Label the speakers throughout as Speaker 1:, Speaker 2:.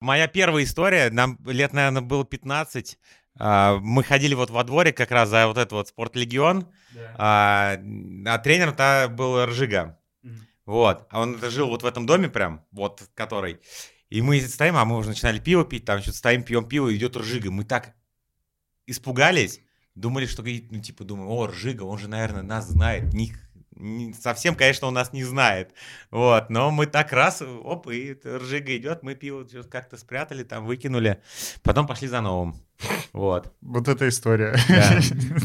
Speaker 1: Моя первая история, нам лет, наверное, было 15. А, Мы ходили вот во дворе как раз за вот этот вот спортлегион, а а тренер-то был Ржига.
Speaker 2: Мгм.
Speaker 1: Вот. А он жил вот в этом доме прям, вот который. И мы стоим, а мы уже начинали пиво пить, там что-то стоим, пьем пиво, идет Ржига. Мы так испугались, думали, что, какие- ну, типа, думаем, о, Ржига, он же, наверное, нас знает. Ни- ни- совсем, конечно, он нас не знает. Вот, но мы так раз, оп, и Ржига идет, мы пиво чё-то как-то спрятали, там выкинули. Потом пошли за новым. Вот.
Speaker 3: Вот эта история.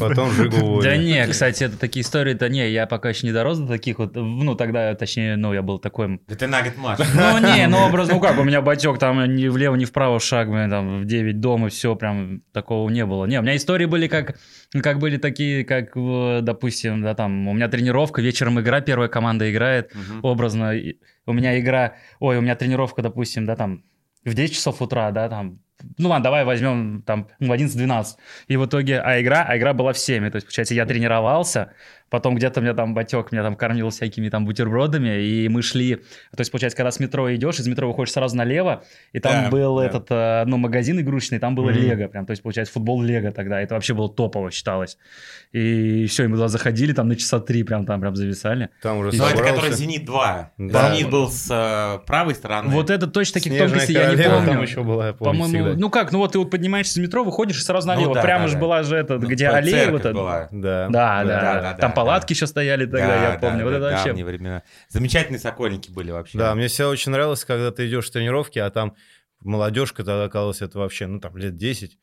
Speaker 1: Да.
Speaker 4: Потом Жигу
Speaker 2: Да
Speaker 4: уволили.
Speaker 2: не, кстати, это такие истории, да не, я пока еще не дорос до таких вот, ну тогда, точнее, ну я был такой...
Speaker 1: Да ты на год маш.
Speaker 2: Ну не, ну образ, ну как, у меня батек там ни влево, ни вправо шаг, блин, там в 9 дома, все, прям такого не было. Не, у меня истории были как, как были такие, как, э, допустим, да там, у меня тренировка, вечером игра, первая команда играет, образно, и- у меня игра, ой, у меня тренировка, допустим, да, там, в 10 часов утра, да, там, ну ладно, давай возьмем там в 11-12. И в итоге, а игра, а игра была в 7. То есть, получается, я тренировался, потом где-то у меня там батек, меня там кормил всякими там бутербродами, и мы шли, то есть, получается, когда с метро идешь, из метро выходишь сразу налево, и там
Speaker 1: Да,
Speaker 2: был
Speaker 1: да.
Speaker 2: этот, э, ну, магазин игрушечный, там было
Speaker 4: Мгм.
Speaker 2: лего прям, то есть, получается, футбол лего тогда, это вообще было топово считалось. И все, и мы туда заходили, там на часа три прям там прям зависали.
Speaker 4: Там уже
Speaker 2: Ну,
Speaker 1: Но это
Speaker 4: собрался.
Speaker 1: который Зенит 2.
Speaker 4: Да.
Speaker 1: Зенит был с э, правой стороны.
Speaker 2: Вот это точно таких
Speaker 4: Снежная
Speaker 2: тонкостей я не
Speaker 4: королева
Speaker 2: помню.
Speaker 4: Там еще была, я помню
Speaker 2: По-моему,
Speaker 4: всегда.
Speaker 2: ну как, ну вот ты вот поднимаешься из метро, выходишь и сразу
Speaker 1: Ну
Speaker 2: налево.
Speaker 1: да,
Speaker 2: Прямо
Speaker 1: да,
Speaker 2: же
Speaker 1: да.
Speaker 2: была же этот,
Speaker 1: Ну,
Speaker 2: где
Speaker 1: там
Speaker 2: аллея
Speaker 1: церковь
Speaker 2: вот эта.
Speaker 1: была.
Speaker 4: Да.
Speaker 2: Да,
Speaker 1: Да,
Speaker 2: да, да,
Speaker 1: да,
Speaker 2: Там
Speaker 1: да,
Speaker 2: палатки еще стояли тогда, я
Speaker 1: Да,
Speaker 2: помню.
Speaker 1: да,
Speaker 2: вот
Speaker 1: да,
Speaker 2: это вообще.
Speaker 1: давние времена. Замечательные сокольники были вообще.
Speaker 4: Да, мне всегда очень нравилось, когда ты идешь с тренировки, а там молодежка тогда казалось это вообще, ну там лет 10.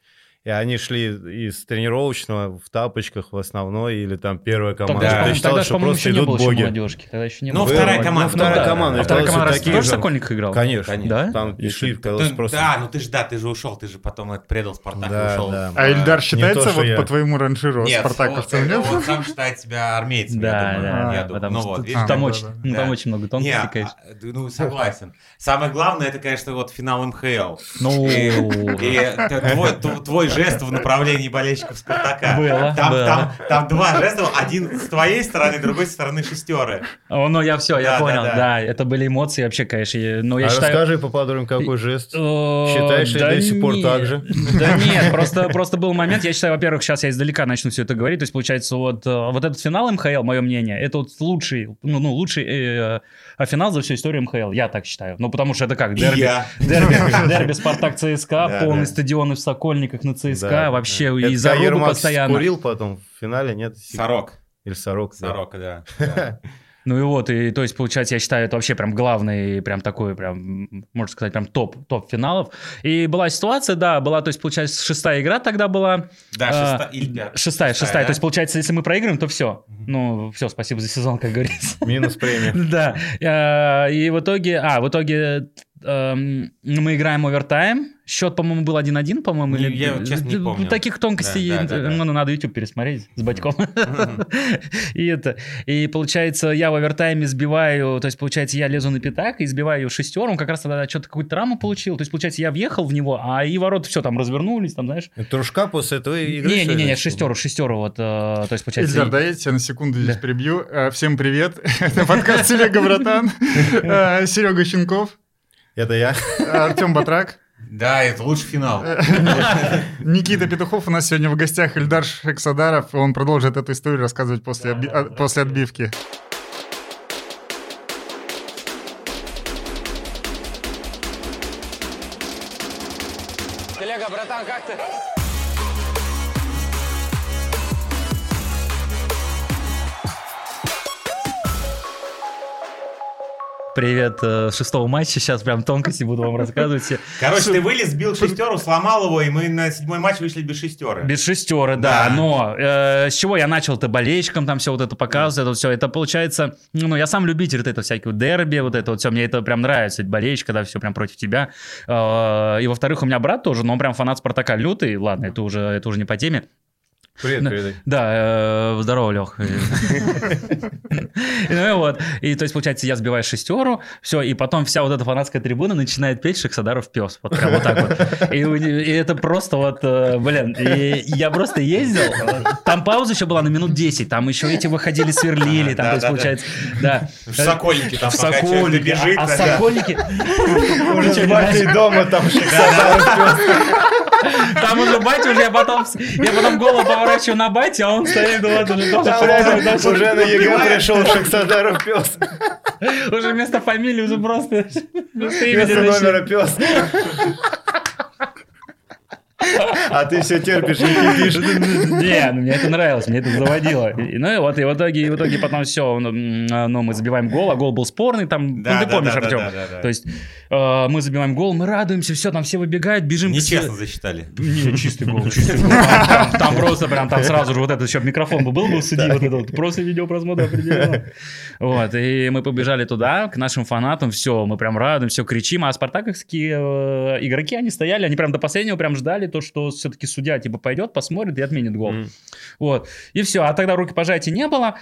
Speaker 4: И они шли из тренировочного в тапочках в основной или там первая
Speaker 2: Там,
Speaker 4: команда.
Speaker 1: да.
Speaker 4: Ты
Speaker 2: по-моему,
Speaker 4: считал,
Speaker 2: Ну, тогда, же,
Speaker 4: что
Speaker 2: по-моему,
Speaker 4: просто
Speaker 2: еще не
Speaker 4: идут
Speaker 2: было еще
Speaker 4: боги.
Speaker 2: молодежки. Тогда еще не
Speaker 1: Ну,
Speaker 2: было.
Speaker 1: вторая
Speaker 4: Было.
Speaker 1: команда.
Speaker 4: Ну, вторая
Speaker 1: Да,
Speaker 4: команда.
Speaker 2: А вторая
Speaker 4: Казалось,
Speaker 2: команда
Speaker 4: такие
Speaker 2: тоже в
Speaker 4: же.
Speaker 2: Сокольниках играл?
Speaker 4: Конечно.
Speaker 1: Конечно.
Speaker 2: Да?
Speaker 4: Там и шли, казалось,
Speaker 1: Ты-
Speaker 4: просто...
Speaker 1: Да, ну ты же, да, ты же ушел, ты же потом это предал Спартак
Speaker 4: Да,
Speaker 1: и ушел.
Speaker 4: да.
Speaker 3: А Эльдар считается
Speaker 4: то, что
Speaker 3: вот
Speaker 4: я.
Speaker 3: по твоему ранжиру
Speaker 1: Нет,
Speaker 3: спартаковцем?
Speaker 1: вот,
Speaker 3: Нет?
Speaker 1: Он сам считает себя армейцем,
Speaker 2: Да,
Speaker 1: я думаю.
Speaker 2: да,
Speaker 1: я
Speaker 2: да,
Speaker 1: думаю.
Speaker 2: потому
Speaker 1: Ну
Speaker 2: что
Speaker 1: вот,
Speaker 2: тут
Speaker 1: видишь,
Speaker 2: там
Speaker 3: да,
Speaker 2: очень,
Speaker 3: да,
Speaker 1: да.
Speaker 2: ну, там очень много
Speaker 1: Не,
Speaker 2: тонкостей,
Speaker 1: а,
Speaker 2: конечно.
Speaker 1: а, ну, согласен. Самое главное, это, конечно, вот финал МХЛ.
Speaker 2: Ну,
Speaker 1: И это твой, тв- твой жест в направлении болельщиков Спартака.
Speaker 2: Было,
Speaker 1: Там,
Speaker 2: было.
Speaker 1: там- там два жеста, один с твоей стороны, другой со стороны шестеры.
Speaker 2: О, ну я все, я
Speaker 1: Да, да,
Speaker 2: понял.
Speaker 1: да.
Speaker 2: Да, это были эмоции вообще, конечно. и- Ну, я
Speaker 4: а
Speaker 2: считаю, э,
Speaker 4: расскажи поподробнее, какой жест.
Speaker 2: Считаешь,
Speaker 4: Считаешь ли до сих пор так же?
Speaker 2: Да нет, просто, просто был момент, я считаю, во-первых, сейчас я издалека начну все это говорить, то есть получается вот, э, вот этот финал МХЛ, мое мнение, это вот лучший, ну, ну лучший э, э, финал за всю историю МХЛ, я так считаю, ну потому что это как,
Speaker 1: И
Speaker 2: дерби,
Speaker 1: я.
Speaker 2: дерби, дерби Спартак ЦСКА,
Speaker 4: Да,
Speaker 2: полный
Speaker 4: да.
Speaker 2: стадионы в Сокольниках на ЦСКА,
Speaker 4: Да,
Speaker 2: вообще
Speaker 4: Это
Speaker 2: и
Speaker 4: когда
Speaker 2: зарубы
Speaker 4: Ермак
Speaker 2: постоянно.
Speaker 4: курил потом в финале, нет?
Speaker 1: Сорок.
Speaker 4: Или сорок. да.
Speaker 1: Сорока, да. да.
Speaker 2: Ну и вот, и то есть, получается, я считаю, это вообще прям главный, прям такой, прям, м, можно сказать, прям топ, топ финалов. И была ситуация, да, была, то есть, получается, шестая игра тогда была,
Speaker 1: Да,
Speaker 2: А,
Speaker 1: шеста- или пят-
Speaker 2: Шестая, шестая.
Speaker 1: да?
Speaker 2: То есть, получается, если мы проиграем, то все.
Speaker 1: Мгм.
Speaker 2: Ну, все, спасибо за сезон, как говорится.
Speaker 4: Минус премия.
Speaker 2: Да. А, И в итоге... А, в итоге эм, мы играем овертайм. Счет, по-моему, был 1-1, по-моему.
Speaker 1: Не,
Speaker 2: или-
Speaker 1: я вот честно не
Speaker 2: Ну,
Speaker 1: помню.
Speaker 2: Таких тонкостей...
Speaker 1: Да, да, да, да.
Speaker 2: Ну, надо YouTube пересмотреть с батьком.
Speaker 1: Мгм.
Speaker 2: И это... И получается, я в овертайме сбиваю... То есть, получается, я лезу на пятак и сбиваю шестером. Он Как раз тогда что-то какую-то травму получил. То есть, получается, я въехал в него, а и ворота все там развернулись, там, знаешь...
Speaker 4: Трушка после этого игры...
Speaker 2: не, не, не, не,
Speaker 4: что ли?
Speaker 2: шестеру, шестеру, вот, э, то есть, получается...
Speaker 3: Эльдар,
Speaker 2: и-
Speaker 3: да, я тебя на секунду здесь прибью. Э, Всем привет. Это подкаст Телега, братан. Э, Серега Щенков,
Speaker 4: Это я.
Speaker 3: э, Артем Батрак,
Speaker 1: Да, это лучший финал.
Speaker 3: э, Никита Петухов. У нас сегодня в гостях Эльдар Шексадаров. Он продолжит эту историю рассказывать после, отби- а, после отбивки.
Speaker 5: Телега, братан, как ты?
Speaker 2: Привет э, шестого матча. Сейчас прям тонкости буду вам рассказывать. все.
Speaker 1: Короче, ты вылез, сбил шестеру, сломал его, и мы на седьмой матч вышли без шестеры.
Speaker 2: Без шестеры, да.
Speaker 1: Да.
Speaker 2: Но э, с чего я начал-то болельщикам там все вот это показывать, это все. Это получается, ну, я сам любитель вот это всякие вот дерби, вот это вот все. Мне это прям нравится. ведь Болельщик, когда все прям против тебя. Э, и во-вторых, у меня брат тоже, но он прям фанат Спартака лютый. Ладно, это уже, это уже не по теме.
Speaker 4: Привет, передай.
Speaker 2: Да, э, здорово, Лех. Ну и вот. И то есть, получается, я сбиваю шестеру, все, и потом вся вот эта фанатская трибуна начинает петь Шексадаров пес. Вот прям вот так вот. И у не- и это просто вот, э, блин, и я просто ездил. Там пауза еще была на минут 10, там еще эти выходили, сверлили, там,
Speaker 1: Да-да-да.
Speaker 2: то есть, получается, да.
Speaker 1: В Сокольнике там
Speaker 2: В
Speaker 1: пока человек
Speaker 2: Сокольнике, а-
Speaker 1: добежит,
Speaker 2: а
Speaker 1: да.
Speaker 2: Сокольники...
Speaker 4: Уже батя и дома там
Speaker 2: Там уже батя, уже я потом, я потом голову поворачиваю на батю, а он стоит, ну вот уже тоже пробует, да,
Speaker 4: Шахсадаров. Уже на ЕГЭ пришел Шахсадаров пес.
Speaker 2: Уже вместо фамилии уже просто... просто имя
Speaker 4: Вместо
Speaker 2: дедущий.
Speaker 4: номера пес. А ты все терпишь и кипишь.
Speaker 2: Не, ну, мне это нравилось, мне это заводило. И- Ну и вот, и в итоге, и в итоге потом все, ну, м, а, ну, мы забиваем гол, а гол был спорный, там, ну,
Speaker 1: Да,
Speaker 2: ты
Speaker 1: да,
Speaker 2: помнишь,
Speaker 1: да, да,
Speaker 2: Артем.
Speaker 1: да, да, да.
Speaker 2: То есть э, мы забиваем гол, мы радуемся, все, там все выбегают, бежим. к се-
Speaker 1: Нечестно засчитали.
Speaker 2: Не, чистый гол, чистый гол. Там, там просто прям, там сразу же вот этот еще микрофон бы был бы у судьи, вот это вот, просто видеопросмотр определенно. Вот, и мы побежали туда, к нашим фанатам, все, мы прям радуем, все кричим, а спартаковские э, игроки, они стояли, они прям до последнего прям ждали то, что все-таки судья типа пойдет, посмотрит и отменит гол. Вот. И все. А тогда руки пожатия не было.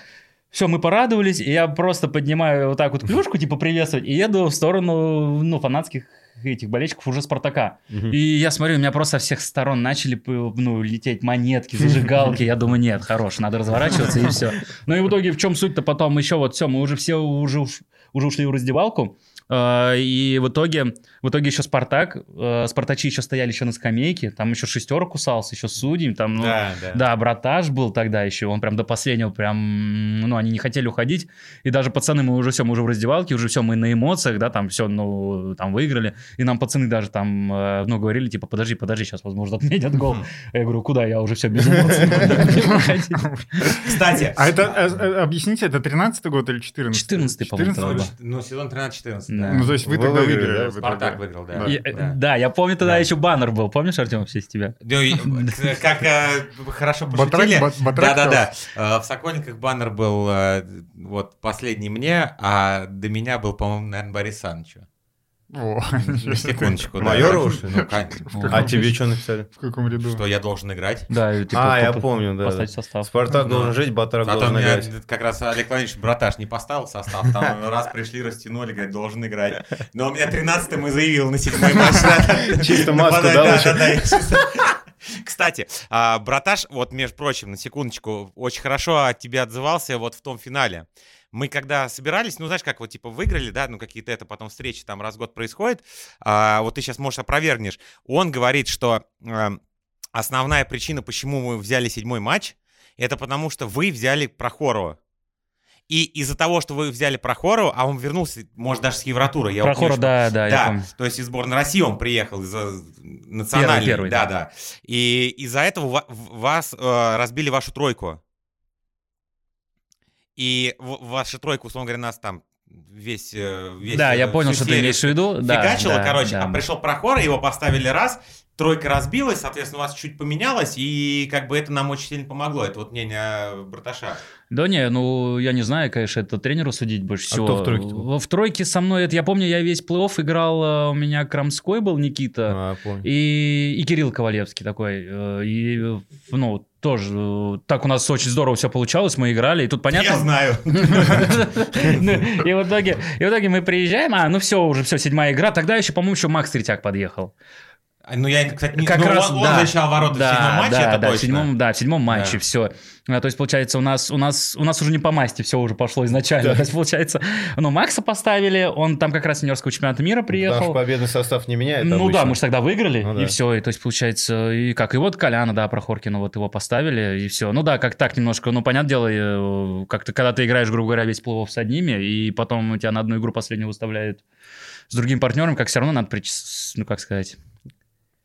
Speaker 2: Все, мы порадовались, и я просто поднимаю вот так вот клюшку, типа приветствовать, и еду в сторону, ну, фанатских этих болельщиков уже Спартака. И я смотрю, у меня просто со всех сторон начали, п- ну, лететь монетки, зажигалки. Я думаю, нет, хорош, надо разворачиваться, и все. Ну и в итоге в чем суть-то потом еще вот все, мы уже все уже, уш- уже ушли в раздевалку, Э, и в итоге, в итоге еще Спартак, э, Спартачи еще стояли еще на скамейке, там еще шестерок кусался, еще судим, там, ну,
Speaker 1: Да, да.
Speaker 2: да, братаж был тогда еще, он прям до последнего прям, ну, они не хотели уходить, и даже пацаны, мы уже все, мы уже в раздевалке, уже все, мы на эмоциях, да, там все, ну, там выиграли, и нам пацаны даже там, э, ну, говорили, типа, подожди, подожди, сейчас, возможно, отметят гол. Я говорю, куда, я уже все без эмоций. куда мне выходить?»
Speaker 1: Кстати,
Speaker 3: А это, э, э, объясните, это 13-й год или 14-й?
Speaker 2: 14-й, по-моему, это
Speaker 1: ну,
Speaker 2: было.
Speaker 1: ч- ну, сезон 13-14.
Speaker 2: Да.
Speaker 1: да.
Speaker 3: Ну, то есть вы,
Speaker 4: Вы
Speaker 3: тогда
Speaker 4: выиграли,
Speaker 3: выиграли.
Speaker 4: да,
Speaker 3: в итоге.
Speaker 1: Спартак выиграл, да.
Speaker 2: И, э, Да, я помню, тогда
Speaker 1: Да.
Speaker 2: еще баннер был, помнишь, Артем, в честь тебя?
Speaker 1: Ну, и, к- как э, хорошо
Speaker 3: Батрак-
Speaker 1: пошутили.
Speaker 3: бат- батрак
Speaker 1: Да-да-да. Э, В Сокольниках баннер был э, вот последний мне, а до меня был, по-моему, наверное, Борис Санычу.
Speaker 3: О,
Speaker 1: На секундочку. да.
Speaker 4: Майору уж?
Speaker 1: Ну, конечно.
Speaker 4: А тебе что написали?
Speaker 3: в каком ряду?
Speaker 1: Что, я должен играть?
Speaker 2: Да, и, типа,
Speaker 4: А, я
Speaker 2: поп-
Speaker 4: помню, да.
Speaker 2: поставить состав.
Speaker 4: Спартак
Speaker 1: Да.
Speaker 4: должен жить, Батрак
Speaker 1: А там
Speaker 4: должен
Speaker 1: меня
Speaker 4: играть.
Speaker 1: как раз Олег Владимирович браташ не поставил в состав. Там раз пришли, растянули, говорят, должен играть. Но у меня 13-м и заявил на седьмой матч. надо
Speaker 4: Чисто маску
Speaker 1: нападать.
Speaker 4: дал
Speaker 1: Да,
Speaker 4: еще.
Speaker 1: да, да, я чисто- Кстати, а, браташ, вот, между прочим, на секундочку, очень хорошо о тебе отзывался вот в том финале. Мы когда собирались, ну, знаешь, как вот, типа, выиграли, да, ну, какие-то это потом встречи там раз в год происходит, а, вот ты сейчас, может, опровергнешь. Он говорит, что эм, основная причина, почему мы взяли седьмой матч, это потому, что вы взяли Прохорова. И из-за того, что вы взяли Прохорова, а он вернулся, может, даже с Евротура. Я вот
Speaker 2: Прохор,
Speaker 1: помню, что-
Speaker 2: да, да, я
Speaker 1: да,
Speaker 2: помню.
Speaker 1: то есть из сборной России он приехал, из э, национальной.
Speaker 2: первый,
Speaker 1: да,
Speaker 2: да.
Speaker 1: да, И из-за этого ва- в- вас э, разбили вашу тройку. И в- ваша тройка, условно говоря, нас там весь... э, весь
Speaker 2: Да,
Speaker 1: э,
Speaker 2: я понял,
Speaker 1: всю
Speaker 2: что ты
Speaker 1: серию
Speaker 2: имеешь в виду. Да,
Speaker 1: фигачило,
Speaker 2: да,
Speaker 1: короче,
Speaker 2: да.
Speaker 1: а пришел Прохор, его поставили раз, тройка разбилась, соответственно, у вас чуть поменялось, и как бы это нам очень сильно помогло. Это вот мнение Браташа.
Speaker 2: Да не, ну я не знаю, конечно, это тренеру судить больше
Speaker 4: А
Speaker 2: всего.
Speaker 4: кто в тройке-то был?
Speaker 2: Во- в тройке со мной, это я помню, я весь плей-офф играл, э, у меня Крамской был Никита
Speaker 4: А, помню.
Speaker 2: и, и Кирилл Ковалевский такой. э, И, э, ну, тоже э, так у нас очень здорово все получалось, мы играли, и тут понятно...
Speaker 1: Я знаю.
Speaker 2: Ну, И в итоге, и в итоге мы приезжаем, а, ну все, уже все, седьмая игра. Тогда еще, по-моему, еще Макс Третьяк подъехал.
Speaker 1: А, Ну, я, кстати, не
Speaker 2: Как
Speaker 1: ну, он-
Speaker 2: раз,
Speaker 1: он
Speaker 2: да.
Speaker 1: защищал ворота в седьмом матче,
Speaker 2: да,
Speaker 1: это
Speaker 2: да, в
Speaker 1: точно.
Speaker 2: седьмом, да, в седьмом матче
Speaker 1: Да.
Speaker 2: все. то есть, получается, у нас, у нас, у нас уже не по масти все уже пошло изначально. То есть, получается, ну, Макса поставили, он там как раз юниорского чемпионата мира
Speaker 4: Потому что
Speaker 2: приехал.
Speaker 4: победный состав не меняет
Speaker 2: Ну
Speaker 4: обычно.
Speaker 2: да, мы же тогда выиграли,
Speaker 4: Ну
Speaker 2: и
Speaker 4: да.
Speaker 2: все. И то есть, получается, и как. И вот Коляна, да, Прохоркина, вот его поставили, и все. Ну да, как так немножко, ну, понятное дело, э, как ты, когда ты играешь, грубо говоря, весь плей с одними, и потом тебя на одну игру последнюю выставляют с другим партнером, как все равно надо, причес- ну, как сказать,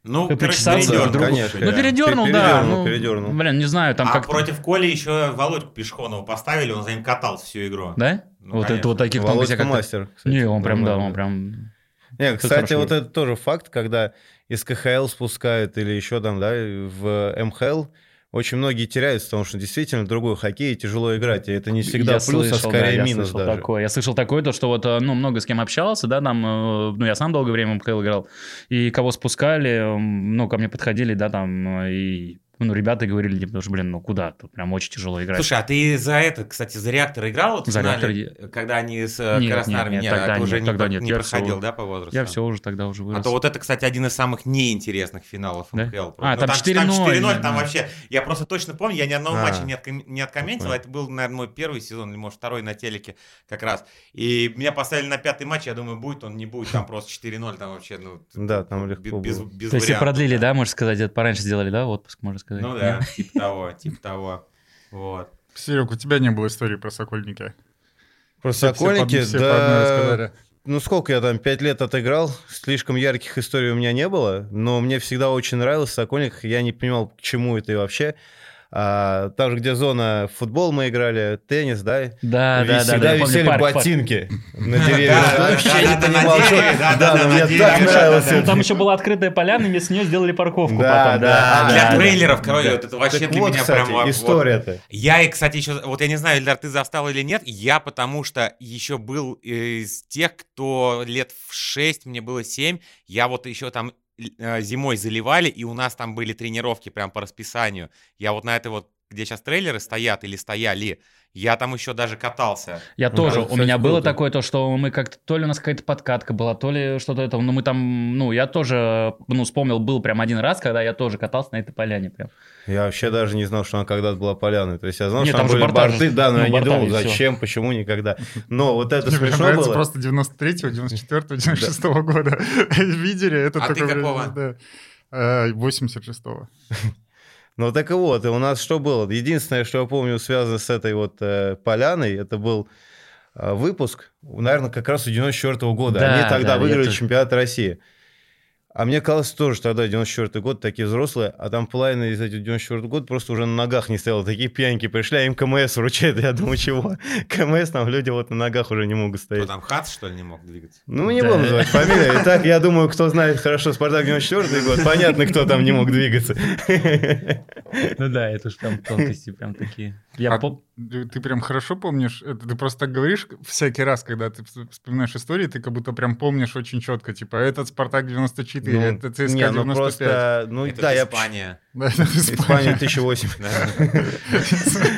Speaker 1: Ну,
Speaker 2: Ты
Speaker 1: короче,
Speaker 2: причесался
Speaker 1: передернул.
Speaker 2: к другу.
Speaker 4: Конечно.
Speaker 2: ну,
Speaker 4: Прям.
Speaker 2: передернул,
Speaker 4: Пер-
Speaker 2: да.
Speaker 4: передернул,
Speaker 2: ну,
Speaker 4: передернул.
Speaker 2: Блин, не знаю, там
Speaker 1: а
Speaker 2: как-то-
Speaker 1: против Коли еще Володьку Пешхонова поставили, он за ним катался всю игру.
Speaker 2: Да?
Speaker 1: Ну,
Speaker 2: вот это
Speaker 1: конечно.
Speaker 2: вот таких там,
Speaker 4: Володька
Speaker 2: где как-то-
Speaker 4: мастер. кстати.
Speaker 2: Не, он прям, да,
Speaker 4: Нормально.
Speaker 2: он прям...
Speaker 4: Не, кстати,
Speaker 2: хорошо.
Speaker 4: вот это тоже факт, когда из КХЛ спускают или еще там, да, в МХЛ, очень многие теряются, потому что действительно другой хоккей тяжело играть, и это не всегда
Speaker 2: Я
Speaker 4: плюс,
Speaker 2: слышал,
Speaker 4: а скорее
Speaker 2: да, я
Speaker 4: минус
Speaker 2: слышал
Speaker 4: даже.
Speaker 2: Такое. Я слышал такое, то, что вот, э, ну, много с кем общался, да, там, э, ну, я сам долгое время в МХЛ играл, и кого спускали, э, ну, ко мне подходили, да, там, э, и Ну, ребята говорили, типа, потому что, блин, ну куда? Тут прям очень тяжело играть.
Speaker 1: Слушай, а ты за это, кстати, за реактор играл вот в
Speaker 2: За
Speaker 1: финале,
Speaker 2: «Реактор»
Speaker 1: когда они с э,
Speaker 2: Нет,
Speaker 1: Красноармией?
Speaker 2: нет,
Speaker 1: Нет,
Speaker 2: нет, тогда
Speaker 1: а ты уже
Speaker 2: нет,
Speaker 1: не,
Speaker 2: тогда
Speaker 1: так-
Speaker 2: нет,
Speaker 1: не
Speaker 2: я
Speaker 1: проходил,
Speaker 2: всё-
Speaker 1: да, по возрасту?
Speaker 2: я все уже тогда уже вырос.
Speaker 1: А то вот это, кстати, один из самых неинтересных финалов
Speaker 2: Да?
Speaker 1: МХЛ.
Speaker 2: А,
Speaker 1: Ну,
Speaker 2: там 4:0,
Speaker 1: 4:0, там
Speaker 2: да.
Speaker 1: вообще... Я просто точно помню, я ни одного
Speaker 4: А.
Speaker 1: матча не, отком- не откомментировал.
Speaker 4: Такое.
Speaker 1: Это был, наверное, мой первый сезон, или, может, второй на телеке как раз. И меня поставили на пятый матч, я думаю, будет он, не будет. Там просто 4-0, там вообще, ну...
Speaker 4: Да, там легко
Speaker 1: бе- Без,
Speaker 4: было.
Speaker 1: без
Speaker 2: То есть и
Speaker 1: вариантов.
Speaker 2: продлили, да, можно сказать, это пораньше сделали, да, отпуск, можно сказать.
Speaker 1: Ну да, типа того, типа того. Вот.
Speaker 3: Серег, у тебя не было истории про Сокольники.
Speaker 4: Про
Speaker 3: Все- все по-
Speaker 4: Сокольники,
Speaker 3: все по одной
Speaker 4: да,
Speaker 3: рассказали.
Speaker 4: ну сколько я там, пять лет отыграл, слишком ярких историй у меня не было, но мне всегда очень нравился Сокольник, я не понимал, к чему это и вообще. А, там же, где зона футбол мы играли, теннис, да,
Speaker 2: Да,
Speaker 4: И
Speaker 2: да, да.
Speaker 4: всегда
Speaker 2: да, я помню,
Speaker 4: висели
Speaker 2: парк, парк.
Speaker 4: ботинки на
Speaker 1: Да,
Speaker 4: деревьях.
Speaker 1: да, да,
Speaker 4: Вообще не
Speaker 1: да, да, на
Speaker 4: понимал, что...
Speaker 1: дереве, да, да,
Speaker 4: Да,
Speaker 1: да,
Speaker 4: но
Speaker 1: на
Speaker 4: мне
Speaker 1: дереве,
Speaker 4: так
Speaker 1: да, да,
Speaker 4: нравилось
Speaker 1: да.
Speaker 4: это.
Speaker 2: Ну, Там еще была открытая поляна, вместо нее сделали парковку
Speaker 4: Да,
Speaker 2: потом.
Speaker 4: да,
Speaker 1: А
Speaker 4: да,
Speaker 1: для
Speaker 4: да.
Speaker 1: трейлеров, короче, вот это вообще
Speaker 4: Так
Speaker 1: для
Speaker 4: вот,
Speaker 1: меня
Speaker 4: кстати,
Speaker 1: прям... во- вот.
Speaker 4: история-то.
Speaker 1: Я, и, кстати, еще, вот я не знаю, Эльдар, ты застал или нет, я потому что еще был э, из тех, кто лет в 6, мне было 7, я вот еще там э, зимой заливали, и у нас там были тренировки прям по расписанию. Я вот на этой вот, где сейчас трейлеры стоят или стояли, я там еще даже катался.
Speaker 2: Я
Speaker 4: Ну,
Speaker 2: тоже.
Speaker 4: да,
Speaker 2: у
Speaker 4: кстати,
Speaker 2: меня было
Speaker 4: круто.
Speaker 2: такое то, что мы как-то то ли у нас какая-то подкатка была, то ли что-то это. Но мы там, ну, я тоже, ну, вспомнил, был прям один раз, когда я тоже катался на этой поляне прям.
Speaker 4: Я вообще даже не знал, что она когда-то была поляной. То есть я знал,
Speaker 2: Нет,
Speaker 4: что
Speaker 2: там
Speaker 4: там,
Speaker 2: же
Speaker 4: были
Speaker 2: борта же.
Speaker 4: борты, да, но
Speaker 2: Ну,
Speaker 4: я не
Speaker 2: борта
Speaker 4: думал,
Speaker 2: и всё.
Speaker 4: зачем, почему, никогда. Но вот это
Speaker 3: Мне прям
Speaker 4: смешно
Speaker 3: нравится
Speaker 4: было.
Speaker 3: просто 93-го, 94-го, 96-го года. Видели, это
Speaker 1: А ты
Speaker 3: такое время,
Speaker 1: какого?
Speaker 3: да. А, 86-го.
Speaker 4: Ну так и вот, и у нас что было? Единственное, что я помню, связано с этой вот э, поляной, это был э, выпуск, наверное, как раз у 94 года.
Speaker 2: Да,
Speaker 4: Они тогда
Speaker 2: да, я
Speaker 4: выиграли
Speaker 2: тоже-
Speaker 4: чемпионат России. А мне казалось тоже тогда, 94 год, такие взрослые, а там половина из этих 94 год просто уже на ногах не стояла. Такие пьяники пришли, а им КМС вручают. Я думаю, чего? КМС там люди вот на ногах уже не могут
Speaker 1: Кто
Speaker 4: стоять.
Speaker 1: там, Хац, что ли, не мог двигаться?
Speaker 4: Ну, мы не
Speaker 2: Да.
Speaker 4: будем называть фамилии. Так, я думаю, кто знает хорошо Спартак 94 год, понятно, кто там не мог двигаться.
Speaker 2: Ну да, это же там тонкости прям такие.
Speaker 3: А Ты ты прям хорошо помнишь, это ты просто так говоришь всякий раз, когда ты вс- вспоминаешь истории, ты как будто прям помнишь очень четко, типа, этот «Спартак 94»,
Speaker 4: Ну,
Speaker 3: это ЦСКА
Speaker 4: не,
Speaker 3: 95.
Speaker 4: ну просто, ну
Speaker 1: Это
Speaker 4: да,
Speaker 1: же
Speaker 4: я...
Speaker 1: Испания.
Speaker 3: Да, это
Speaker 4: Испания
Speaker 3: Испания.
Speaker 4: 1008.
Speaker 3: Турция.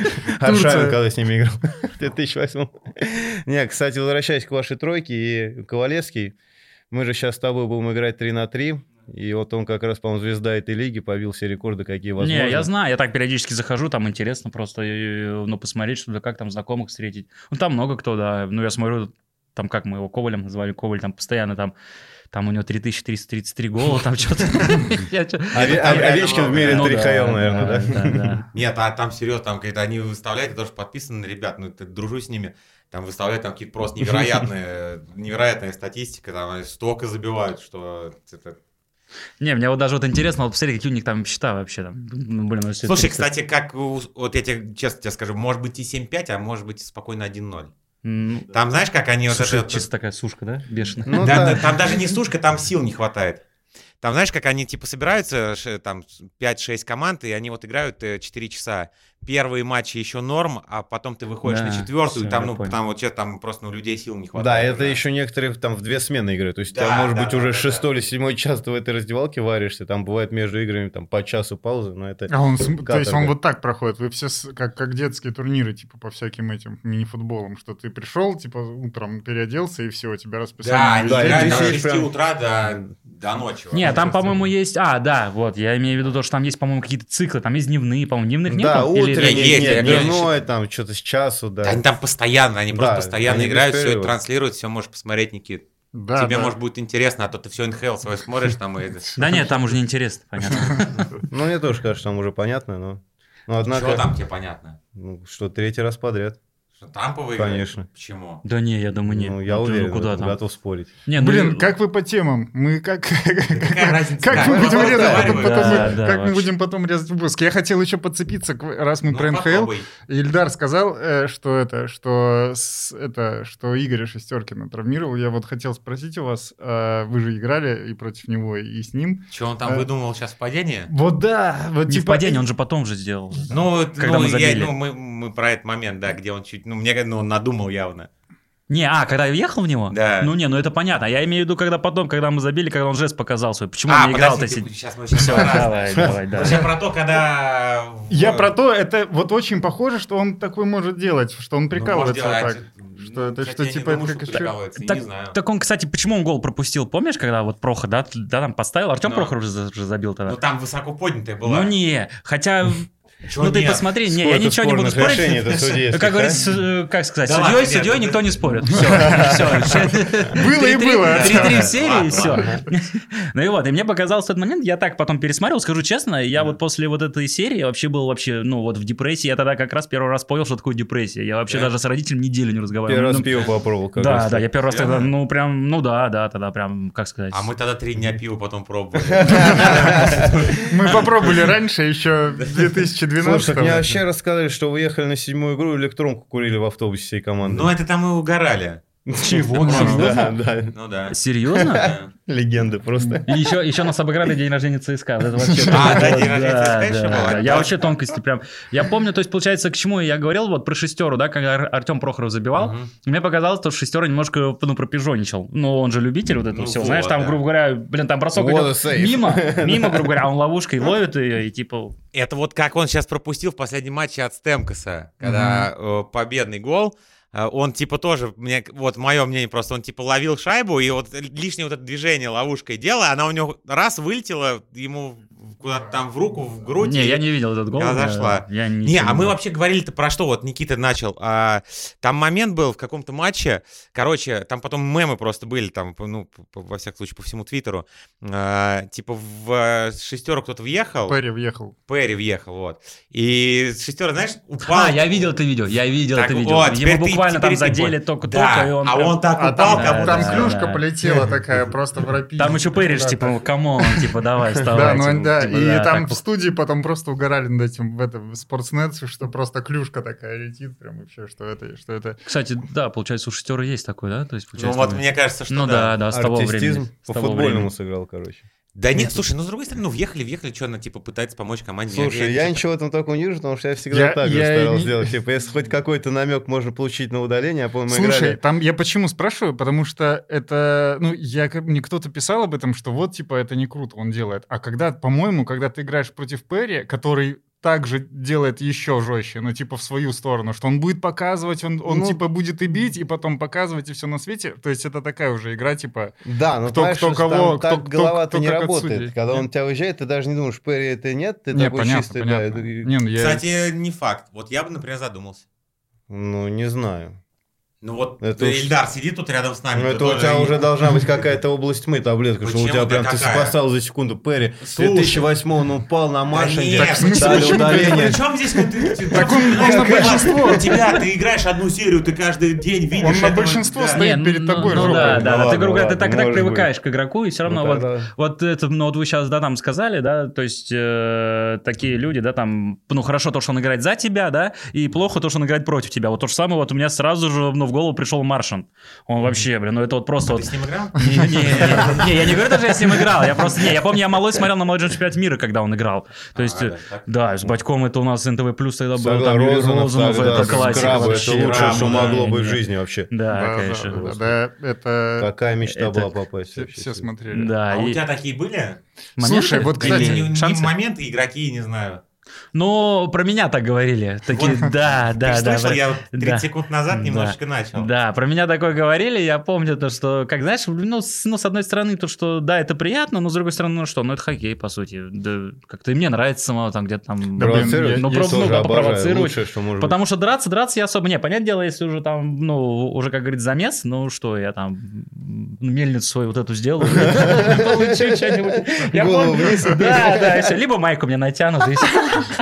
Speaker 4: Аршавин, когда с ними играл. в 2008. Не, кстати, возвращаясь к вашей тройке и Ковалевский, мы же сейчас с тобой будем играть 3 на 3, и вот он как раз, по-моему, звезда этой лиги, побил все рекорды, какие возможны.
Speaker 2: Не, я знаю, я так периодически захожу, там интересно просто, э, ну, посмотреть, что да как там знакомых встретить. Ну, там много кто, да, ну, я смотрю, там, как мы его Ковалем назвали, Коваль там постоянно там, там у него 3333 гола, там что-то. Я чё-
Speaker 4: А- а-
Speaker 1: Там
Speaker 4: Овечкин
Speaker 1: реально
Speaker 4: в мире
Speaker 2: Ну,
Speaker 4: 3
Speaker 2: да,
Speaker 4: хаил, наверное, да?
Speaker 2: да?
Speaker 1: Нет, а там серьезно, там какие-то они выставляют, я тоже подписан на ребят, ну, ты- дружу с ними, там выставляют там какие-то просто невероятные, невероятная статистика, там они столько забивают, что это...
Speaker 2: Не, мне вот даже вот интересно, вот посмотри, какие у них там счета вообще там. Ну, блин, ну, если
Speaker 1: Слушай,
Speaker 2: 30.
Speaker 1: кстати, как, у- вот я тебе честно тебе скажу, может быть и 7-5, а может быть и спокойно 1-0.
Speaker 2: Ну,
Speaker 1: Там знаешь, как они вот
Speaker 2: слушай,
Speaker 1: это...
Speaker 2: чисто такая сушка, да, бешеная?
Speaker 4: Ну
Speaker 1: Да,
Speaker 4: да.
Speaker 1: да, Там даже не сушка, там сил не хватает. Там, знаешь, как они, типа, собираются, ш- там, 5-6 команд, и они вот играют 4 часа. Первые матчи еще норм, а потом ты выходишь
Speaker 2: Да,
Speaker 1: на четвертую, и
Speaker 2: всё,
Speaker 1: там,
Speaker 2: я
Speaker 1: ну,
Speaker 2: понял.
Speaker 1: там вот честно, там просто у людей сил не хватает.
Speaker 4: Да, это
Speaker 1: уже.
Speaker 4: еще некоторых там в две смены игры. То есть
Speaker 1: Да,
Speaker 4: там, может
Speaker 1: да,
Speaker 4: быть,
Speaker 1: да,
Speaker 4: уже
Speaker 1: да,
Speaker 4: шестой или седьмой час ты в этой раздевалке варишься. Там бывает между играми там по часу паузы, но это...
Speaker 3: А он, с- то есть он
Speaker 4: Каторга.
Speaker 3: вот так проходит, вы все с- как, как детские турниры, типа, по всяким этим мини-футболам, что ты пришел, типа, утром переоделся, и все, у тебя
Speaker 1: Да,
Speaker 3: расписание.
Speaker 1: они
Speaker 4: Да, и
Speaker 1: играют
Speaker 4: ты
Speaker 1: с 6
Speaker 4: сидишь прям-
Speaker 1: утра до, до ночи. вообще.
Speaker 2: Не, там, по-моему, есть... А, да, вот, я имею в виду то, что там есть, по-моему, какие-то циклы, там есть дневные, по-моему, дневных нет?
Speaker 4: Да,
Speaker 2: там? Или-
Speaker 4: утренний,
Speaker 1: Нет, есть,
Speaker 4: нет,
Speaker 1: конечно.
Speaker 4: дневной, там что-то с часу, да.
Speaker 1: Да Они там постоянно, они просто
Speaker 4: Да,
Speaker 1: постоянно
Speaker 4: они
Speaker 1: играют, все это
Speaker 4: беспрерывно.
Speaker 1: транслируют, все можешь посмотреть, Никит.
Speaker 3: Да,
Speaker 1: Тебе,
Speaker 3: да.
Speaker 1: может, будет интересно, а то ты все НХЛ свой смотришь там и... это.
Speaker 2: Да нет, там уже неинтересно, понятно.
Speaker 4: Ну, мне тоже кажется, там уже понятно, но... Ну, однако,
Speaker 1: Что там тебе понятно?
Speaker 4: ну, что третий раз подряд.
Speaker 1: Что Тампа выиграет?
Speaker 4: Конечно.
Speaker 1: Почему?
Speaker 2: Да не, я думаю, нет.
Speaker 4: Ну, я
Speaker 2: ты,
Speaker 4: уверен, в
Speaker 2: куда
Speaker 4: этом,
Speaker 2: там?
Speaker 4: готов спорить.
Speaker 2: Не, ну,
Speaker 3: Блин,
Speaker 2: и-
Speaker 3: как вы по темам? Мы как...
Speaker 1: Какая разница?
Speaker 3: Как мы
Speaker 1: Да,
Speaker 3: будем
Speaker 1: разговаривай.
Speaker 3: резать? потом-
Speaker 2: Да,
Speaker 3: потом мы-
Speaker 2: да,
Speaker 3: Как мы
Speaker 2: вообще.
Speaker 3: будем потом резать выпуск? Я хотел еще подцепиться, к- раз мы
Speaker 1: Ну,
Speaker 3: про НХЛ.
Speaker 1: попробуй.
Speaker 3: Ильдар сказал, э, что это, что с- это, что Игоря Шестеркина травмировал. Я вот хотел спросить у вас, э, вы же играли и против него, и с ним.
Speaker 1: Что он
Speaker 3: Э,
Speaker 1: там выдумал сейчас падение?
Speaker 3: Вот да, вот
Speaker 2: Не
Speaker 3: типа...
Speaker 2: в падении, он же потом же сделал.
Speaker 1: Ну,
Speaker 2: когда
Speaker 1: ну,
Speaker 2: мы
Speaker 1: я-
Speaker 2: забили.
Speaker 1: ну, мы, мы про этот момент, да, где он чуть, ну, мне кажется, ну, он надумал явно.
Speaker 2: Не, а, когда я въехал в него?
Speaker 1: Да.
Speaker 2: Ну не, ну это понятно. Я имею в виду, когда потом, когда мы забили, когда он жест показал свой. Почему
Speaker 1: А,
Speaker 2: он не играл-то
Speaker 1: подожди,
Speaker 2: сидеть?
Speaker 1: сейчас мы
Speaker 2: Все,
Speaker 1: сейчас
Speaker 2: давай, давай, да.
Speaker 1: Вообще про то, когда... в-
Speaker 3: Я
Speaker 1: ну,
Speaker 3: про то, это вот очень похоже, что он такой может делать, что он
Speaker 1: Ну,
Speaker 3: прикалывается
Speaker 1: может,
Speaker 3: так.
Speaker 1: делать. Ну,
Speaker 3: Что это-
Speaker 1: кстати,
Speaker 3: что
Speaker 1: я не
Speaker 3: типа это
Speaker 1: думаю,
Speaker 3: как
Speaker 1: что
Speaker 3: еще-
Speaker 1: прикалывается, я
Speaker 2: Так-
Speaker 1: не знаю.
Speaker 2: Так он, кстати, почему он гол пропустил? Помнишь, когда вот Проха, да, т- да там поставил? Артем
Speaker 1: Да.
Speaker 2: Прохор уже за- уже забил тогда.
Speaker 1: Ну там высоко поднятая была.
Speaker 2: Ну не, хотя,
Speaker 1: Чё
Speaker 2: ну ты
Speaker 1: нет?
Speaker 2: посмотри, не, я ничего не буду спорить. Ну, Как говорится, с- э, как сказать,
Speaker 1: Да
Speaker 2: судьей,
Speaker 1: ладно, нет,
Speaker 2: судьей
Speaker 1: ну,
Speaker 2: никто
Speaker 1: ты-
Speaker 2: не спорит. Все,
Speaker 3: Было и было.
Speaker 2: Три-три в серии,
Speaker 1: Ладно,
Speaker 2: и все.
Speaker 1: ладно.
Speaker 2: Ну и вот, и мне показался этот момент, я так потом пересмотрел, скажу честно, я вот после вот этой серии вообще был вообще, ну вот в депрессии, я тогда как раз первый раз понял, что такое депрессия. Я вообще
Speaker 1: Да?
Speaker 2: даже с родителями неделю не разговаривал.
Speaker 4: Первый раз
Speaker 2: Ну,
Speaker 4: пиво попробовал. как
Speaker 2: Да,
Speaker 4: раз.
Speaker 2: да, я первый раз тогда,
Speaker 1: Реально?
Speaker 2: ну прям, ну да, да, тогда прям, как сказать.
Speaker 1: А мы тогда три дня пива потом пробовали.
Speaker 3: Мы попробовали раньше, еще
Speaker 4: Слушай, так мне
Speaker 3: 2012
Speaker 4: вообще рассказали, что вы ехали на седьмую игру, электронку курили в автобусе всей команды.
Speaker 1: Ну это там и угорали.
Speaker 2: Чего?
Speaker 4: Да, да.
Speaker 1: Ну да.
Speaker 2: Серьезно?
Speaker 1: Да.
Speaker 4: Легенды просто.
Speaker 2: И еще, еще нас обыграли день рождения ЦСКА. Вот Это вообще
Speaker 1: А, да,
Speaker 2: Вот,
Speaker 1: день рождения
Speaker 2: да,
Speaker 1: ЦСКА еще
Speaker 2: да,
Speaker 1: был, а,
Speaker 2: да. Я
Speaker 1: да.
Speaker 2: вообще тонкости прям... Я помню, то есть, получается, к чему я говорил, вот про шестеру, да, когда Ар- Артем Прохоров забивал,
Speaker 1: Мгм.
Speaker 2: мне показалось, что шестера немножко, ну, пропижонничал. Ну, он же любитель вот этого
Speaker 1: Ну
Speaker 2: всего,
Speaker 1: вот,
Speaker 2: знаешь, там,
Speaker 1: да.
Speaker 2: грубо говоря, блин, там бросок
Speaker 4: Вот и
Speaker 2: идет
Speaker 4: сейф.
Speaker 2: мимо, мимо, грубо говоря, а он ловушкой
Speaker 1: Ну,
Speaker 2: ловит ее и типа...
Speaker 1: Это вот как он сейчас пропустил в последнем матче от Стемкоса, когда э, победный гол. Э, Он типа тоже, мне, вот мое мнение просто, он типа ловил шайбу, и вот лишнее вот это движение ловушкой делала, она у него раз вылетела ему куда-то там в руку, в грудь.
Speaker 2: Не,
Speaker 1: и-
Speaker 2: я не видел этот гол.
Speaker 1: Я
Speaker 2: да,
Speaker 1: зашла.
Speaker 2: Я
Speaker 1: Не,
Speaker 2: ничего
Speaker 1: а мы
Speaker 2: видел.
Speaker 1: вообще говорили-то про что, вот Никита начал, а, там момент был в каком-то матче, короче, там потом мемы просто были, там, по- ну, по- во всяком случае, по всему Твиттеру, А, типа в э, шестеру кто-то въехал,
Speaker 3: Перри въехал.
Speaker 1: Перри въехал, вот, и шестера, знаешь, упал.
Speaker 2: А, я видел это видео, я видел
Speaker 1: Так
Speaker 2: это видео.
Speaker 1: вот, теперь
Speaker 2: Ему
Speaker 1: ты-
Speaker 2: буквально там
Speaker 1: теперь ты
Speaker 2: задели
Speaker 1: понял.
Speaker 2: только-только,
Speaker 1: Да,
Speaker 2: и он
Speaker 1: а
Speaker 2: прям-
Speaker 1: он так
Speaker 3: А
Speaker 1: упал,
Speaker 3: там,
Speaker 1: как
Speaker 2: кому-то.
Speaker 3: там
Speaker 2: Да,
Speaker 3: клюшка
Speaker 2: да.
Speaker 3: полетела такая просто в рапиде.
Speaker 2: Там еще пыришь,
Speaker 3: Да,
Speaker 2: типа, камон, типа, давай, вставай.
Speaker 3: Да, ну
Speaker 2: типа,
Speaker 3: да,
Speaker 2: типа,
Speaker 3: и
Speaker 2: да,
Speaker 3: там
Speaker 2: так
Speaker 3: в студии потом просто угорали над этим в этом в Sportsnet, что просто клюшка такая летит, прям вообще, что это, что это.
Speaker 2: Кстати, да, получается, у шестера есть такой, да? То есть,
Speaker 1: Ну
Speaker 2: получается,
Speaker 1: вот
Speaker 2: мы-
Speaker 1: мне кажется, что
Speaker 2: Ну да, да, с того времени.
Speaker 4: Артистизм
Speaker 2: с
Speaker 4: по
Speaker 2: того
Speaker 4: футбольному
Speaker 2: времени.
Speaker 4: сыграл, короче.
Speaker 1: Да нет, слушай, ну с другой стороны, ну въехали, въехали, что она типа пытается помочь команде. типа
Speaker 4: Слушай, я ничего там такого не вижу, потому что я всегда
Speaker 3: Я-
Speaker 4: так же
Speaker 3: я и
Speaker 4: старался
Speaker 3: не-
Speaker 4: делать. Типа, если хоть какой-то намек можно получить на удаление, я помню, мы
Speaker 3: Слушай,
Speaker 4: играли...
Speaker 3: там я почему спрашиваю, потому что это, ну, я как мне кто-то писал об этом, что вот типа это не круто он делает, а когда, по-моему, когда ты играешь против Перри, который также делает еще жестче, ну типа в свою сторону, что он будет показывать, он, он
Speaker 4: Ну.
Speaker 3: типа будет и бить, и потом показывать и все на свете, то есть это такая уже игра типа
Speaker 4: Да, но
Speaker 3: Кто-
Speaker 4: знаешь,
Speaker 3: кто
Speaker 4: что
Speaker 3: кого,
Speaker 4: там так
Speaker 3: кто- кто-
Speaker 4: голова-то
Speaker 3: кто
Speaker 4: не
Speaker 3: как от
Speaker 4: работает.
Speaker 3: судей.
Speaker 4: Когда он
Speaker 3: Нет.
Speaker 4: тебя уезжает, ты даже не думаешь, Перри это нет, ты
Speaker 3: не
Speaker 4: такой
Speaker 3: понятно,
Speaker 4: чистый, да,
Speaker 3: понятно.
Speaker 4: и-
Speaker 3: Не, ну, я-
Speaker 1: Кстати, не факт. Вот я бы, например, задумался.
Speaker 4: Ну, не знаю.
Speaker 1: Ну вот
Speaker 4: Это
Speaker 1: э,
Speaker 4: уж-
Speaker 1: Ильдар сидит тут рядом с нами.
Speaker 4: Ну,
Speaker 1: ты
Speaker 4: это у
Speaker 1: тоже
Speaker 4: тебя
Speaker 1: не-
Speaker 4: уже должна быть какая-то область тьмы таблетка, что у
Speaker 1: Почему?
Speaker 4: тебя
Speaker 1: Да
Speaker 4: прям ты
Speaker 1: какая?
Speaker 4: поставил за секунду Перри.
Speaker 1: Слушай.
Speaker 4: 2008 он упал на
Speaker 1: Да
Speaker 4: маршинге,
Speaker 1: нет, в смысле,
Speaker 4: дали
Speaker 3: почему
Speaker 4: удаление.
Speaker 1: При чем здесь ну, ты- ты-
Speaker 3: Так
Speaker 1: ты-
Speaker 3: он-
Speaker 1: ты-
Speaker 3: он на
Speaker 1: ты-
Speaker 3: большинство.
Speaker 1: У тебя ты играешь одну серию, ты каждый день видишь.
Speaker 3: Он на
Speaker 1: этого-
Speaker 3: большинство
Speaker 1: да.
Speaker 3: стоит. стоит
Speaker 2: Не,
Speaker 3: перед
Speaker 2: ну,
Speaker 3: тобой
Speaker 2: Ну
Speaker 3: жопой.
Speaker 2: да,
Speaker 4: Ну
Speaker 2: да, да, ты,
Speaker 4: ладно,
Speaker 2: грубо говоря, ты
Speaker 4: ладно,
Speaker 2: так так
Speaker 4: может
Speaker 2: привыкаешь к игроку, и все равно
Speaker 4: Ну,
Speaker 2: вот
Speaker 4: тогда-
Speaker 2: Вот это, ну вот вы сейчас, да, нам сказали, да, то есть э, такие люди, да, там, ну хорошо то, что он играет за тебя, да, и плохо то, что он играет против тебя. Вот то же самое, вот у меня сразу же, ну, в голову пришел Маршин. Он вообще, блин, ну это вот просто
Speaker 1: Ты
Speaker 2: вот...
Speaker 1: с ним играл?
Speaker 2: Не, не, не, не, я не говорю даже, я с ним играл, я просто, не, я помню, я малой смотрел на молодежный чемпионат мира, когда он играл. То есть,
Speaker 1: А,
Speaker 2: э,
Speaker 1: да, так.
Speaker 2: да, с Батьком это у нас НТВ Плюс тогда был,
Speaker 4: Согласен,
Speaker 2: там Юрий
Speaker 4: Розанов,
Speaker 2: Розанов,
Speaker 4: да,
Speaker 2: это
Speaker 4: да,
Speaker 2: классика
Speaker 4: Скрабы,
Speaker 2: вообще.
Speaker 4: это лучшее,
Speaker 1: Скрабы,
Speaker 4: что
Speaker 1: да,
Speaker 4: могло
Speaker 2: не,
Speaker 4: быть в
Speaker 2: не.
Speaker 4: жизни вообще.
Speaker 2: Да,
Speaker 3: да, да,
Speaker 2: конечно.
Speaker 3: да,
Speaker 4: господи.
Speaker 3: да, это
Speaker 4: Какая мечта
Speaker 2: Это
Speaker 4: была попасть
Speaker 3: все,
Speaker 4: вообще.
Speaker 3: все смотрели.
Speaker 2: Да,
Speaker 1: А у
Speaker 2: и-
Speaker 1: тебя такие были?
Speaker 2: Моменты?
Speaker 3: Слушай, вот,
Speaker 1: Или
Speaker 3: Кстати,
Speaker 1: не- не
Speaker 2: шансы?
Speaker 1: моменты игроки, не знаю.
Speaker 2: Ну, про меня так говорили. Такие,
Speaker 1: Вот.
Speaker 2: да,
Speaker 1: Ты
Speaker 2: да,
Speaker 1: же
Speaker 2: да.
Speaker 1: слышал,
Speaker 2: про-
Speaker 1: я вот 30
Speaker 2: да.
Speaker 1: секунд назад
Speaker 2: Да.
Speaker 1: немножечко начал.
Speaker 2: Да, про меня такое говорили, я помню то, что, как знаешь, ну с, ну, с одной стороны, то, что да, это приятно, но с другой стороны, ну что, ну это хоккей, по сути. Да, как-то и мне нравится самого там где-то там...
Speaker 3: Да, блин,
Speaker 4: Провоцировать?
Speaker 3: я-
Speaker 2: ну,
Speaker 4: Я
Speaker 2: просто, ну,
Speaker 4: тоже
Speaker 2: да,
Speaker 4: обожаю.
Speaker 2: попровоцировать.
Speaker 4: Лучшее, что может
Speaker 2: Потому что драться, драться я особо не. Понятное дело, если уже там, ну, уже, как говорит, замес, ну что, я там м, мельницу свою вот эту сделаю, получу что-нибудь. Я
Speaker 4: Голову
Speaker 2: помню.
Speaker 4: вниз.
Speaker 2: Да, да, и всё. Либо майку мне натянут, и всё.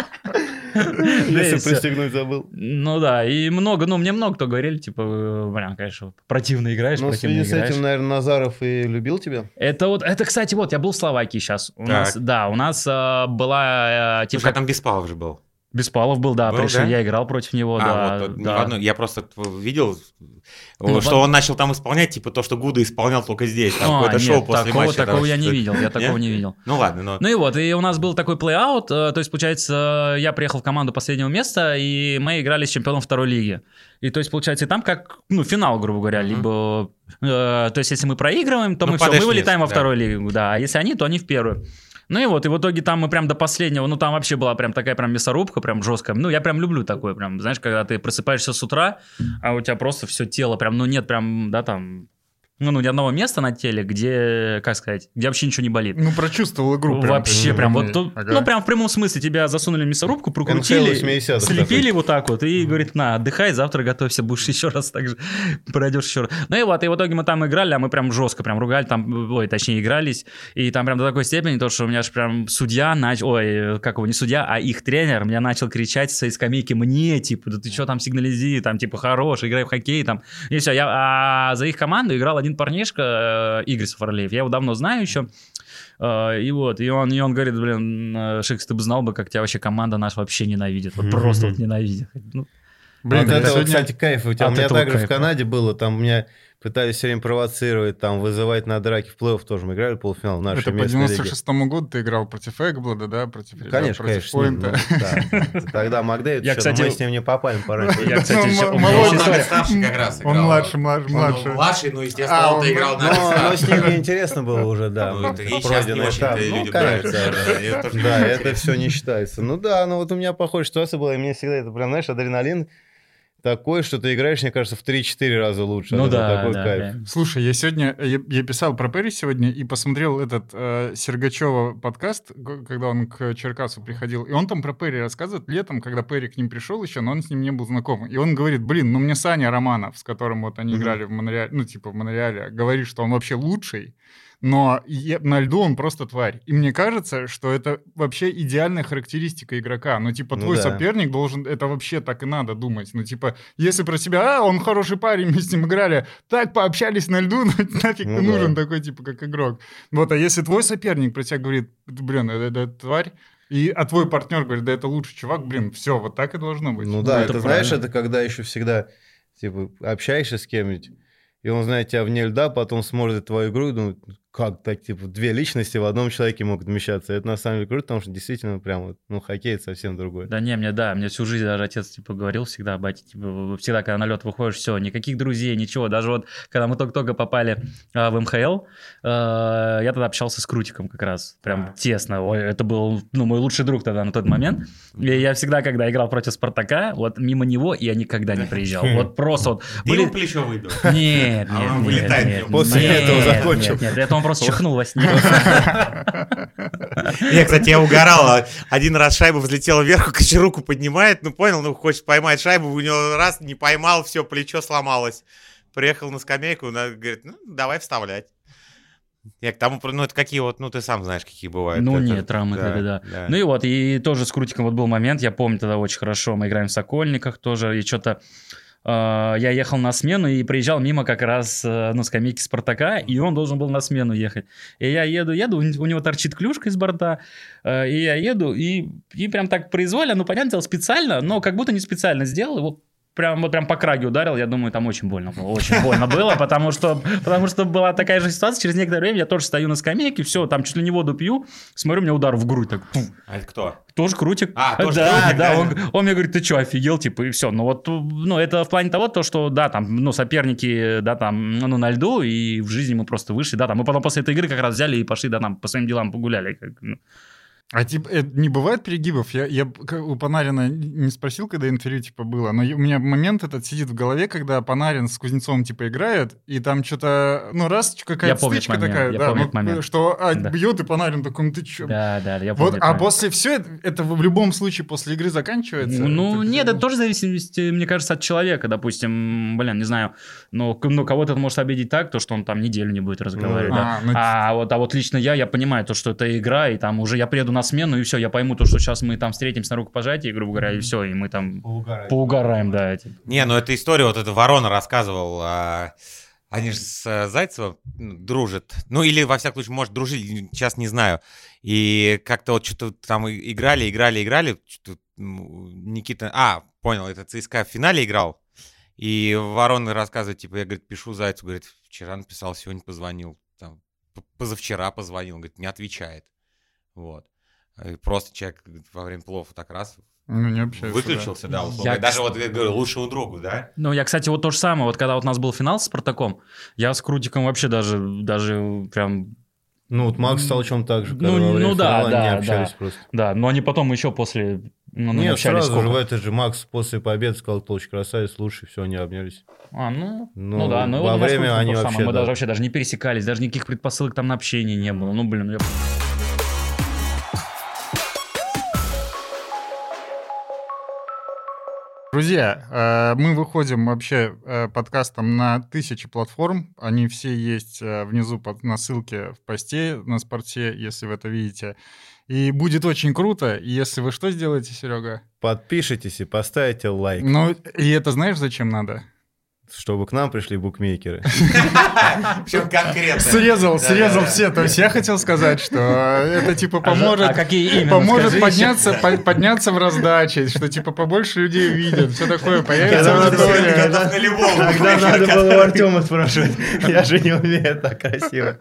Speaker 4: быть.
Speaker 2: Да, и
Speaker 4: Если
Speaker 2: всё.
Speaker 4: пристегнуть забыл.
Speaker 2: Ну да, и много, ну мне много кто говорили, типа, э, блин, конечно, противно играешь,
Speaker 4: Ну, в
Speaker 2: противно
Speaker 4: связи с
Speaker 2: играешь.
Speaker 4: этим, наверное, Назаров и любил тебя?
Speaker 2: Это вот, это, кстати, вот, я был в Словакии сейчас. У
Speaker 1: Так.
Speaker 2: нас, да, у нас э, была, э, типа,
Speaker 1: Слушай, а
Speaker 2: как-
Speaker 1: там Беспалов же был.
Speaker 2: Беспалов был, да,
Speaker 1: Был,
Speaker 2: пришел,
Speaker 1: да?
Speaker 2: я играл против него,
Speaker 1: А,
Speaker 2: да.
Speaker 1: вот, вот,
Speaker 2: да.
Speaker 1: ни в одной- я просто т- видел,
Speaker 2: Ну,
Speaker 1: что
Speaker 2: в-
Speaker 1: он начал там исполнять, типа то, что Гуда исполнял только здесь, там
Speaker 2: А,
Speaker 1: какое-то
Speaker 2: нет,
Speaker 1: шоу после
Speaker 2: такого,
Speaker 1: матча.
Speaker 2: такого
Speaker 1: там,
Speaker 2: я не
Speaker 1: что-
Speaker 2: видел, я такого
Speaker 1: Нет?
Speaker 2: не видел.
Speaker 1: Ну ладно, но...
Speaker 2: Ну и вот, и у нас был такой плей-аут, э, то есть, получается, э, я приехал в команду последнего места, и мы играли с чемпионом второй лиги. И то есть, получается, и там как, ну, финал, грубо говоря,
Speaker 1: Мгм.
Speaker 2: либо... э, то есть, если мы проигрываем, то
Speaker 1: Ну,
Speaker 2: мы все, мы
Speaker 1: подальше
Speaker 2: вылетаем во
Speaker 1: вниз, да.
Speaker 2: вторую лигу, да, а если они, то они в первую. Ну и вот, и в итоге там мы прям до последнего, ну там вообще была прям такая прям мясорубка, прям жесткая. Ну я прям люблю такое, прям, знаешь, когда ты просыпаешься с утра, а у тебя просто все тело прям, ну нет, прям, да, там, ну, ну ни одного места на теле, где, как сказать, где вообще ничего не болит.
Speaker 3: Ну, прочувствовал игру. прям.
Speaker 2: Вообще прям вот тут,
Speaker 3: Ага.
Speaker 2: ну прям в прямом смысле тебя засунули в мясорубку, прокрутили,
Speaker 4: 80-х
Speaker 2: слепили
Speaker 4: такой.
Speaker 2: вот так вот и говорит, на, отдыхай, завтра готовься, будешь еще раз так же, пройдешь еще раз. Ну и вот, и в итоге мы там играли, а мы прям жестко прям ругали, там, ой, точнее игрались, и там прям до такой степени, то, что у меня же прям судья начал, ой, как его, не судья, а их тренер меня начал кричать со своей скамейки мне, типа, да ты что там сигнализи, там, типа, хорош, играй в хоккей, там, и все, я а, за их команду играл один парнишка, э, Игорь Сафарлеев, я его давно знаю еще, Э, И вот, и он, и он говорит, блин, э, Шикс, ты бы знал бы, как тебя вообще команда наша вообще ненавидит. Вот просто вот ненавидит. Ну,
Speaker 3: Блин,
Speaker 4: вот
Speaker 3: я
Speaker 4: это, вот,
Speaker 3: сегодня-
Speaker 4: кстати, кайф у тебя.
Speaker 2: От
Speaker 4: у меня
Speaker 2: этого
Speaker 4: также
Speaker 2: кайф,
Speaker 4: в Канаде было, там меня пытались все время провоцировать, там вызывать на драки в плей-офф тоже. Мы играли в полуфинал в нашей
Speaker 3: Это по
Speaker 4: местной лиге.
Speaker 3: 96-му году ты играл против Эгблада, да, против да,
Speaker 4: Конечно,
Speaker 3: против
Speaker 4: конечно. с ним,
Speaker 3: Пойнта.
Speaker 4: ну, да. Тогда Макдэй,
Speaker 2: Я,
Speaker 4: всё,
Speaker 2: кстати,
Speaker 4: мы с ним не попали пораньше.
Speaker 2: Я, кстати,
Speaker 3: Ну,
Speaker 2: еще...
Speaker 3: м-
Speaker 2: у меня
Speaker 3: молодец.
Speaker 2: очень история.
Speaker 1: старший как раз
Speaker 3: Он младше, младше,
Speaker 1: Он
Speaker 3: младше.
Speaker 1: младший, ну, естественно,
Speaker 3: А,
Speaker 1: он-то
Speaker 3: он-
Speaker 1: играл на
Speaker 4: Но, но
Speaker 1: старшем.
Speaker 4: с ним неинтересно было уже, да.
Speaker 1: Ну, это и
Speaker 4: вот
Speaker 1: щас не
Speaker 4: пройденный
Speaker 1: очень-то
Speaker 4: этап.
Speaker 1: и
Speaker 4: Ну,
Speaker 1: людям
Speaker 4: конечно,
Speaker 1: нравится,
Speaker 4: да.
Speaker 1: да, это тоже
Speaker 4: Да,
Speaker 1: интересно.
Speaker 4: это все не считается. Ну да, ну вот у меня похожая ситуация была, и мне всегда это прям, знаешь, адреналин такой, что ты играешь, мне кажется, в 3-4 раза лучше.
Speaker 2: Ну
Speaker 4: Это
Speaker 2: да,
Speaker 4: такой
Speaker 2: да,
Speaker 4: кайф.
Speaker 2: реально.
Speaker 3: Слушай, я сегодня, э, я, я писал про Перри сегодня и посмотрел этот э, Сергачева подкаст, г- когда он к Черкасу приходил, и он там про Перри рассказывает летом, когда Перри к ним пришел еще, но он с ним не был знаком. И он говорит, блин, ну мне Саня Романов, с которым вот они
Speaker 4: Мгм.
Speaker 3: играли в Монреале, ну типа в Монреале, говорит, что он вообще лучший, но е- на льду он просто тварь. И мне кажется, что это вообще идеальная характеристика игрока. Ну, типа,
Speaker 4: Ну
Speaker 3: твой
Speaker 4: да.
Speaker 3: соперник должен... Это вообще так и надо думать. Ну, типа, если про себя, а, он хороший парень, мы с ним играли, так пообщались на льду, ну, нафиг
Speaker 4: Ну
Speaker 3: ты
Speaker 4: да.
Speaker 3: нужен такой, типа, как игрок. Вот, а если твой соперник про тебя говорит, блин, это, это тварь, и, а твой партнер говорит, да это лучший чувак, блин, все, вот так и должно быть.
Speaker 4: Ну да,
Speaker 2: Ну,
Speaker 4: это,
Speaker 2: это
Speaker 4: знаешь,
Speaker 2: правильно.
Speaker 4: это когда еще всегда типа общаешься с кем-нибудь, и он знает тебя вне льда, потом смотрит твою игру и думает, как так, типа, две личности в одном человеке могут вмещаться. Это на самом деле круто, потому что действительно прям, вот, ну, хоккей это совсем другое.
Speaker 2: Да не, мне, да, мне всю жизнь даже отец, типа, говорил всегда, батя, типа, всегда, когда на лед выходишь, все, никаких друзей, ничего, даже вот, когда мы только-только попали а, в МХЛ, э, я тогда общался с Крутиком как раз, прям
Speaker 1: А.
Speaker 2: тесно, Ой, это был, ну, мой лучший друг тогда на тот момент, и я всегда, когда играл против Спартака, вот мимо него я никогда не приезжал, вот просто вот,
Speaker 1: Дима
Speaker 2: были,
Speaker 1: плечо выбил.
Speaker 2: Нет, нет,
Speaker 1: А он
Speaker 2: нет,
Speaker 1: вылетает
Speaker 2: нет,
Speaker 4: после
Speaker 2: нет,
Speaker 4: этого закончил.
Speaker 2: Нет, нет, это он просто чихнул во сне.
Speaker 1: Я, кстати, я угорал. а Один раз шайба взлетела вверх, короче, руку поднимает, ну понял, ну хочет поймать шайбу, у него раз не поймал, все, плечо сломалось. Приехал на скамейку, она говорит, ну давай вставлять. Я к тому, ну это какие вот, ну ты сам знаешь, какие бывают.
Speaker 2: Ну
Speaker 1: Это-
Speaker 2: нет, травмы, да, да, да. Ну и вот, и тоже с Крутиком вот был момент, я помню тогда очень хорошо, мы играем в Сокольниках тоже, и что-то я ехал на смену и приезжал мимо как раз э, ну, скамейки Спартака, и он должен был на смену ехать. И я еду, еду, у н- у него торчит клюшка из борта, э, и я еду, и, и прям так произвольно, ну, понятное дело, специально, но как будто не специально сделал, его прям вот прям по краге ударил, я думаю, там очень больно было, очень больно было, потому что, потому что была такая же ситуация, через некоторое время я тоже стою на скамейке, все, там чуть ли не воду пью, смотрю, мне удар в грудь, так, пф,
Speaker 1: А это кто?
Speaker 2: тоже крутик.
Speaker 1: А, тоже
Speaker 2: да,
Speaker 1: крутик,
Speaker 2: да,
Speaker 1: да.
Speaker 2: Он, он мне говорит, ты что, офигел, типа, и все. Ну вот, ну это в плане того, то, что, да, там, ну соперники, да, там, ну на льду, и в жизни мы просто вышли, да, там, мы потом после этой игры как раз взяли и пошли, да, там, по своим делам погуляли. как, ну.
Speaker 3: А типа, э, не бывает перегибов? Я, я б- к- у Панарина не спросил, когда интервью типа было, но я- у меня момент этот сидит в голове, когда Панарин с Кузнецовым типа играет, и там что-то, ну раз чё-
Speaker 2: Я
Speaker 3: какая-то
Speaker 2: помню
Speaker 3: стычка
Speaker 2: этот момент,
Speaker 3: такая,
Speaker 2: я
Speaker 3: да,
Speaker 2: помню
Speaker 3: ну,
Speaker 2: этот момент.
Speaker 3: что а,
Speaker 2: Да.
Speaker 3: бьет, и Панарин такой, ну ты чё?
Speaker 2: Да, да, я помню.
Speaker 3: вот,
Speaker 2: этот
Speaker 3: а
Speaker 2: момент.
Speaker 3: после все это, это в любом случае после игры заканчивается?
Speaker 2: Ну,
Speaker 3: Ты-
Speaker 2: нет, это тоже зависимость, э, мне кажется, от человека, допустим, блин, не знаю, но, к- ну, кого-то это может обидеть так, то, что он там неделю не будет разговаривать, да.
Speaker 3: А, ну,
Speaker 2: А вот, а вот лично я, я понимаю то, что это игра, и там уже я приеду на смену, и все, я пойму то, что сейчас мы там встретимся на рукопожатии, грубо говоря, и все, и мы там поугараем, да, эти.
Speaker 1: Не, ну это история, вот эта Ворона рассказывал, а, они же с э, Зайцевым м, дружат, ну или, во всяком случае, может, дружили, н- сейчас не знаю, и как-то вот что-то там и- играли, играли, играли, что-то м, Никита... А, понял, это ЦСКА в финале играл. И Ворон рассказывает, типа, я, говорит, пишу Зайцу, говорит, вчера написал, сегодня позвонил, там, п- позавчера позвонил, говорит, не отвечает. Вот. И просто человек говорит, во время плова так раз
Speaker 3: Ну, не общаюсь.
Speaker 1: выключился, да, условно.
Speaker 2: Я,
Speaker 1: Даже вот, я говорю, лучшему другу, да?
Speaker 2: Ну, я, кстати, вот то же самое. Вот когда вот у нас был финал с Спартаком, я с Крутиком вообще даже, даже прям
Speaker 4: Ну, вот Макс стал чем так же, когда
Speaker 2: Ну,
Speaker 4: во время
Speaker 2: ну да,
Speaker 4: финала не
Speaker 2: да,
Speaker 4: общались
Speaker 2: да.
Speaker 4: просто.
Speaker 2: Да, но они потом еще после... Ну, ну,
Speaker 4: Нет,
Speaker 2: общались
Speaker 4: сразу же
Speaker 2: сколько?
Speaker 4: в этот же Макс после победы сказал, ты очень красавец, лучше, все, они обнялись.
Speaker 2: А, ну,
Speaker 4: Ну,
Speaker 2: ну, да, ну
Speaker 4: во
Speaker 2: вот у нас
Speaker 4: время
Speaker 2: тоже
Speaker 4: они
Speaker 2: то же
Speaker 4: вообще,
Speaker 2: самое. Мы
Speaker 4: да.
Speaker 2: даже вообще даже не пересекались, даже никаких предпосылок там на общение не было. Ну, блин, я...
Speaker 3: Друзья, э, мы выходим вообще э, подкастом на тысячи платформ. Они все есть э, внизу под, на ссылке в посте на спорте, если вы это видите. И будет очень круто, если вы что сделаете, Серега?
Speaker 4: Подпишитесь и поставите лайк,
Speaker 3: Ну, и это знаешь, зачем надо?
Speaker 4: чтобы к нам пришли букмекеры.
Speaker 1: Причем конкретно.
Speaker 3: Срезал,
Speaker 1: Да, да,
Speaker 3: срезал
Speaker 1: да.
Speaker 3: все. То есть я хотел сказать, что это типа
Speaker 2: А
Speaker 3: поможет...
Speaker 2: какие именно,
Speaker 4: ну,
Speaker 3: Поможет
Speaker 2: скажи
Speaker 3: Типа, подняться, по- подняться в раздаче, что типа побольше людей увидят, все такое, появится
Speaker 4: Я думаю,
Speaker 3: аудитория.
Speaker 4: это
Speaker 1: Готов на любого.
Speaker 4: Тогда надо было у Артема спрашивать. Я же не умею так красиво.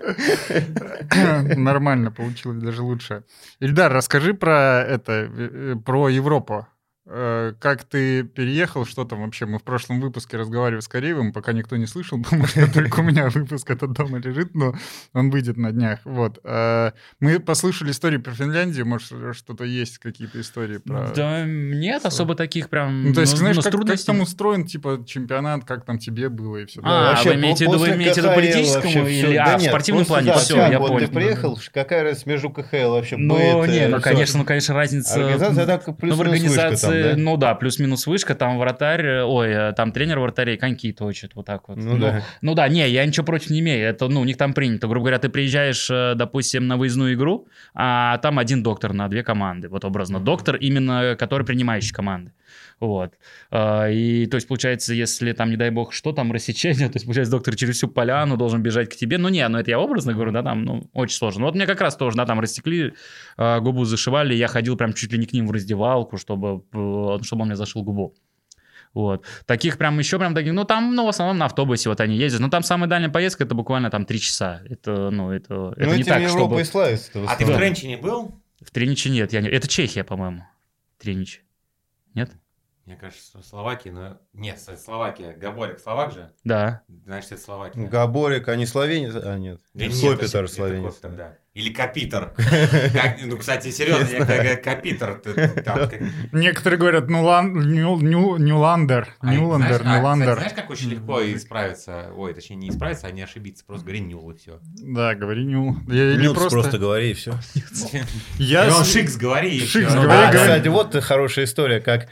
Speaker 3: Нормально получилось, даже лучше. Ильдар, расскажи про это, э, э, про Европу. Э, Как ты переехал, что там вообще? Мы в прошлом выпуске разговаривали с Кореевым, пока никто не слышал, потому что только у меня выпуск этот дома лежит, но он выйдет на днях. Вот. Э, Мы послушали истории про Финляндию, может, что-то есть, какие-то истории про...
Speaker 2: Да нет,
Speaker 3: Всё.
Speaker 2: особо таких прям...
Speaker 3: Ну, то есть,
Speaker 2: ну,
Speaker 3: знаешь,
Speaker 2: ну, с
Speaker 3: как, как
Speaker 2: трудностями.
Speaker 3: там устроен, типа, чемпионат, как там тебе было и все.
Speaker 2: А, вы имеете в виду- вы имеете в виду политическому или- а, в спортивном плане? Всё, я
Speaker 4: вот
Speaker 2: понял.
Speaker 4: ты приехал, ш- какая разница между КХЛ вообще?
Speaker 2: Ну,
Speaker 4: Бэт,
Speaker 2: не,
Speaker 4: э,
Speaker 2: ну,
Speaker 4: всё.
Speaker 2: конечно, ну, конечно, разница...
Speaker 4: Организация
Speaker 2: м,
Speaker 4: так
Speaker 2: Ну,
Speaker 4: плюс
Speaker 2: в организации,
Speaker 4: там, да?
Speaker 2: ну да, плюс-минус вышка, там вратарь, э, ой, э, там тренер вратарей коньки точит, вот так вот.
Speaker 4: Ну
Speaker 2: Ну,
Speaker 4: да.
Speaker 2: Ну да, не, я ничего против не имею. Это, ну, у них там принято. Грубо говоря, ты приезжаешь, э, допустим, на выездную игру, а там один доктор на две команды. Вот образно. Доктор именно, который принимающий команды. Вот. А, И, то есть, получается, если там, не дай бог, что там, рассечение, то есть, получается, доктор через всю поляну должен бежать к тебе. Ну, не, ну, это я образно говорю, да, там, ну, очень сложно. Ну, Вот мне как раз тоже, да, там растекли, а, губу зашивали, я ходил прям чуть ли не к ним в раздевалку, чтобы, э, чтобы он мне зашил губу. Вот. Таких прям еще прям таких, ну там, ну в основном на автобусе вот они ездят, но там самая дальняя поездка это буквально там три часа, это, ну это, это
Speaker 4: Ну,
Speaker 2: не
Speaker 4: этим
Speaker 2: так,
Speaker 4: Европа
Speaker 2: чтобы
Speaker 4: и славится
Speaker 1: А ты в Тренче не был?
Speaker 2: в Триниче нет, я не, это Чехия, по-моему, Тринич, нет?
Speaker 1: Мне кажется, Словакия, но... Нет, со- Словакия. Габорик словак же?
Speaker 2: Да.
Speaker 1: Значит, это Словакия.
Speaker 4: Габорик, а не словенец? А, нет.
Speaker 1: Да нет, это-
Speaker 4: Копитар
Speaker 1: это
Speaker 4: словенец.
Speaker 1: Копитер, да. Или Капитер. Как- Ну, кстати, серьезно, я как- Капитер. ты- ты там как-
Speaker 3: Некоторые говорят, ну, лан, ню, ню- нюландер,
Speaker 1: А,
Speaker 3: нюландер,
Speaker 1: знаешь- а,
Speaker 3: нюландер.
Speaker 1: кстати, Знаешь, как очень легко исправиться? Ой, точнее, не исправиться, а не ошибиться. Просто говори нюл и все.
Speaker 3: Да, говори ню. Я или
Speaker 4: Нюц
Speaker 3: просто...
Speaker 4: просто говори и все.
Speaker 3: Я
Speaker 1: Ну,
Speaker 3: с-
Speaker 1: Шикс, говори. и
Speaker 3: Шикс,
Speaker 1: всё.
Speaker 3: говори,
Speaker 4: А,
Speaker 3: говори.
Speaker 4: кстати, вот хорошая история, как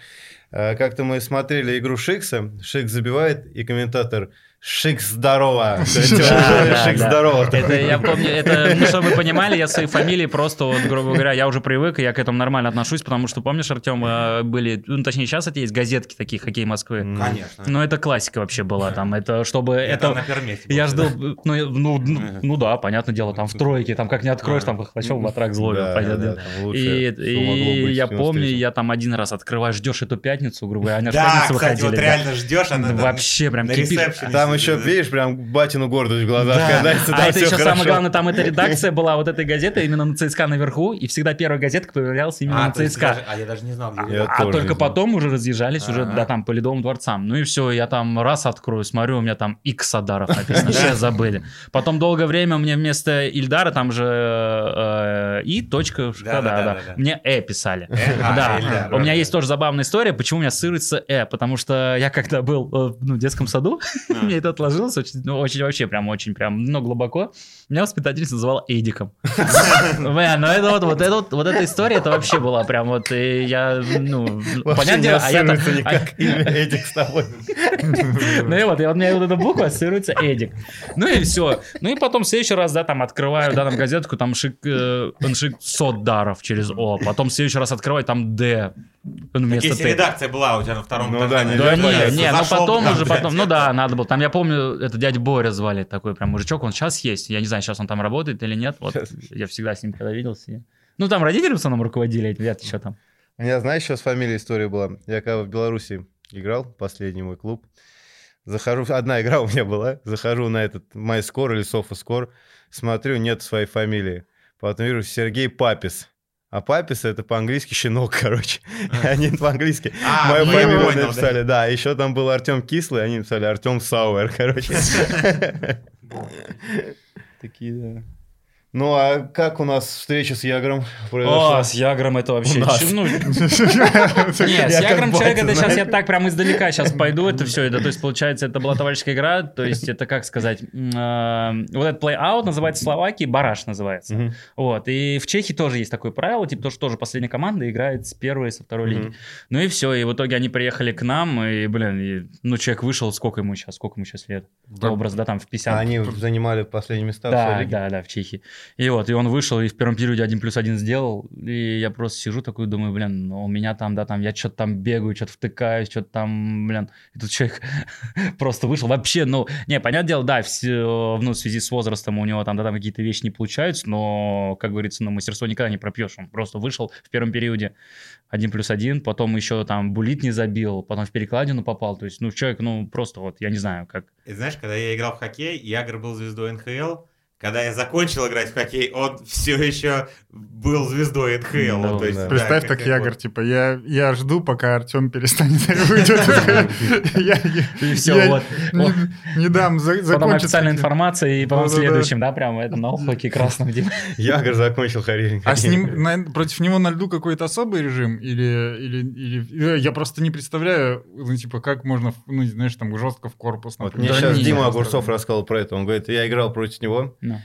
Speaker 4: э, как-то мы смотрели игру Шикса, Шикс забивает, и комментатор «Шикс, здорово!» То есть,
Speaker 2: Да, да,
Speaker 4: «Шикс,
Speaker 2: да.
Speaker 4: здорово!»
Speaker 2: Это я помню, это, ну, чтобы вы понимали, я своей фамилии просто, вот, грубо говоря, я уже привык, и я к этому нормально отношусь, потому что, помнишь, Артем, э, были, ну, точнее, сейчас это есть газетки такие, хоккей Москвы.
Speaker 4: М.
Speaker 1: Конечно.
Speaker 2: Но это классика вообще была там, это чтобы
Speaker 1: Я
Speaker 2: это...
Speaker 1: там на первом месте
Speaker 2: Я
Speaker 1: был
Speaker 2: ждал,
Speaker 1: всегда.
Speaker 2: ну, я- ну, ну, ну да, понятное дело, там в тройке, там как не откроешь, там Хохлачев батрак зловил,
Speaker 4: Да,
Speaker 2: понятное
Speaker 4: да,
Speaker 2: дело.
Speaker 4: да, там лучше,
Speaker 2: И,
Speaker 4: что
Speaker 2: и
Speaker 4: могло быть,
Speaker 2: я
Speaker 4: с кем
Speaker 2: помню,
Speaker 4: встретил.
Speaker 2: я там один раз открываю, ждешь эту пятницу, грубо говоря, они в
Speaker 1: Да, Ну, кстати,
Speaker 2: пятницу выходили.
Speaker 1: вот
Speaker 2: да.
Speaker 1: реально а ждешь, она там
Speaker 2: Вообще прям А
Speaker 1: на
Speaker 2: кипишь.
Speaker 1: ресепшене
Speaker 4: Там
Speaker 1: сидит,
Speaker 4: еще,
Speaker 1: да.
Speaker 4: видишь, прям батину гордость в глазах катается,
Speaker 2: А
Speaker 4: там
Speaker 2: это
Speaker 4: всё
Speaker 2: еще
Speaker 4: хорошо.
Speaker 2: самое главное, там эта редакция была вот этой газеты именно на ЦСКА наверху, и всегда первая газетка появлялась именно
Speaker 1: А,
Speaker 2: на
Speaker 1: то есть ты
Speaker 2: ЦСКА.
Speaker 1: даже- а я даже не знал, где
Speaker 4: Я
Speaker 1: это.
Speaker 2: А
Speaker 4: тоже не
Speaker 2: только
Speaker 4: знал.
Speaker 2: потом уже разъезжались уже,
Speaker 1: Ага.
Speaker 2: да, там, по Ледовым дворцам. Ну и все, я там раз открою, смотрю, у меня там X Адаров написано, сейчас забыли. Потом долгое время мне вместо Ильдара там же э, и точка,
Speaker 1: да,
Speaker 2: да, да,
Speaker 1: да.
Speaker 2: мне Э писали.
Speaker 1: Э, а,
Speaker 2: Да,
Speaker 1: Эльдар,
Speaker 2: у меня
Speaker 1: да.
Speaker 2: есть тоже забавная история, почему у меня ассоциируется «э», потому что я когда был э, ну, в детском саду,
Speaker 1: А.
Speaker 2: мне это отложилось очень, ну, очень вообще прям, очень прям, ну, глубоко. Меня воспитательница называла Эдиком. Бля, ну это вот, вот это вот, вот эта история, это вообще была прям вот, и я, ну,
Speaker 4: Вообще
Speaker 2: понятное
Speaker 4: не
Speaker 2: дело, а я там-
Speaker 4: ассоциируется никак имя Эдик с тобой.
Speaker 2: ну и вот, и вот у меня вот эта буква ассоциируется Эдик. Ну и все. Ну и потом в следующий раз, да, там открываю, да, там газетку, там шик, э, шик Сотдаров через О. Потом в следующий раз открываю, там Д. ну,
Speaker 1: Так
Speaker 2: Вместо
Speaker 1: Если
Speaker 2: Т.
Speaker 1: редакция была у тебя на втором
Speaker 4: Ну
Speaker 1: этаже,
Speaker 4: да,
Speaker 1: она-
Speaker 4: нельзя
Speaker 2: Да
Speaker 4: Я
Speaker 2: не,
Speaker 4: боялся.
Speaker 2: не, ну
Speaker 1: Зашел бы
Speaker 2: потом
Speaker 1: там,
Speaker 2: уже,
Speaker 1: блядь.
Speaker 2: потом, ну да, надо было. Там я помню, это дядя Боря звали, такой прям мужичок, он сейчас есть. Я не знаю, сейчас он там работает или нет. Вот
Speaker 4: Щас.
Speaker 2: я всегда с ним когда виделся. я- Ну там родители в основном руководили, ребят, еще там.
Speaker 4: У меня, знаешь, еще с фамилией история была. Я когда в Беларуси играл, последний мой клуб, захожу, одна игра у меня была, захожу на этот MyScore или SofaScore, смотрю, нет своей фамилии. Потом вижу Сергей Папис. А Папис это по-английски щенок, короче. И Они по-английски.
Speaker 1: А,
Speaker 4: Мою
Speaker 1: ну я
Speaker 4: фамилию
Speaker 1: понял, да.
Speaker 4: написали, да. Еще там был Артем Кислый, они написали Артем Сауэр, короче. Такие, да. Ну, а как у нас встреча с Ягром произошла?
Speaker 2: О, с Ягром это вообще...
Speaker 4: У нас.
Speaker 2: чё- ну, Не, с
Speaker 4: Я как
Speaker 2: Ягром
Speaker 4: батя,
Speaker 2: человек, это сейчас
Speaker 4: знаешь.
Speaker 2: я так прям издалека сейчас пойду, это все, это, то есть, получается, это была товарищеская игра, то есть, это как сказать, м, э, вот этот плей-аут называется в Словакии, бараш называется.
Speaker 4: Мгм.
Speaker 2: Вот, и в Чехии тоже есть такое правило, типа, то, что тоже последняя команда играет с первой, со второй лиги.
Speaker 4: Мгм.
Speaker 2: Ну и все, и в итоге они приехали к нам, и, блин, и, ну, человек вышел, сколько ему сейчас, сколько ему сейчас лет? Образ, да, там, в 50.
Speaker 4: А Они занимали последние места в своей
Speaker 2: Да,
Speaker 4: лиге.
Speaker 2: да, да, в Чехии. И вот, и он вышел, и в первом периоде один плюс один сделал, и я просто сижу такой, думаю, блин, ну, у меня там, да, там, я что-то там бегаю, что-то втыкаюсь, что-то там, блин, и тут человек просто вышел, вообще, ну, не, понятное дело, да, все, ну, в связи с возрастом у него там, да, там какие-то вещи не получаются, но, как говорится, ну, мастерство никогда не пропьешь, он просто вышел в первом периоде один плюс один, потом еще там булит не забил, потом в перекладину попал, то есть, ну, человек, ну, просто вот, я не знаю, как...
Speaker 1: И знаешь, когда я играл в хоккей, Ягр был звездой НХЛ. Когда я закончил играть в хоккей, он все еще был звездой НХЛ.
Speaker 2: Ну,
Speaker 1: то есть,
Speaker 4: да.
Speaker 1: да,
Speaker 3: Представь, как я
Speaker 1: вот.
Speaker 3: говорю, типа, я, я жду, пока Артем перестанет выйдет. Я, я-
Speaker 2: И все,
Speaker 3: я
Speaker 2: вот.
Speaker 3: не,
Speaker 2: вот.
Speaker 3: не дам, за,
Speaker 2: Потом
Speaker 3: закончится.
Speaker 2: официальная информация, и, по-моему,
Speaker 3: Да-да-да.
Speaker 2: следующим, Ну да, прям это ну, на хоккей красном, где
Speaker 4: Ягр закончил карьеру.
Speaker 3: А с ним, на- против него на льду какой-то особый режим? Или, или, или- э, я просто не представляю, ну, типа, как можно, ну, знаешь, там, жестко в корпус.
Speaker 4: Вот мне
Speaker 3: например.
Speaker 4: сейчас
Speaker 2: не,
Speaker 4: Дима
Speaker 3: просто-
Speaker 4: Огурцов рассказал про это. Он говорит, я играл против него.
Speaker 2: Ну.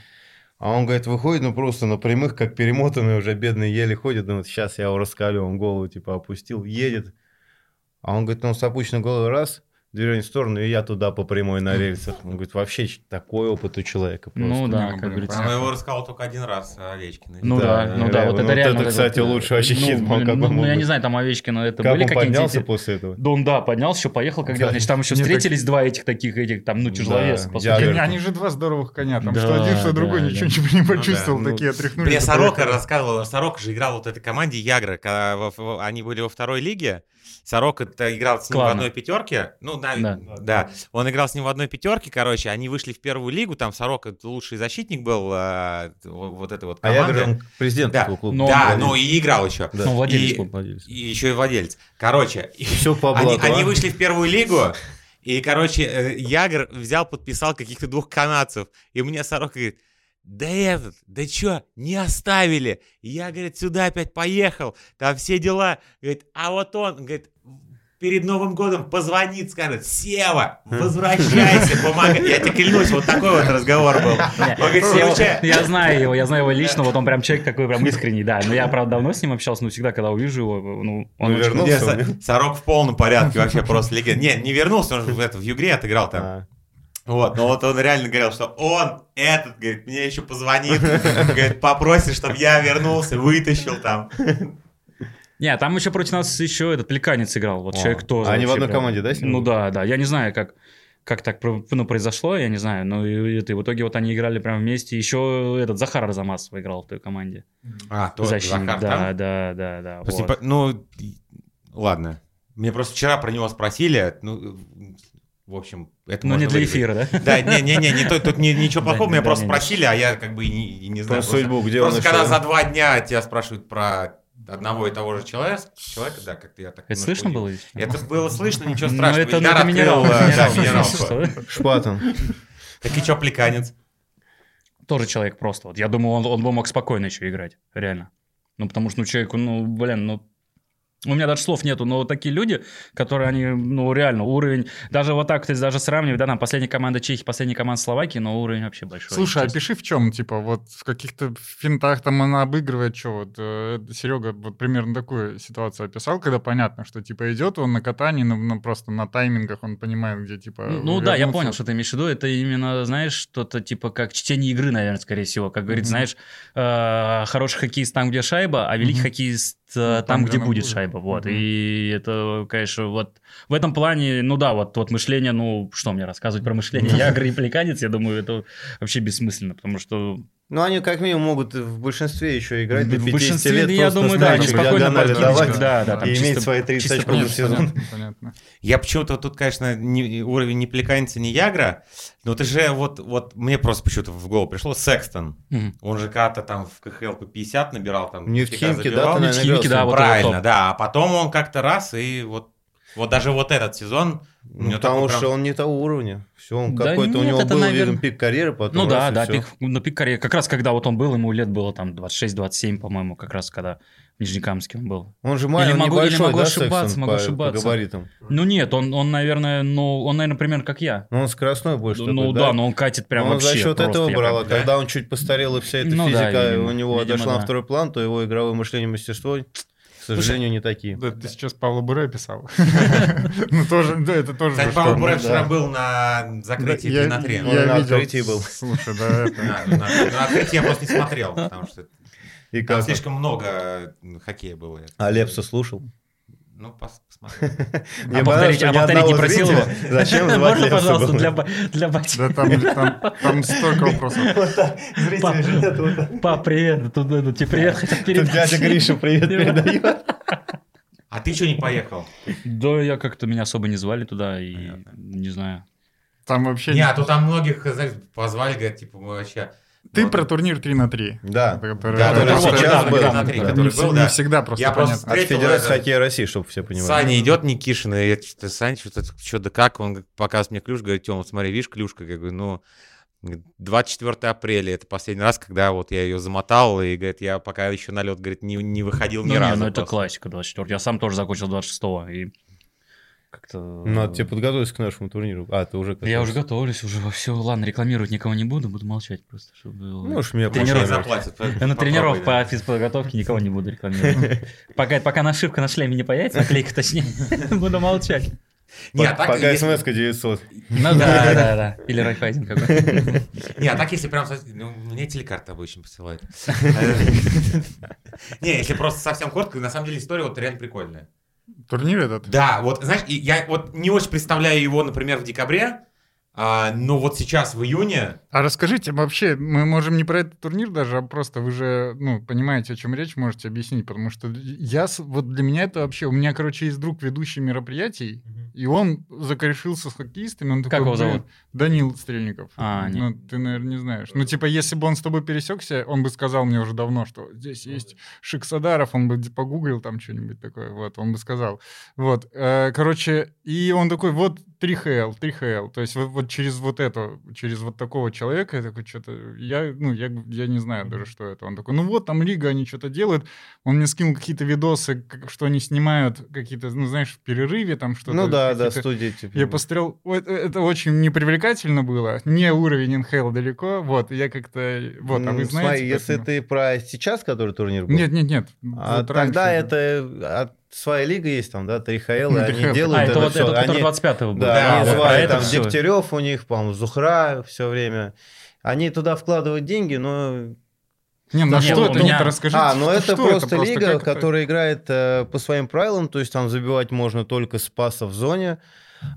Speaker 4: А он, говорит, выходит, ну, просто на прямых, как перемотанный уже, бедный, еле ходит. Думает, сейчас я его раскалю. Он голову, типа, опустил, едет. А он, говорит, ну, с опущенной головой раз, дверь в сторону, и я туда по прямой на рельсах. Он говорит, вообще ч- такой опыт у человека просто.
Speaker 2: Ну да,
Speaker 3: ну,
Speaker 2: как
Speaker 3: блин,
Speaker 2: говорится.
Speaker 1: Она А его рассказал только один раз, Овечкин.
Speaker 2: Ну да, ну да,
Speaker 4: реально.
Speaker 2: вот
Speaker 4: Ну,
Speaker 2: это
Speaker 4: вот
Speaker 2: реально.
Speaker 4: это,
Speaker 2: вот
Speaker 4: кстати, лучше вообще
Speaker 2: Ну,
Speaker 4: хит был,
Speaker 2: блин,
Speaker 4: как
Speaker 2: ну,
Speaker 4: он
Speaker 2: ну, я
Speaker 4: был.
Speaker 2: не знаю, там Овечкина это
Speaker 4: Как
Speaker 2: были
Speaker 4: он
Speaker 2: какие-нибудь...
Speaker 4: поднялся
Speaker 2: эти-
Speaker 4: после этого?
Speaker 2: Да он, да, поднялся, еще поехал, как
Speaker 4: Да.
Speaker 2: где-то, значит, там еще
Speaker 3: Не, так-
Speaker 2: встретились два этих таких, этих там, ну,
Speaker 4: Да,
Speaker 2: тяжеловеса, по сути.
Speaker 4: я-
Speaker 3: Они-
Speaker 4: Ягер.
Speaker 3: Они же два здоровых коня, там,
Speaker 2: Да,
Speaker 3: что один,
Speaker 2: да,
Speaker 3: что другой,
Speaker 2: да.
Speaker 3: ничего не- не почувствовал,
Speaker 4: Ну,
Speaker 3: такие отряхнули.
Speaker 1: Мне
Speaker 3: такой,
Speaker 1: Сорока
Speaker 3: это-
Speaker 1: рассказывал, Сорока же играл вот этой команде Ягра, когда во- во- они были во второй лиге. Сорока -то играл с ним в
Speaker 2: Клана.
Speaker 1: одной пятерке. Ну, да,
Speaker 2: Да.
Speaker 1: да. Он играл с ним в одной пятерке, короче. Они вышли в первую лигу, там Сорока лучший защитник был а, во- вот этой вот
Speaker 4: А
Speaker 1: команды.
Speaker 4: Ягр, он президент
Speaker 1: Да.
Speaker 4: такого клуба.
Speaker 2: Ну,
Speaker 1: да,
Speaker 4: Владелец.
Speaker 1: ну и играл еще.
Speaker 4: Да.
Speaker 2: Ну, владелец
Speaker 1: И-
Speaker 2: клуба.
Speaker 1: И еще и владелец. Короче, и-
Speaker 4: Все по
Speaker 1: они,
Speaker 4: блату,
Speaker 1: они
Speaker 4: а?
Speaker 1: вышли в первую лигу, и, короче, э, Ягр взял, подписал каких-то двух канадцев. И мне Сорока говорит, да этот, да чё, не оставили. И Я, говорит, сюда опять поехал, там все дела. Говорит, а вот он, говорит, перед Новым годом позвонит, скажет, Сева, возвращайся, помогай. Я тебе клянусь, вот такой вот разговор был. Он говорит, «Сева,
Speaker 2: Я, я знаю его, я знаю его лично, вот он прям человек такой прям искренний, да. Но я, правда, давно с ним общался, но всегда, когда увижу его, ну, он
Speaker 4: Ну,
Speaker 2: очень-
Speaker 4: вернулся.
Speaker 1: Не,
Speaker 4: он,
Speaker 1: Со-
Speaker 4: нет?
Speaker 1: Сорок в полном порядке, вообще просто легенда. Не, не вернулся, он же в, это, в Югре отыграл там.
Speaker 4: А.
Speaker 1: Вот, но вот он реально говорил, что он, этот, говорит, мне еще позвонит, говорит, попросит, чтобы я вернулся, вытащил там.
Speaker 2: Не, там еще против нас еще этот Пеликанец играл, вот
Speaker 4: О, А
Speaker 2: человек тоже.
Speaker 4: они в
Speaker 2: вообще
Speaker 4: одной
Speaker 2: прям-
Speaker 4: команде, да, с ним
Speaker 2: Ну
Speaker 4: были?
Speaker 2: да, да, я не знаю, как, как так про- ну, произошло, я не знаю, но и, это, и в итоге вот они играли прям вместе, еще этот Захар Арзамасов играл в той команде.
Speaker 1: А,
Speaker 2: Защитник, да, да, да, да, вот.
Speaker 4: типа,
Speaker 1: Ну, ладно. Мне просто вчера про него спросили, ну, в общем, это
Speaker 2: Ну
Speaker 1: можно
Speaker 2: не для
Speaker 1: вырезать.
Speaker 2: эфира, да?
Speaker 1: Да, не-не-не, не, то- тут ни- ничего
Speaker 2: Да,
Speaker 1: плохого,
Speaker 2: да,
Speaker 1: меня просто
Speaker 2: не-не.
Speaker 1: спросили, а я как бы и не, и не
Speaker 4: Про
Speaker 1: знаю. просто-
Speaker 4: судьбу, где он
Speaker 1: Просто когда
Speaker 4: ещё?
Speaker 1: за два дня тебя спрашивают про одного и того же человека, человека да, как-то я так...
Speaker 2: Это
Speaker 1: немножко
Speaker 2: слышно
Speaker 1: удивился.
Speaker 2: было?
Speaker 1: Это было слышно, ничего
Speaker 2: Ну,
Speaker 1: страшного.
Speaker 2: это, ну,
Speaker 1: Яр
Speaker 2: это
Speaker 1: открыл,
Speaker 2: минерал,
Speaker 1: э, да,
Speaker 2: минерал.
Speaker 1: минералку.
Speaker 2: Что?
Speaker 4: Шпатом.
Speaker 1: Так и чё, плеканец?
Speaker 2: Тоже человек просто. Вот я думаю, он, он бы мог спокойно еще играть, реально. Ну, потому что, ну, человеку, ну, блин, ну, у меня даже слов нету, но вот такие люди, которые, они, ну, реально, уровень, даже вот так, то есть даже сравнивать, да, там, последняя команда Чехии, последняя команда Словакии, но уровень вообще большой.
Speaker 3: Слушай, а
Speaker 2: честно.
Speaker 3: пиши в чем, типа, вот в каких-то финтах там она обыгрывает, что вот э, Серега вот примерно такую ситуацию описал, когда понятно, что типа идет он на катании, на, на- просто на таймингах он понимает, где типа.
Speaker 2: Ну да, я
Speaker 3: вернуться.
Speaker 2: понял, что ты имеешь в виду. Это именно, знаешь, что-то типа как чтение игры, наверное, скорее всего. Как говорится,
Speaker 3: Мгм.
Speaker 2: знаешь, э, хороший хоккеист там, где шайба, а великий
Speaker 3: Мгм.
Speaker 2: хоккеист э,
Speaker 3: Ну,
Speaker 2: там,
Speaker 3: там,
Speaker 2: где
Speaker 3: где она
Speaker 2: будет
Speaker 3: будет.
Speaker 2: шайба. Вот.
Speaker 3: Мгм.
Speaker 2: И это, конечно, вот в этом плане, ну да, вот, вот мышление, ну что мне рассказывать про мышление? Я гриппликанец, я думаю, это вообще бессмысленно, потому что
Speaker 4: Ну, они как минимум могут в большинстве еще играть до
Speaker 2: В
Speaker 4: 50
Speaker 2: большинстве,
Speaker 4: лет.
Speaker 2: да, я
Speaker 4: просто
Speaker 2: думаю,
Speaker 4: на
Speaker 2: да, они
Speaker 4: мячик
Speaker 2: спокойно
Speaker 4: диагонали
Speaker 2: подкидочку,
Speaker 4: давать
Speaker 2: да, да, там
Speaker 4: и иметь
Speaker 2: чисто-
Speaker 4: свои 30
Speaker 2: чисто
Speaker 4: очков
Speaker 2: понятно,
Speaker 4: в сезон.
Speaker 3: понятно, понятно.
Speaker 1: Я почему-то тут, конечно, не- уровень не Пликанца, не Ягра, но ты же вот, вот мне просто почему-то в голову пришло Секстон.
Speaker 2: Мгм.
Speaker 1: Он же когда-то там в КХЛ по 50 набирал, там
Speaker 4: Не в
Speaker 1: дофига
Speaker 4: Химки, да,
Speaker 1: забивал.
Speaker 4: ты, наверное,
Speaker 2: Химки,
Speaker 4: играл
Speaker 2: да,
Speaker 4: с ним?
Speaker 2: вот
Speaker 1: Правильно,
Speaker 2: топ.
Speaker 1: да. А потом он как-то раз и вот, вот даже вот этот сезон,
Speaker 4: Ну,
Speaker 1: Ну,
Speaker 4: потому
Speaker 1: такой
Speaker 4: что
Speaker 1: прям-
Speaker 4: он не того уровня. Все, он
Speaker 2: Да
Speaker 4: какой-то у
Speaker 2: нет,
Speaker 4: него
Speaker 2: это,
Speaker 4: был
Speaker 2: наверно-
Speaker 4: видом пик карьеры, потом
Speaker 2: Ну да,
Speaker 4: раз и
Speaker 2: да,
Speaker 4: всё.
Speaker 2: пик, на пик карьеры. Как раз когда вот он был, ему лет было там 26-27, по-моему, как раз когда в Нижнекамске он был.
Speaker 4: Он же маленький,
Speaker 2: могу- или
Speaker 4: небольшой,
Speaker 2: могу
Speaker 4: да,
Speaker 2: ошибаться,
Speaker 4: Сексон
Speaker 2: могу
Speaker 4: по-
Speaker 2: ошибаться.
Speaker 4: По габаритам.
Speaker 2: Ну нет, он, он наверное, ну, он, наверное, примерно как я.
Speaker 4: Но он скоростной больше.
Speaker 2: Ну
Speaker 4: такой,
Speaker 2: да, но он катит прям
Speaker 4: он
Speaker 2: вообще.
Speaker 4: за счет
Speaker 2: просто,
Speaker 4: этого
Speaker 2: я
Speaker 4: брал, а
Speaker 2: прям-
Speaker 4: когда он чуть постарел, и вся эта
Speaker 2: Ну да,
Speaker 4: физика
Speaker 2: видимо.
Speaker 4: у него
Speaker 2: Видимо,
Speaker 4: отошла
Speaker 2: да.
Speaker 4: на второй план, то его игровое мышление и мастерство, к сожалению, не такие.
Speaker 3: Да, ты сейчас Павла Буре писал. Ну, тоже, да, это тоже...
Speaker 1: Кстати,
Speaker 3: же
Speaker 1: Павел
Speaker 3: что-то.
Speaker 1: Буре
Speaker 4: да.
Speaker 1: вчера был на закрытии
Speaker 3: Да,
Speaker 1: 3
Speaker 3: я-
Speaker 1: на 3.
Speaker 4: Он
Speaker 3: Я
Speaker 4: на
Speaker 3: видел.
Speaker 4: открытии был.
Speaker 3: Слушай, да, это...
Speaker 1: На, на- на открытии я просто не смотрел, потому что
Speaker 4: И
Speaker 1: там
Speaker 4: как? он?
Speaker 1: слишком много э, хоккея было.
Speaker 4: А Лепса слушал?
Speaker 1: Ну, пос- посмотрел.
Speaker 4: Мне
Speaker 2: повторить- а
Speaker 4: понравилось, что ни
Speaker 2: повторить не
Speaker 4: одного
Speaker 2: просил
Speaker 4: зрителя. Зачем звать
Speaker 2: Можно,
Speaker 4: Лепса
Speaker 2: пожалуйста,
Speaker 4: было?
Speaker 2: для, ба- для бати?
Speaker 3: Да там, там, там столько вопросов.
Speaker 4: Вот так,
Speaker 2: Пап.
Speaker 4: зрители же нет, вот так.
Speaker 2: Па, привет, тут, ну, тебе привет хотят
Speaker 4: Тут
Speaker 2: передать.
Speaker 4: дядя Гриша привет передает.
Speaker 1: А ты что не поехал?
Speaker 2: Да, я как-то меня особо не звали туда, и
Speaker 1: Понятно.
Speaker 2: не знаю.
Speaker 3: Там вообще...
Speaker 1: Не,
Speaker 3: не-
Speaker 1: а то там многих, знаешь, позвали, говорят, типа, мы вообще...
Speaker 3: Ты
Speaker 1: Ну,
Speaker 3: про турнир 3 на 3.
Speaker 4: Да,
Speaker 3: Который-
Speaker 1: Да,
Speaker 4: который
Speaker 1: да,
Speaker 4: сейчас
Speaker 1: да,
Speaker 4: был.
Speaker 1: да, да, да, да.
Speaker 4: Да.
Speaker 1: который
Speaker 3: Не
Speaker 1: был,
Speaker 3: все-
Speaker 1: да.
Speaker 3: не всегда просто
Speaker 1: Я просто
Speaker 3: понятно.
Speaker 4: От
Speaker 1: Встретил
Speaker 4: Федерации
Speaker 1: это-
Speaker 4: хоккея России, чтобы все понимали.
Speaker 1: Саня идет Никишин, и я что-то, Саня, что-то, что-то как, он показывает мне клюшку, говорит, Тём, вот смотри, видишь клюшка? Я говорю, ну, 24 апреля, это последний раз, когда вот я ее замотал, и, говорит, я пока еще на лед, говорит, не, не выходил ни
Speaker 2: Ну, не,
Speaker 1: разу.
Speaker 2: ну это
Speaker 1: просто.
Speaker 2: классика 24 Я сам тоже закончил 26-го, и как-то...
Speaker 4: Надо тебе подготовиться к нашему турниру. А, ты уже...
Speaker 2: Я уже готовлюсь, уже во все. Ладно, рекламировать никого не буду, буду молчать просто, чтобы... было.
Speaker 4: Можешь меня
Speaker 1: Может,
Speaker 2: Тренировка.
Speaker 1: они
Speaker 4: позвать.
Speaker 1: заплатят.
Speaker 2: Я на
Speaker 1: Попробуй,
Speaker 2: тренировку
Speaker 1: да.
Speaker 2: по физподготовке никого не буду рекламировать. Пока, пока нашивка на шлеме не появится, наклейка точнее, буду молчать.
Speaker 1: Не, а так,
Speaker 4: Пока
Speaker 1: если-
Speaker 4: смс 900.
Speaker 2: Ну да, да, да. Или райфайзинг какой-то.
Speaker 1: Не, а так если прям... со- Ну, мне телекарта обычно посылает. Не, если просто совсем коротко, на самом деле история вот реально прикольная.
Speaker 3: Турнир этот?
Speaker 1: Да, вот, знаешь, и я вот не очень представляю его, например, в декабре, а, но вот сейчас, в июне,
Speaker 3: А расскажите, вообще, мы можем не про этот турнир даже, а просто вы же, ну, понимаете, о чем речь, можете объяснить, потому что я, с- вот для меня это вообще, у меня, короче, есть друг ведущий мероприятий, и он закорешился с хоккеистами, он такой,
Speaker 2: его
Speaker 3: «Блин,
Speaker 2: зовут?»
Speaker 3: Данил Стрельников.
Speaker 2: А, нет.
Speaker 3: ну, ты, наверное, не знаешь. Ну, типа, если бы он с тобой пересекся, он бы сказал мне уже давно, что здесь есть Шиксадаров, он бы погуглил там что-нибудь такое, вот, он бы сказал. Вот, э, короче, и он такой, вот 3HL, 3HL, то есть вот, вот через вот это, через вот такого человека, я такой, что-то, я, ну, я, я не знаю даже, что это. Он такой, ну вот, там лига, они что-то делают. Он мне скинул какие-то видосы, как- что они снимают, какие-то, ну, знаешь, в перерыве там что-то.
Speaker 4: Ну да, да,
Speaker 3: какие-то-
Speaker 4: студия типа.
Speaker 3: я посмотрел, вот, э, это очень непривлекательно было, не уровень НХЛ далеко, вот, я как-то, вот, а
Speaker 4: М,
Speaker 3: вы
Speaker 4: смотри,
Speaker 3: знаете?
Speaker 4: если
Speaker 3: поэтому-
Speaker 4: ты про сейчас, который турнир был?
Speaker 3: Нет, нет, нет.
Speaker 4: А
Speaker 3: вот
Speaker 4: тогда
Speaker 3: раньше.
Speaker 4: это от- своя лига есть там, да, 3 ХЛ,
Speaker 3: Ну,
Speaker 4: они
Speaker 3: 3HL.
Speaker 4: делают
Speaker 2: А, это вот
Speaker 4: всё.
Speaker 2: это, который
Speaker 4: Они-
Speaker 2: 25-го был.
Speaker 4: Да,
Speaker 1: Да,
Speaker 4: они
Speaker 1: вот
Speaker 4: звали
Speaker 1: про это
Speaker 4: там
Speaker 2: всё.
Speaker 4: Дегтярев у них, по-моему, Зухра все время. Они туда вкладывают деньги, но...
Speaker 3: Не, на
Speaker 2: Нет,
Speaker 3: что
Speaker 2: у
Speaker 3: это?
Speaker 2: меня-
Speaker 3: Вот расскажи,
Speaker 4: а, но
Speaker 3: что-
Speaker 4: это
Speaker 3: что
Speaker 4: просто лига,
Speaker 3: как это?
Speaker 4: которая играет э, по своим правилам, то есть там забивать можно только с паса в зоне.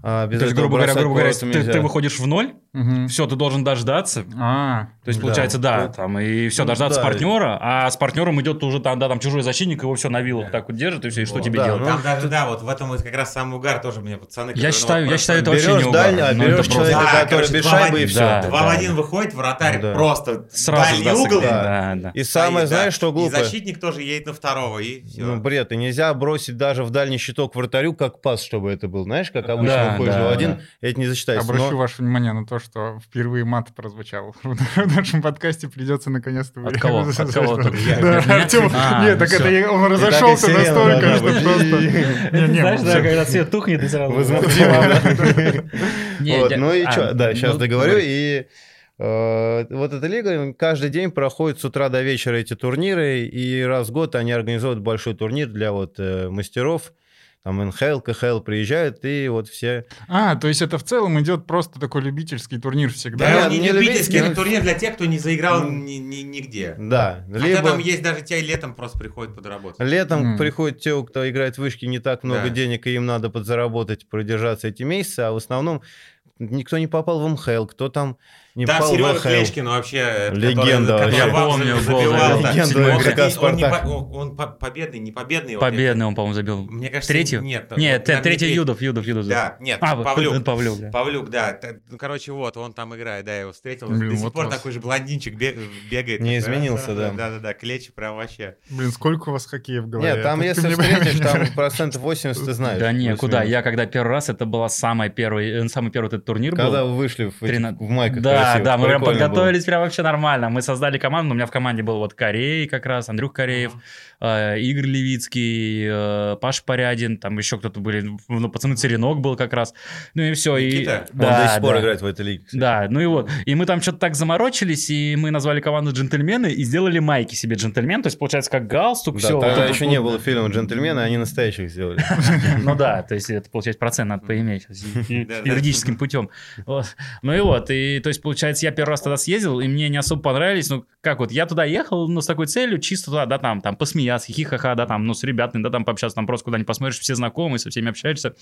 Speaker 4: а без
Speaker 2: То есть,
Speaker 4: этого
Speaker 2: грубо говоря,
Speaker 4: бросать
Speaker 2: грубо говоря,
Speaker 4: по воротам
Speaker 2: ты,
Speaker 4: нельзя.
Speaker 2: ты выходишь в ноль,
Speaker 3: Мгм.
Speaker 2: все, ты должен дождаться.
Speaker 3: А,
Speaker 2: То есть,
Speaker 4: Да.
Speaker 2: получается, да,
Speaker 4: Ну,
Speaker 2: там, и все,
Speaker 4: ну,
Speaker 2: дождаться
Speaker 4: да.
Speaker 2: партнера, а с партнером идет уже там, да, там чужой защитник, его все на вилах так вот держит, и все, и что
Speaker 1: Вот,
Speaker 2: тебе
Speaker 4: да,
Speaker 2: делать?
Speaker 4: Ну,
Speaker 1: там даже, да, вот в этом вот как раз самый угар тоже мне пацаны... которые,
Speaker 2: Я
Speaker 1: ну,
Speaker 2: считаю,
Speaker 1: вот
Speaker 2: я
Speaker 1: просто-
Speaker 2: считаю, это очень
Speaker 4: берешь дальний, а
Speaker 2: неудобно. Ну, это
Speaker 4: берешь
Speaker 2: просто-
Speaker 4: человека,
Speaker 1: Да,
Speaker 4: который
Speaker 1: короче,
Speaker 4: без
Speaker 1: два
Speaker 4: шайбы, и
Speaker 1: один-
Speaker 4: все.
Speaker 2: да.
Speaker 1: Два в один выходит, вратарь
Speaker 4: Да.
Speaker 1: просто
Speaker 2: Сразу
Speaker 1: дальний
Speaker 2: сдастся
Speaker 1: угол.
Speaker 2: где-нибудь,
Speaker 1: стоит,
Speaker 2: да, да.
Speaker 4: И
Speaker 1: да.
Speaker 4: самое, знаешь, что
Speaker 1: И
Speaker 4: глупое?
Speaker 1: защитник тоже едет на второго, и все.
Speaker 4: Ну, бред, и нельзя бросить даже в дальний щиток вратарю, как пас, чтобы это был. Знаешь, как обычно
Speaker 2: Да,
Speaker 4: уходишь
Speaker 2: да,
Speaker 4: в один,
Speaker 2: да.
Speaker 4: это не засчитается.
Speaker 3: Обращу
Speaker 4: Но-
Speaker 3: ваше внимание на то, что впервые мат прозвучал в нашем подкасте. Придется наконец-то...
Speaker 2: От кого? От кого
Speaker 3: Да,
Speaker 2: только? Я- меня?
Speaker 3: Артём,
Speaker 2: А,
Speaker 3: Нет, так
Speaker 2: всё.
Speaker 3: это я- он
Speaker 4: И так и
Speaker 3: разошелся
Speaker 4: сирена
Speaker 3: настолько,
Speaker 4: должна
Speaker 3: что
Speaker 4: быть.
Speaker 3: просто... Не, не,
Speaker 2: Знаешь, да,
Speaker 3: вообще.
Speaker 2: когда свет тухнет, и сразу...
Speaker 4: Возмутимо, да.
Speaker 2: Не,
Speaker 4: Вот,
Speaker 2: я-
Speaker 4: Ну и
Speaker 2: а,
Speaker 4: что, да, сейчас
Speaker 2: ну,
Speaker 4: договорю.
Speaker 2: говори.
Speaker 4: И э, вот эта лига каждый день проходит с утра до вечера эти турниры, и раз в год они организуют большой турнир для вот э, мастеров, там НХЛ, КХЛ приезжают, и вот все...
Speaker 3: А, то есть это в целом идет просто такой любительский турнир всегда.
Speaker 1: Да,
Speaker 4: Да,
Speaker 1: не
Speaker 4: не
Speaker 1: любительский
Speaker 4: любительский,
Speaker 1: это турнир для тех, кто не заиграл
Speaker 4: Ну,
Speaker 1: ни- ни- нигде.
Speaker 2: А
Speaker 4: Да,
Speaker 1: Хотя там
Speaker 4: либо...
Speaker 1: есть даже те летом просто приходят подработать.
Speaker 4: Летом
Speaker 3: М.
Speaker 4: приходят те, у кто играет в вышки, не так много
Speaker 1: Да.
Speaker 4: денег, и им надо подзаработать, продержаться эти месяцы, а в основном никто не попал в МХЛ, кто там не
Speaker 1: Там
Speaker 4: пал в
Speaker 1: Серега
Speaker 4: ВХЛ.
Speaker 1: Клешкин вообще... это,
Speaker 4: Легенда
Speaker 1: который-
Speaker 4: вообще.
Speaker 1: который я
Speaker 2: Помню,
Speaker 1: вам забивал,
Speaker 2: гол,
Speaker 1: да.
Speaker 4: легенда
Speaker 1: Ну, Он,
Speaker 4: игрока
Speaker 1: кстати, он не
Speaker 4: «Спартака».
Speaker 1: по- он- он по- победный, не победный. вот я-
Speaker 2: Победный он, по-моему, забил.
Speaker 1: Мне кажется,
Speaker 2: Третий?
Speaker 1: Нет.
Speaker 2: Нет,
Speaker 1: там не
Speaker 2: третий
Speaker 1: третий.
Speaker 2: Юдов, Юдов, Юдов.
Speaker 1: Да, нет,
Speaker 2: А, вот,
Speaker 1: Павлюк.
Speaker 2: Павлюк, да.
Speaker 1: Павлюк, да. Т- Ну, короче, вот, он там играет, да, я его встретил.
Speaker 3: Блин,
Speaker 1: До сих
Speaker 3: вот
Speaker 1: пор
Speaker 3: вас.
Speaker 1: такой же блондинчик бе- бегает.
Speaker 4: Не изменился, да.
Speaker 1: Да-да-да, клечи прям вообще.
Speaker 3: Блин, сколько у вас хоккея в голове? А
Speaker 4: Нет, там
Speaker 3: Ты
Speaker 4: если
Speaker 3: мне-
Speaker 4: встретишь, там процентов 80 ты знаешь.
Speaker 2: Да не,
Speaker 4: плюс-минус.
Speaker 2: куда? Я когда первый раз, это была самая первая, э, самый первый этот турнир
Speaker 4: Когда
Speaker 2: был.
Speaker 4: вы вышли в, этих-
Speaker 2: Трина-
Speaker 4: в майках
Speaker 2: да,
Speaker 4: красивых,
Speaker 2: да, мы прям
Speaker 4: прикольно было.
Speaker 2: подготовились прям вообще нормально. Мы создали команду, у меня в команде был вот Корей как раз, Андрюх Кореев, э, Игорь Левицкий, э, Паш Порядин, там еще кто-то были, ну, пацаны, Церенок был как раз. Ну и все.
Speaker 1: Никита?
Speaker 2: И...
Speaker 4: Он до сих пор
Speaker 2: да.
Speaker 4: играет в этой лиге. кстати.
Speaker 2: Да, ну и вот. И мы там что-то так заморочились, и мы назвали команду джентльмены и сделали майки себе джентльмен. То есть, получается, как галстук,
Speaker 4: Да,
Speaker 2: все.
Speaker 4: тогда еще не было фильма «Джентльмены», они настоящих сделали.
Speaker 2: Ну да, то есть это, получается, процент надо поиметь сейчас, ю-
Speaker 1: Да, да.
Speaker 2: юридическим путем. Вот. Ну и вот, и то есть, получается, я первый раз тогда съездил, и мне не особо понравились, ну как вот, я туда ехал, ну с такой целью, чисто туда, да, там, там, посмеяться, хихаха, да, там, ну с ребятами, да, там, пообщаться, там просто куда-нибудь посмотришь, все знакомые, со всеми общаешься.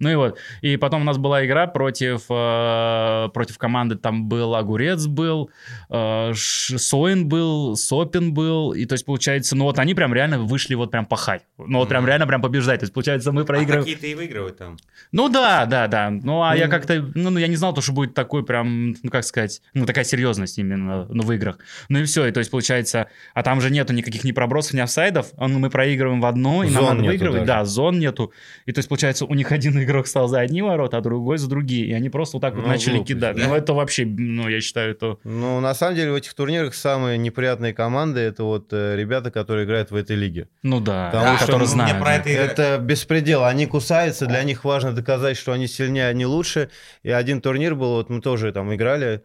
Speaker 2: Ну и вот, и потом у нас была игра против, э, против команды, там был Огурец был, э, Ш- Соин был, Сопин был, и то есть, получается, ну вот они прям реально вышли вот прям пахать, ну вот прям
Speaker 1: Мгм.
Speaker 2: реально прям побеждать, то есть, получается, мы
Speaker 1: А
Speaker 2: проигрываем.
Speaker 1: какие-то и выигрывают там.
Speaker 2: Ну да, да, да. Ну а я
Speaker 4: Ну.
Speaker 2: как-то, ну ну, я не знал, то, что будет такой прям, ну как сказать, ну такая серьезность именно ну, в играх. Ну и все, и то есть получается, а там же нету никаких ни пробросов, ни офсайдов, а, ну, мы проигрываем в одно, и нам
Speaker 4: Зон
Speaker 2: надо
Speaker 4: нету
Speaker 2: выигрывать.
Speaker 4: даже.
Speaker 2: Да, зон нету. И то есть получается, у них один игрок стал за одни ворота, а другой за другие, и они просто вот так вот
Speaker 4: Ну,
Speaker 2: начали
Speaker 4: глупость,
Speaker 2: кидать.
Speaker 1: да.
Speaker 2: Ну это вообще, ну я считаю, это...
Speaker 4: Ну, на самом деле, в этих турнирах самые неприятные команды это вот э, ребята, которые играют в этой лиге.
Speaker 2: Ну да,
Speaker 4: Потому что
Speaker 2: которые
Speaker 1: ну, мне
Speaker 2: знают.
Speaker 1: про
Speaker 2: да.
Speaker 1: это и-
Speaker 4: Это беспредел. Они кусаются, для них важно доказать, что они сильнее, они лучше. И один турнир был, вот мы тоже там играли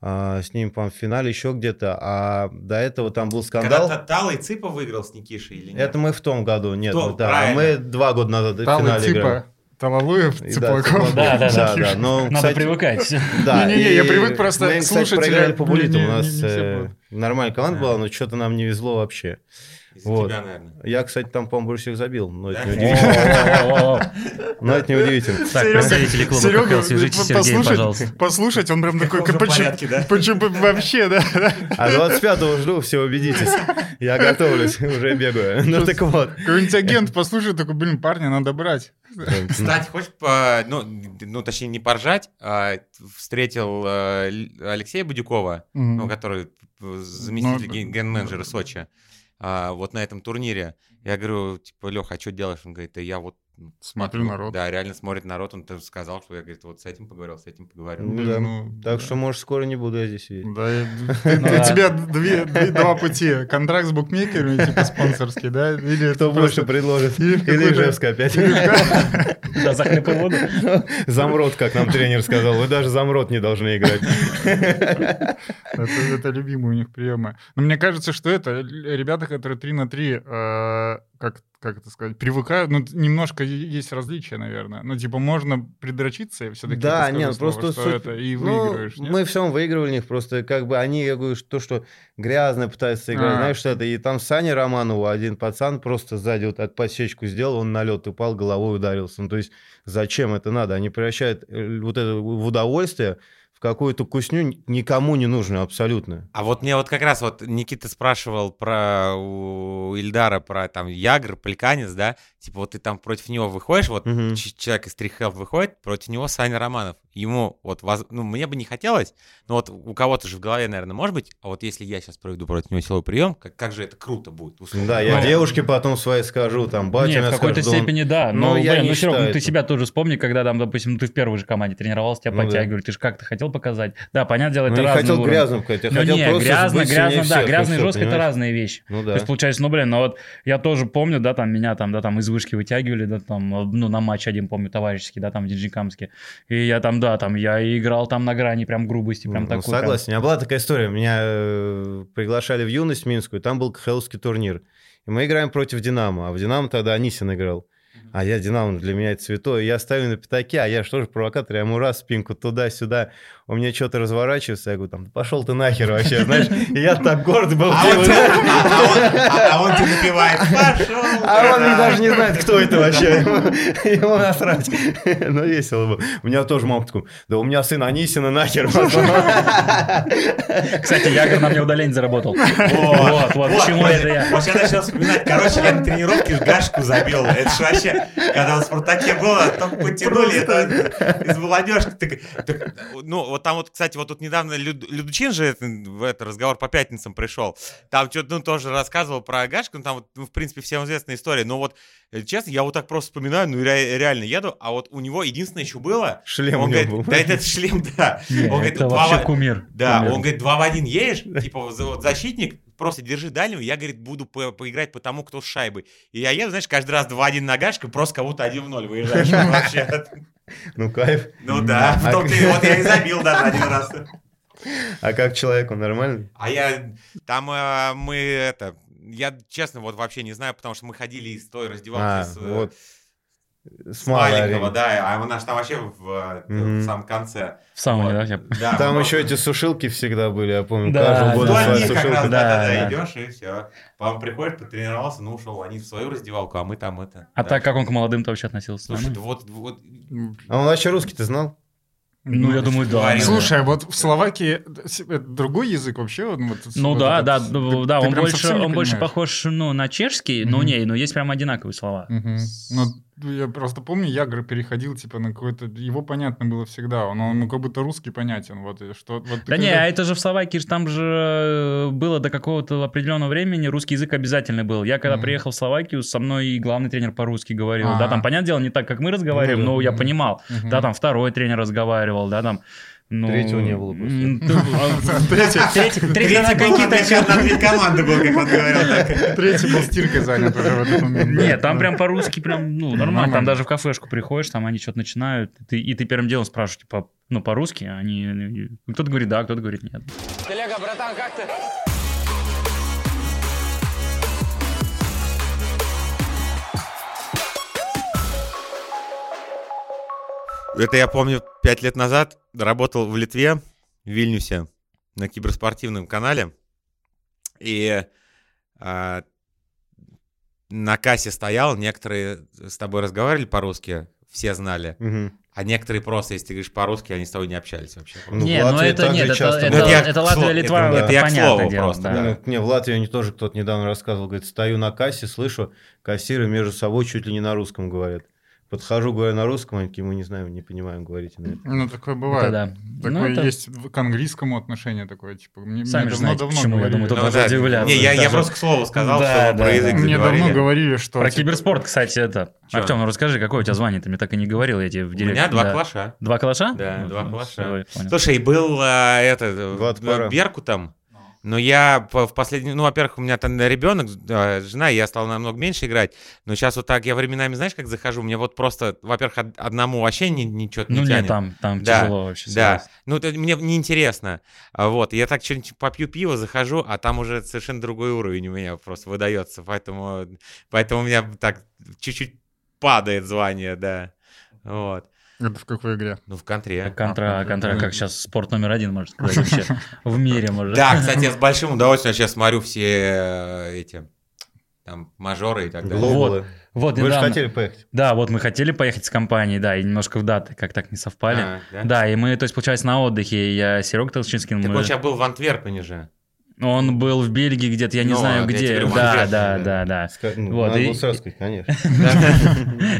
Speaker 4: а, с ним, по в финале еще где-то. А до этого там был скандал.
Speaker 1: Когда-то Талый Ципа выиграл с Никишей или нет?
Speaker 4: Это мы в том году, нет,
Speaker 1: То,
Speaker 4: да. А мы
Speaker 1: правильно.
Speaker 4: два года назад в
Speaker 3: Талый
Speaker 4: финале играли.
Speaker 3: типа. Талалуев,
Speaker 4: И да, типа,
Speaker 3: Цыплаков.
Speaker 2: Да, да,
Speaker 4: да, да. Но,
Speaker 2: Надо
Speaker 4: кстати,
Speaker 2: привыкать.
Speaker 4: Да,
Speaker 3: Не-не-не, я
Speaker 4: и
Speaker 3: привык просто
Speaker 4: мы,
Speaker 3: к
Speaker 4: кстати,
Speaker 3: слушателям.
Speaker 4: проиграли по булитам.
Speaker 3: Не-не,
Speaker 4: У нас
Speaker 3: не- не все
Speaker 4: э,
Speaker 3: было.
Speaker 4: нормальная команда
Speaker 1: Да.
Speaker 4: была, но что-то нам не везло вообще.
Speaker 1: Из-за
Speaker 4: вот.
Speaker 1: тебя, наверное.
Speaker 4: Я, кстати, там, по-моему, больше всех забил, но это
Speaker 1: Да?
Speaker 4: не удивительно.
Speaker 2: О-о-о-о.
Speaker 4: Но это не удивительно.
Speaker 2: Так,
Speaker 3: Серега,
Speaker 2: представители клуба
Speaker 3: Серега,
Speaker 2: КХЛ, свяжитесь с Сергеем,
Speaker 3: послушать-
Speaker 2: пожалуйста.
Speaker 3: Послушать, он прям такой,
Speaker 1: каком же
Speaker 3: «Почему-
Speaker 1: порядке, да?»
Speaker 3: почему вообще, да, да?
Speaker 4: А 25-го жду, все, убедитесь. Я готовлюсь, уже бегаю. Ну так вот.
Speaker 3: Какой-нибудь агент послушает, такой, блин, парня надо брать.
Speaker 1: Кстати, хочешь, по- ну, ну, точнее, не поржать, а встретил э, Л- Алексея Будюкова, ну,
Speaker 3: Мгм.
Speaker 1: который э, заместитель
Speaker 3: Ну,
Speaker 1: ген- генменеджера Сочи, а, вот на этом турнире. Я говорю, типа, Леха, а что делаешь? Он говорит, да я вот... ну,
Speaker 3: Смотрю народ.
Speaker 1: Да, реально смотрит народ. Он там сказал, что я, говорит, вот с этим поговорил, с этим поговорил.
Speaker 4: Ну да. Так что, может, скоро не буду я здесь сидеть.
Speaker 3: Да, и- ты-
Speaker 2: Ну
Speaker 3: ты-
Speaker 2: да.
Speaker 3: тебя две- две- два пути. Контракт с букмекерами, типа спонсорский, да? Или это
Speaker 4: Кто больше
Speaker 3: просто...
Speaker 4: предложит?
Speaker 3: Или
Speaker 4: Или
Speaker 3: какой-то-
Speaker 4: Ижевска опять.
Speaker 2: Да, захлеб и воду.
Speaker 4: Замрот, как нам тренер сказал. Вы даже замрот не должны играть.
Speaker 3: Это, это любимые у них приемы. Но мне кажется, что это л- ребята, которые 3 на 3, как, как это сказать, привыкают. Ну, т- немножко е- есть различия, наверное. Ну, типа, можно придрочиться и все-таки
Speaker 4: Да, нет, просто
Speaker 3: что
Speaker 4: суть-
Speaker 3: это, и
Speaker 4: Ну,
Speaker 3: выигрываешь. нет?
Speaker 4: мы все равно выигрывали у них, просто как бы они, я говорю, что- то, что грязно пытаются играть,
Speaker 3: А.
Speaker 4: знаешь, что это, и там Саня Романова, один пацан просто сзади вот так подсечку сделал, он на лед упал, головой ударился. Ну, то есть зачем это надо? Они превращают э, вот это в удовольствие в какую-то кусню н- никому не нужную абсолютно.
Speaker 1: А вот мне вот как раз вот Никита спрашивал про у Ильдара, про там Ягр, Поликанец, да? Типа вот ты там против него выходишь, вот
Speaker 4: Мгм.
Speaker 1: ч- человек из Трихелп выходит, против него Саня Романов. Ему вот, воз- ну, мне бы не хотелось, но вот у кого-то же в голове, наверное, может быть, а вот если я сейчас проведу против него силовой прием, как, как же это круто будет, условно
Speaker 4: Да, я
Speaker 1: говоря.
Speaker 4: девушке потом своей скажу, там, батя
Speaker 2: Нет,
Speaker 4: мне
Speaker 2: в какой-то
Speaker 4: скажет, да он-
Speaker 2: степени да.
Speaker 4: Ну,
Speaker 2: Но,
Speaker 4: я
Speaker 2: блин,
Speaker 4: не
Speaker 2: ну, Серег,
Speaker 4: считаю
Speaker 2: ну, ты
Speaker 4: это.
Speaker 2: себя тоже вспомни, когда там, допустим, ну, ты в первой же команде тренировался, тебя
Speaker 4: Ну да.
Speaker 2: подтягивали, ты же как-то хотел показать. Да, понятное дело,
Speaker 4: Ну,
Speaker 2: это
Speaker 4: не
Speaker 2: разный
Speaker 4: хотел
Speaker 2: уровень.
Speaker 4: грязным, сказать, я
Speaker 2: Ну,
Speaker 4: хотел
Speaker 2: не,
Speaker 4: просто
Speaker 2: грязно,
Speaker 4: быть сильнее
Speaker 2: грязно, да,
Speaker 4: всех, и
Speaker 2: грязно и
Speaker 4: всё,
Speaker 2: жестко это
Speaker 4: понимаешь?
Speaker 2: разные вещи.
Speaker 4: Ну
Speaker 2: То
Speaker 4: да.
Speaker 2: есть, получается, ну, блин, ну вот я тоже помню, да, там меня там, да, там из вышки вытягивали, да, там, э, ну, на матч один, помню, товарищеский, да, там, в Диджикамске. И я там, да, там, я и играл там на грани прям грубости, прям
Speaker 4: Ну,
Speaker 2: такой. прям.
Speaker 4: Согласен. У меня была такая история. Меня э, приглашали в юность минскую, там был кхлский турнир. И мы играем против «Динамо», а в «Динамо» тогда Анисин играл. А я Динамо, для меня это святое. Я ставлю на пятаке, а я же тоже провокатор. Я ему раз спинку туда-сюда. У меня что-то разворачивается. Я говорю, там, пошел ты нахер вообще, знаешь. И я так горд был.
Speaker 1: А
Speaker 4: типа,
Speaker 1: он, тебе-
Speaker 4: знаешь.
Speaker 1: а- а он- а он тебе напевает. Пошел.
Speaker 4: А он
Speaker 1: да».
Speaker 4: даже не знает, кто это вообще. Ему- Ему насрать. Но весело было. У меня тоже мама такая, да у меня сын Анисина нахер.
Speaker 2: Кстати, Ягор на мне удаление заработал.
Speaker 1: Вот,
Speaker 2: Вот, вот, почему
Speaker 1: вот.
Speaker 2: это я.
Speaker 1: Вот сейчас начал вспоминать. Короче, я на тренировке гашку забил. Это же вообще, когда в «Спартаке» было, только потянули это из молодежки. Так- так, ну, вот там вот, кстати, вот тут недавно Люд- Людучин же это- в этот разговор по пятницам пришел. Там что-то, ну, тоже рассказывал про гашку. Ну, там, вот, ну, в принципе, всем известная история. Но вот, э, честно, я вот так просто вспоминаю, ну, ре- реально еду. А вот у него единственное, что было...
Speaker 4: Шлем у
Speaker 1: он
Speaker 4: него был.
Speaker 1: говорит, да этот шлем, да.
Speaker 2: Не,
Speaker 1: Он говорит,
Speaker 2: Это
Speaker 1: «Два
Speaker 2: вообще
Speaker 1: ва-
Speaker 2: кумир.
Speaker 1: да,
Speaker 2: Кумир.
Speaker 1: он говорит, два в один едешь, типа вот за- вот защитник, просто держи дальнего, я, говорит, буду по- поиграть по тому, кто с шайбой. И я еду, знаешь, каждый раз два в один нагашка, просто кого-то один в ноль выезжаешь Ну, вообще.
Speaker 4: Ну, кайф.
Speaker 1: Ну да,
Speaker 4: А-
Speaker 1: потом ты- вот я и забил даже один раз.
Speaker 4: А как человек, он нормальный?
Speaker 1: А я, там э, мы это, я честно вот вообще не знаю, потому что мы ходили из той
Speaker 4: А,
Speaker 1: раздевалки с, э,
Speaker 4: вот. С
Speaker 1: с
Speaker 4: малой
Speaker 1: маленького,
Speaker 4: арены.
Speaker 1: да, а у нас там вообще в, э,
Speaker 4: Мгм.
Speaker 1: в самом конце.
Speaker 2: В самом,
Speaker 1: Вот.
Speaker 2: да, я-
Speaker 1: Да,
Speaker 4: Там
Speaker 1: ну,
Speaker 4: еще эти сушилки всегда были, я помню.
Speaker 2: Да,
Speaker 4: Каждый
Speaker 2: да.
Speaker 4: год
Speaker 1: Ну,
Speaker 2: Два
Speaker 4: своя
Speaker 1: они
Speaker 2: дня
Speaker 1: как
Speaker 4: сушилка.
Speaker 1: раз, да-да-да,
Speaker 2: Да, да.
Speaker 1: идешь и все. Потом приходишь, потренировался, ну ушел, они в свою раздевалку, а мы там это...
Speaker 2: А
Speaker 1: да.
Speaker 2: ну. так как он к молодым-то вообще относился?
Speaker 1: Слушай, да
Speaker 2: Нормально?
Speaker 1: вот, вот...
Speaker 4: А он вообще русский, ты знал?
Speaker 2: Ну, я думаю, да.
Speaker 1: говорил.
Speaker 2: наверное.
Speaker 3: Слушай, а вот в Словакии э, с- это другой язык вообще? вот- вот-
Speaker 2: Ну
Speaker 3: вот
Speaker 2: да,
Speaker 3: этот-
Speaker 2: да,
Speaker 3: ты-
Speaker 2: ну, да,
Speaker 3: ты
Speaker 2: он
Speaker 3: прям
Speaker 2: больше,
Speaker 3: совсем не
Speaker 2: он больше
Speaker 3: понимаешь.
Speaker 2: похож, ну, на чешский, но
Speaker 3: Мгм.
Speaker 2: не, но есть прям одинаковые слова.
Speaker 3: Мгм. Ну, я просто помню, Ягр переходил, типа, на какой-то... Его понятно было всегда, он, он ему как будто русский понятен, вот, и что... Вот,
Speaker 2: Да не, а это же в Словакии, ж там же э, было до какого-то определенного времени, русский язык обязательно был. Я когда
Speaker 3: Мгм.
Speaker 2: приехал в Словакию, со мной и главный тренер по-русски говорил. Да,
Speaker 3: А.
Speaker 2: там, понятное дело, не так, как мы разговариваем,
Speaker 4: Ну да,
Speaker 2: но я
Speaker 3: мгм.
Speaker 2: понимал.
Speaker 3: Мгм.
Speaker 2: Да, там второй тренер разговаривал, да, там... ну,
Speaker 4: Третьего не было просто.
Speaker 2: м, ты- а, Третий, третий, третий, на
Speaker 1: был
Speaker 2: какие-то
Speaker 1: отвечал на ответ команды был, как он говорил. так.
Speaker 3: Третий был стиркой занят уже в этот момент.
Speaker 2: Нет, там
Speaker 3: Да.
Speaker 2: прям по-русски прям, ну, нормально.
Speaker 3: Нормально.
Speaker 2: Там даже в кафешку приходишь, там они что-то начинают, и ты, и ты первым делом спрашиваешь, типа, ну, по-русски, а они... и Кто-то говорит да, кто-то говорит нет.
Speaker 5: Телега, братан, как ты?
Speaker 1: Это я помню пять лет назад работал в Литве, в Вильнюсе, на киберспортивном канале. И а, на кассе стоял, некоторые с тобой разговаривали по-русски, все знали.
Speaker 4: Мгм.
Speaker 1: А некоторые просто, если ты говоришь по-русски, они с тобой не общались вообще.
Speaker 4: Ну,
Speaker 2: не,
Speaker 4: в
Speaker 2: ну
Speaker 4: Латвии
Speaker 2: это
Speaker 4: так же
Speaker 2: нет, это,
Speaker 4: часто
Speaker 2: это,
Speaker 1: бывает.
Speaker 2: это
Speaker 1: Это я к
Speaker 2: Латвия,
Speaker 1: слову,
Speaker 2: Литва,
Speaker 1: это-
Speaker 2: это,
Speaker 1: это я к
Speaker 2: понятное
Speaker 1: слову
Speaker 2: дело.
Speaker 1: просто,
Speaker 2: да.
Speaker 1: да.
Speaker 4: Ну, Не, в Латвии они тоже кто-то недавно рассказывал, говорит, стою на кассе, слышу, кассиры между собой чуть ли не на русском говорят. Подхожу, говорю на русском, они такие, мы не знаем, не понимаем, говорите на это».
Speaker 3: Ну, такое
Speaker 2: Это
Speaker 3: бывает.
Speaker 2: да. Ну,
Speaker 3: Такое
Speaker 2: это-
Speaker 3: есть в- к английскому отношение такое, типа, мне,
Speaker 2: Сами
Speaker 3: мне
Speaker 2: же
Speaker 3: давно,
Speaker 2: знаете,
Speaker 3: давно
Speaker 2: почему, я
Speaker 3: говорили.
Speaker 2: думаю, тут даже удивляться.
Speaker 1: Ну, Не, я, я
Speaker 2: Даже-
Speaker 1: просто к слову сказал,
Speaker 2: Да,
Speaker 1: что вы
Speaker 2: да,
Speaker 1: про
Speaker 2: да.
Speaker 1: язык
Speaker 3: Мне давно
Speaker 1: заговорили.
Speaker 3: говорили, что...
Speaker 2: Про
Speaker 3: типа,
Speaker 2: киберспорт, кстати, это.
Speaker 1: Чё?
Speaker 2: Артем, ну расскажи, какой у тебя звание? Ты мне так и не говорил, я тебе в
Speaker 1: У
Speaker 2: директ.
Speaker 1: меня два
Speaker 2: да.
Speaker 1: клаша.
Speaker 2: Два калаша?
Speaker 1: Да,
Speaker 2: Ну,
Speaker 1: два
Speaker 2: ну,
Speaker 1: калаша.
Speaker 2: всё, я понял.
Speaker 1: Слушай, был а, этот
Speaker 4: Влад Пара.
Speaker 1: Берку там. Но я по- в последний, ну, во-первых, у меня там ребенок, э, жена, и я стал намного меньше играть. Но сейчас вот так я временами, знаешь, как захожу, мне вот просто, во-первых, од- одному вообще ни- ничего не
Speaker 2: Ну
Speaker 1: тянет.
Speaker 2: нет, там, там
Speaker 1: Да,
Speaker 2: тяжело вообще.
Speaker 1: Да,
Speaker 2: согласен.
Speaker 1: ну это мне неинтересно. А, Вот, я так что-нибудь попью пиво, захожу, а там уже совершенно другой уровень у меня просто выдается. Поэтому, поэтому у меня так чуть-чуть падает звание, да. Вот.
Speaker 3: Это э, в какой игре?
Speaker 1: Ну, в контре.
Speaker 2: Контра, контра, как сейчас спорт номер один, можно сказать, вообще в мире, может.
Speaker 1: Да, кстати, я с большим удовольствием сейчас смотрю все э, эти там мажоры и так далее.
Speaker 3: А,
Speaker 4: Глобалы.
Speaker 2: Вот
Speaker 4: Вы же
Speaker 2: недавно-
Speaker 4: хотели поехать.
Speaker 2: Да, вот мы хотели поехать с компанией, да, и немножко в даты как так не совпали.
Speaker 1: А, да?
Speaker 2: Да, и мы, то есть, получается, на отдыхе, я с Серега Толчинским,
Speaker 1: Так
Speaker 2: мы-
Speaker 1: он сейчас был в Антверпене же.
Speaker 2: он был в Бельгии где-то, я не
Speaker 1: Ну,
Speaker 2: знаю
Speaker 1: вот я
Speaker 2: где.
Speaker 1: тебе говорю, в
Speaker 2: да,
Speaker 1: Антверпене,
Speaker 2: да,
Speaker 1: да.
Speaker 2: да, да.
Speaker 4: Ска- ну,
Speaker 2: Вот,
Speaker 4: надо
Speaker 2: и-
Speaker 4: было сразу сказать, конечно.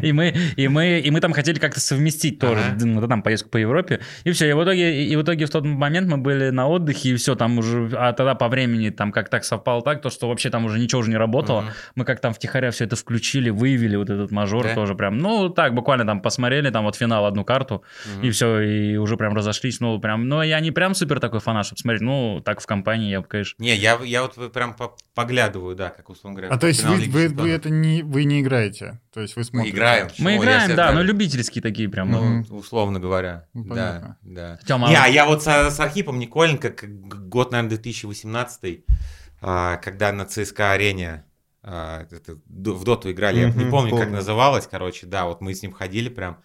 Speaker 2: И мы, и мы, и мы там хотели как-то совместить тоже,
Speaker 1: Ага.
Speaker 2: ну, да, там поездку по Европе. И все, и в итоге, и в итоге в тот момент мы были на отдыхе, и все, там уже, а тогда по времени там как так совпало так, то, что вообще там уже ничего уже не работало.
Speaker 1: Мгм.
Speaker 2: Мы как там втихаря все это включили, выявили вот этот мажор
Speaker 1: Да.
Speaker 2: тоже прям, ну, так, буквально там посмотрели, там вот финал одну карту,
Speaker 1: Мгм.
Speaker 2: и все, и уже прям разошлись, ну, прям, ну, я не прям супер такой фанат, чтобы смотреть, ну, так в компании я бы, конечно,
Speaker 1: Не, я, я вот прям по- поглядываю, да, как условно говоря.
Speaker 3: А то есть
Speaker 1: финал
Speaker 3: вы,
Speaker 1: Лиги
Speaker 3: вы,
Speaker 1: Чемпионов.
Speaker 3: вы это не, вы не играете? То есть вы смотрите?
Speaker 1: Ну, играем. Почему?
Speaker 2: мы
Speaker 1: Я
Speaker 2: играем,
Speaker 1: всегда
Speaker 2: да,
Speaker 1: играю.
Speaker 2: но любительские такие прям.
Speaker 3: Ну,
Speaker 1: Ну,
Speaker 3: Мгм.
Speaker 1: условно говоря.
Speaker 3: Ну,
Speaker 1: Да,
Speaker 3: понятно.
Speaker 1: да.
Speaker 2: Тёма,
Speaker 1: Не,
Speaker 2: а
Speaker 1: а я вот с, с Архипом Николенко, как г- год, наверное, 2018, а, когда на ЦСКА-арене а, это, д- в доту играли, я
Speaker 4: Мгм,
Speaker 1: не помню, как
Speaker 4: помню.
Speaker 1: называлось, короче, да, вот мы с ним ходили прям,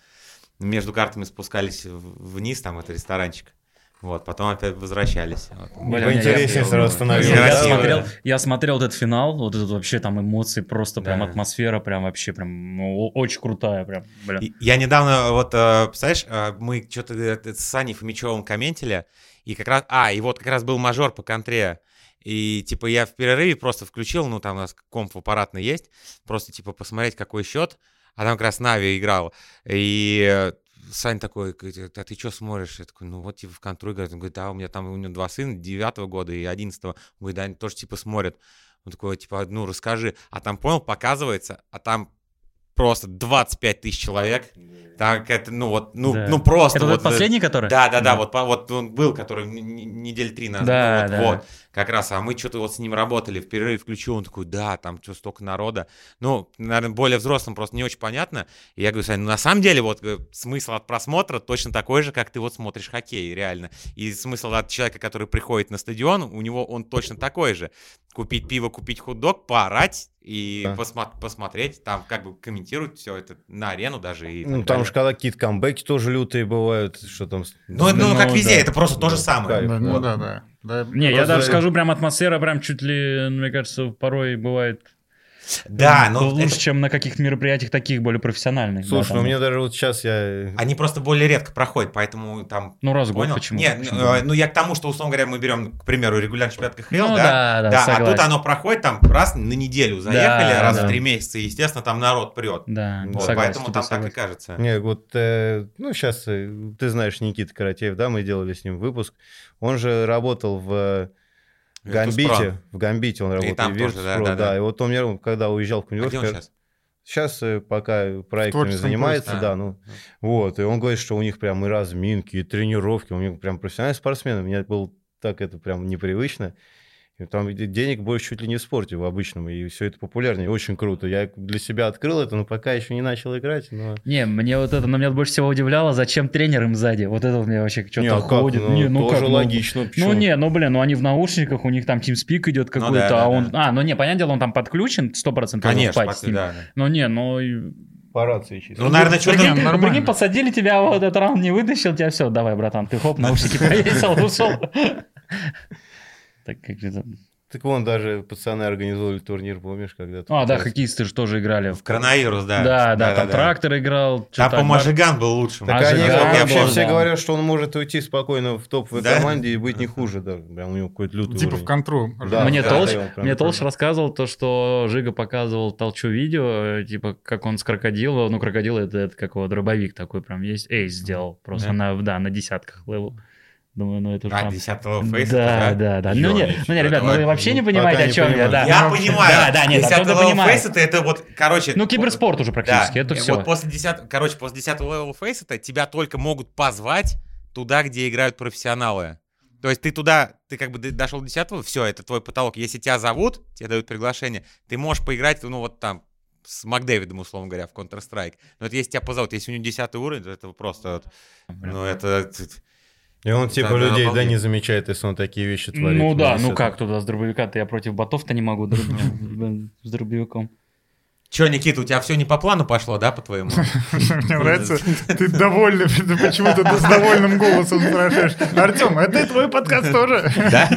Speaker 1: между картами спускались в- вниз, там это ресторанчик, вот, потом опять возвращались. вот.
Speaker 2: Бля,
Speaker 4: Поинтереснее
Speaker 1: я-
Speaker 4: сразу становилось.
Speaker 1: я
Speaker 2: Я
Speaker 1: Красиво.
Speaker 2: смотрел, я смотрел этот финал, вот этот вообще там эмоции, просто прям
Speaker 1: Да.
Speaker 2: атмосфера, прям вообще прям ну, о- очень крутая, прям. бля.
Speaker 1: И- Я недавно, вот, э, представляешь, э, мы что-то э, с Саней Фомичевым комментили, и как раз, а, и вот как раз был мажор по контре, и, типа, я в перерыве просто включил, ну, там у нас комп аппаратный есть, просто, типа, посмотреть, какой счет, а там как раз Нави играл, и э, Сань такой, говорит, а ты что смотришь? Я такой, ну вот типа в контру играет. Он говорит, да, у меня там у него два сына, девятого года и одиннадцатого. Он говорит, да, они тоже типа смотрят. Он такой, типа, ну расскажи. А там, понял, показывается, а там просто 25 тысяч человек. Так это, ну вот, ну,
Speaker 2: Да.
Speaker 1: ну просто.
Speaker 2: Это вот этот
Speaker 1: вот, э,
Speaker 2: последний, который?
Speaker 1: Да, да, да, вот, по- вот он был, который н- н- недель три назад.
Speaker 2: Да,
Speaker 1: вот,
Speaker 2: да.
Speaker 1: вот, как раз. А мы что-то вот с ним работали, в перерыв включил, он такой, да, там что, столько народа. Ну, наверное, более взрослым просто не очень понятно. И я говорю, Сань, ну на самом деле вот э, смысл от просмотра точно такой же, как ты вот смотришь хоккей, реально. И смысл от человека, который приходит на стадион, у него он точно такой же. Купить пиво, купить хот-дог, поорать и
Speaker 4: Да.
Speaker 1: посма- посмотреть, там как бы комментировать все это на арену даже. И
Speaker 4: Ну,
Speaker 1: так
Speaker 4: там
Speaker 1: далее.
Speaker 4: же когда какие-то камбэки тоже лютые бывают, что там... с-
Speaker 1: Ну, это, ну,
Speaker 2: Ну,
Speaker 1: как везде,
Speaker 2: да.
Speaker 1: это просто то же
Speaker 4: Да,
Speaker 1: самое.
Speaker 4: кайф.
Speaker 3: Да, ну
Speaker 4: Вот.
Speaker 3: да, да. Да,
Speaker 2: Не, я
Speaker 4: Просто-
Speaker 2: даже
Speaker 1: э,
Speaker 2: скажу, прям атмосфера прям чуть ли, ну, мне кажется, порой бывает
Speaker 1: Да,
Speaker 2: м,
Speaker 1: но
Speaker 2: лучше,
Speaker 1: это-
Speaker 2: чем на каких-то мероприятиях таких более профессиональных. да,
Speaker 4: Слушай,
Speaker 2: там,
Speaker 4: ну мне даже вот сейчас я...
Speaker 1: они просто более редко проходят, поэтому там...
Speaker 2: ну раз в год
Speaker 1: Понял?
Speaker 2: почему?
Speaker 1: Нет,
Speaker 2: почему?
Speaker 1: ну, э, ну я к тому, что, условно говоря, мы берем, к примеру, регулярный чемпионат КХЛ,
Speaker 2: Ну
Speaker 1: да?
Speaker 2: да, да,
Speaker 1: а тут
Speaker 2: согласен.
Speaker 1: оно проходит там раз на неделю заехали,
Speaker 2: Да,
Speaker 1: раз
Speaker 2: да.
Speaker 1: в три месяца, и, естественно, там народ прет.
Speaker 2: Да,
Speaker 1: Вот,
Speaker 2: согласен,
Speaker 1: поэтому
Speaker 2: тут
Speaker 1: там
Speaker 2: я
Speaker 1: так и
Speaker 2: согласен.
Speaker 1: кажется.
Speaker 4: Не, вот, э, ну, сейчас, ты знаешь, Никита Каратеев, да, мы делали с ним выпуск. Он же работал в э,
Speaker 1: Virtus.pro.
Speaker 4: Гамбите. В Гамбите он работал.
Speaker 1: там
Speaker 4: в
Speaker 1: тоже, да,
Speaker 4: Virtus.pro,
Speaker 1: да, да.
Speaker 4: И вот он, мне, когда уезжал в
Speaker 1: А где он
Speaker 4: Нью-Йорк,
Speaker 1: сейчас?
Speaker 4: сейчас э, пока проектами
Speaker 3: творческом
Speaker 4: занимается,
Speaker 1: поиске.
Speaker 4: да,
Speaker 1: А.
Speaker 4: ну, вот. И он говорит, что у них прям и разминки, и тренировки, у них прям профессиональные спортсмены. У меня было так это прям непривычно. И там и денег больше чуть ли не в спорте, в обычном, и все это популярнее, очень круто. Я для себя открыл это, но пока еще не начал играть, но...
Speaker 2: Не, мне вот это, но меня больше всего удивляло, зачем тренер им сзади. Вот это вот мне вообще
Speaker 4: Не,
Speaker 2: что-то
Speaker 4: а как?
Speaker 2: ходит.
Speaker 4: Ну,
Speaker 2: Не, ну
Speaker 4: тоже
Speaker 2: как, ну,
Speaker 4: логично. почему?
Speaker 2: Ну не, ну блин, ну они в наушниках, у них там TeamSpeak идет
Speaker 1: Ну да,
Speaker 2: какой-то,
Speaker 1: да,
Speaker 2: а он... А, ну не, понятное дело, он там подключен, 100%
Speaker 1: Конечно,
Speaker 2: он в пати с ним.
Speaker 1: да, да.
Speaker 2: Ну не, ну... и-
Speaker 4: По рации чисто.
Speaker 1: Ну, наверное,
Speaker 2: Прикинь,
Speaker 1: что-то...
Speaker 3: Нормально.
Speaker 2: прикинь, посадили тебя, вот этот раунд не вытащил, тебя все, давай, братан, ты хоп, наушники повесил, ушел. Так как это...
Speaker 4: Так вон даже пацаны организовали турнир, помнишь, когда-то.
Speaker 2: А, да, хоккеисты же тоже играли.
Speaker 1: В коронавирус, да.
Speaker 2: Да, да, там
Speaker 1: да.
Speaker 2: трактор играл.
Speaker 1: Там,
Speaker 2: что-то
Speaker 1: по-моему,
Speaker 2: Акбар-
Speaker 1: Ажиган был лучшим.
Speaker 4: Так
Speaker 2: А,
Speaker 4: они
Speaker 2: Жиган
Speaker 4: говорят,
Speaker 2: был,
Speaker 4: вообще все
Speaker 2: да.
Speaker 4: говорят, что он может уйти спокойно в топовой
Speaker 1: Да?
Speaker 4: команде и быть не хуже даже. Прям у него какой-то лютый
Speaker 3: Типа в
Speaker 4: уровень.
Speaker 3: контру.
Speaker 4: Да,
Speaker 2: мне
Speaker 1: да,
Speaker 2: Толш,
Speaker 4: да, я прям
Speaker 2: мне
Speaker 4: помню.
Speaker 2: Толш рассказывал то, что Жига показывал Толчу видео, э, типа, как он с крокодила, ну, крокодил это, это как его дробовик такой прям есть, эйс сделал, просто
Speaker 1: Да.
Speaker 2: на, да, на десятках левел. Думаю, ну это же
Speaker 1: А,
Speaker 2: прям-
Speaker 1: 10-го фейса.
Speaker 2: Да, да, да. Ну,
Speaker 1: Ё,
Speaker 2: нет, ну,
Speaker 1: ничего,
Speaker 2: нет, ребят,
Speaker 1: давай.
Speaker 2: вы вообще не
Speaker 4: Ну, пока
Speaker 2: понимаете, о
Speaker 4: не
Speaker 2: чем я,
Speaker 4: понимаю.
Speaker 2: да.
Speaker 1: Я
Speaker 2: Ну,
Speaker 1: понимаю.
Speaker 2: Да, да, нет,
Speaker 1: 10
Speaker 2: абсолютно
Speaker 1: левел
Speaker 2: понимаю.
Speaker 1: фейса это вот, короче...
Speaker 2: Ну, киберспорт уже практически, это
Speaker 1: и
Speaker 2: все.
Speaker 1: э, Вот после 10, короче, после 10 левел фейса-то тебя только могут позвать туда, где играют профессионалы. То есть ты туда, ты как бы д- дошел до 10 все, это твой потолок. Если тебя зовут, тебе дают приглашение, ты можешь поиграть, ну, вот там, с Макдэвидом, условно говоря, в Counter-Strike. Но это если тебя позовут, если у него 10 уровень, то это просто... вот, ну, это... т- т-
Speaker 4: И он типа
Speaker 1: Да, да,
Speaker 4: людей, да,
Speaker 1: обалдеть.
Speaker 4: не замечает, если он такие вещи творит.
Speaker 2: Ну да,
Speaker 4: Молодец,
Speaker 2: ну
Speaker 4: это.
Speaker 2: как туда с дробовика-то я против ботов-то не могу друг- с дробовиком.
Speaker 1: Че, Никита, у тебя все не по плану пошло, да, по-твоему?
Speaker 3: Мне нравится, ты довольный, ты почему-то с довольным голосом спрашиваешь. Артем, это и твой подкаст тоже?
Speaker 1: Да?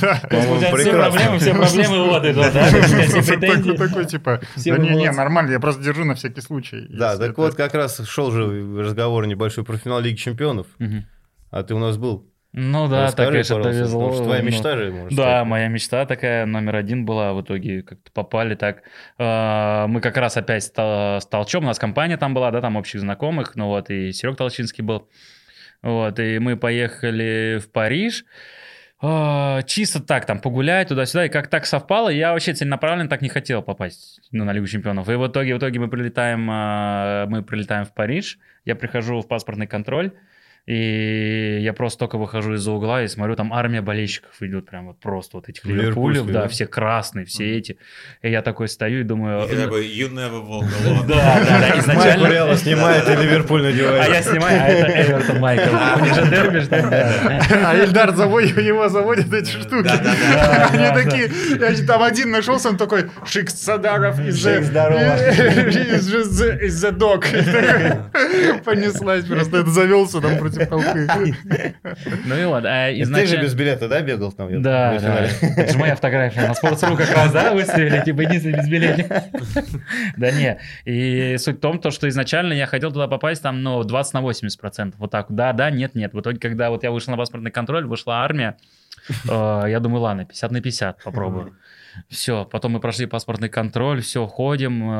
Speaker 3: Да.
Speaker 4: По-моему,
Speaker 2: Все
Speaker 4: Ну, прекрасно.
Speaker 2: проблемы, все проблемы, вот это, вот, да? Все
Speaker 3: Такой,
Speaker 2: претензии.
Speaker 3: такой, типа,
Speaker 2: Все
Speaker 3: да не, не,
Speaker 2: молодцы.
Speaker 3: нормально, я просто держу на всякий случай.
Speaker 4: Да,
Speaker 3: Если
Speaker 4: так
Speaker 3: это-
Speaker 4: вот как раз шел же разговор небольшой про финал Лиги Чемпионов,
Speaker 2: Мгм.
Speaker 4: а ты у нас был.
Speaker 2: Ну да, так,
Speaker 4: Расскажи,
Speaker 2: конечно,
Speaker 4: пожалуйста,
Speaker 2: повезло.
Speaker 4: Потому что твоя
Speaker 2: ну.
Speaker 4: мечта же, может
Speaker 2: Да,
Speaker 4: стать.
Speaker 2: моя мечта такая номер один была, в итоге как-то попали так. Э, Мы как раз опять с Тол- с Толчом, у нас компания там была, да, там общих знакомых, ну вот, и Серег Толчинский был. Вот, и мы поехали в Париж, Э, чисто так, там, погулять туда-сюда, и как так совпало, я вообще целенаправленно так не хотел попасть ну, на Лигу Чемпионов. И в итоге, а, в итоге мы прилетаем, э, мы прилетаем в Париж, я прихожу в паспортный контроль, И я просто только выхожу из-за угла и смотрю, там армия болельщиков идет прям вот просто вот этих
Speaker 4: Ливерпульские,
Speaker 2: Ливерпулев, да,
Speaker 4: да?
Speaker 2: все красные, все эти. И я такой стою и думаю...
Speaker 1: И ты
Speaker 2: э,
Speaker 1: такой, you never walk
Speaker 2: Да,
Speaker 1: alone.
Speaker 2: да, да,
Speaker 4: Майку
Speaker 2: изначально...
Speaker 4: Реала снимает и Ливерпуль
Speaker 2: А я
Speaker 4: надевает.
Speaker 2: снимаю, а это Эвертон Майкл. У них же дерби, что ли? Да.
Speaker 3: А Эльдар заводит, его заводят эти штуки.
Speaker 1: Да-да-да.
Speaker 3: Они
Speaker 2: Да, да.
Speaker 3: такие, я- там один нашелся, он такой, Шик Садаров из The-
Speaker 4: Шик здорово».
Speaker 3: из the- из The Dog. И такой, Понеслась просто, это завелся там против толпы.
Speaker 2: Ну и ладно. а
Speaker 4: И Ты же
Speaker 2: изначально-
Speaker 4: без билета, да, бегал там? я
Speaker 2: Да, да.
Speaker 4: в финале?
Speaker 2: Это же моя фотография. На спортсру как раз, да, выставили, типа, единственный без билета. Да не. И суть в том, то, что изначально я хотел туда попасть там, ну, 20 на 80 процентов. Вот так, да, да, нет, нет. В итоге, когда вот я вышел на паспортный контроль, вышла армия, э, я думаю, ладно, 50 на 50 попробую. Все, потом мы прошли паспортный контроль, все, ходим.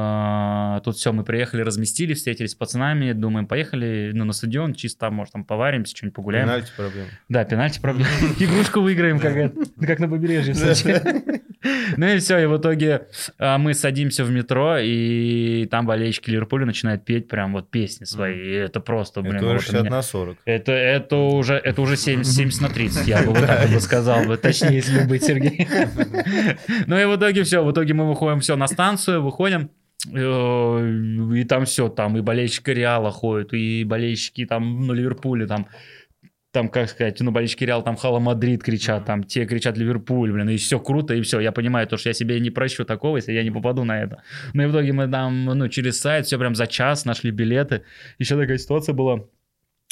Speaker 2: э, Тут все, мы приехали, разместились, встретились с пацанами, думаем, поехали ну, на стадион, чисто там, может, там поваримся, что-нибудь погуляем.
Speaker 4: Пенальти проблема.
Speaker 2: Да, пенальти проблема. Игрушку выиграем, как, это, как на побережье в Сочи. Ну и все, и в итоге а, мы садимся в метро, и там болельщики Ливерпуля начинают петь прям вот песни свои. И это просто, блин,
Speaker 4: Это
Speaker 2: вот у
Speaker 4: уже
Speaker 2: меня-
Speaker 4: 60 на 40.
Speaker 2: это, это уже, это уже 70, 70 на 30, я бы вот так бы сказал, бы, точнее, если бы быть, Сергей. Ну и в итоге все, в итоге мы выходим все на станцию, выходим, э, и там все, там и болельщики Реала ходят, и болельщики там, ну, Ливерпуля там, там, как сказать, ну, болельщики Реала там Хала Мадрид кричат, там, те кричат Ливерпуль, блин, и все круто, и все. Я понимаю то, что я себе не прощу такого, если я не попаду на это. Ну и в итоге мы там, ну, через сайт, все прям за час нашли билеты. Еще такая ситуация была.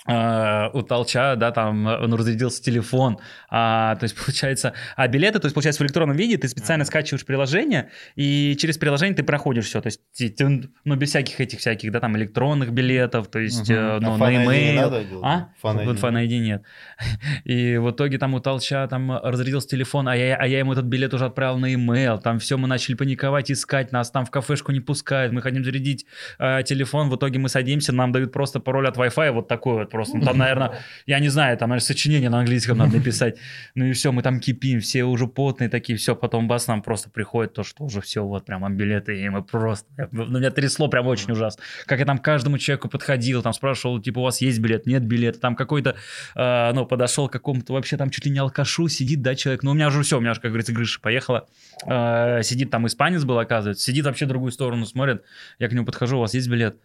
Speaker 2: а, у Толча, да, там э, ну, разрядился телефон, А, то есть получается, а билеты, то есть получается в электронном виде ты специально скачиваешь приложение, и через приложение ты проходишь все, то есть, ти- ти- ну, без всяких этих всяких, да, там, электронных билетов, то есть,
Speaker 3: Мгм.
Speaker 2: э,
Speaker 4: А
Speaker 2: ну,
Speaker 4: Fan
Speaker 2: на
Speaker 4: ID не
Speaker 2: email,
Speaker 4: надо делать?
Speaker 2: а?
Speaker 4: Fan ID.
Speaker 2: Вот Fan ID нет. И в итоге там у Толча там разрядился телефон, а я, а я ему этот билет уже отправил на e-mail. Там все, мы начали паниковать, искать, нас там в кафешку не пускают, мы хотим зарядить э, телефон, в итоге мы садимся, нам дают просто пароль от Wi-Fi, вот такой вот просто. Ну, Там, наверное, я не знаю, там, наверное, сочинение на английском надо написать. Ну и все, мы там кипим, все уже потные такие, все, потом бас нам просто приходит то, что уже все, вот прям вам билеты, и мы просто, ну, меня трясло прям очень ужасно. Как я там к каждому человеку подходил, там спрашивал, типа, у вас есть билет, нет билета, там какой-то, э, ну, подошел к какому-то вообще там чуть ли не алкашу, сидит, да, человек, ну, у меня уже все, у меня уже, как говорится, крыша поехала, Э, сидит там испанец был, оказывается, сидит вообще в другую сторону, смотрит, я к нему подхожу, у вас есть билет?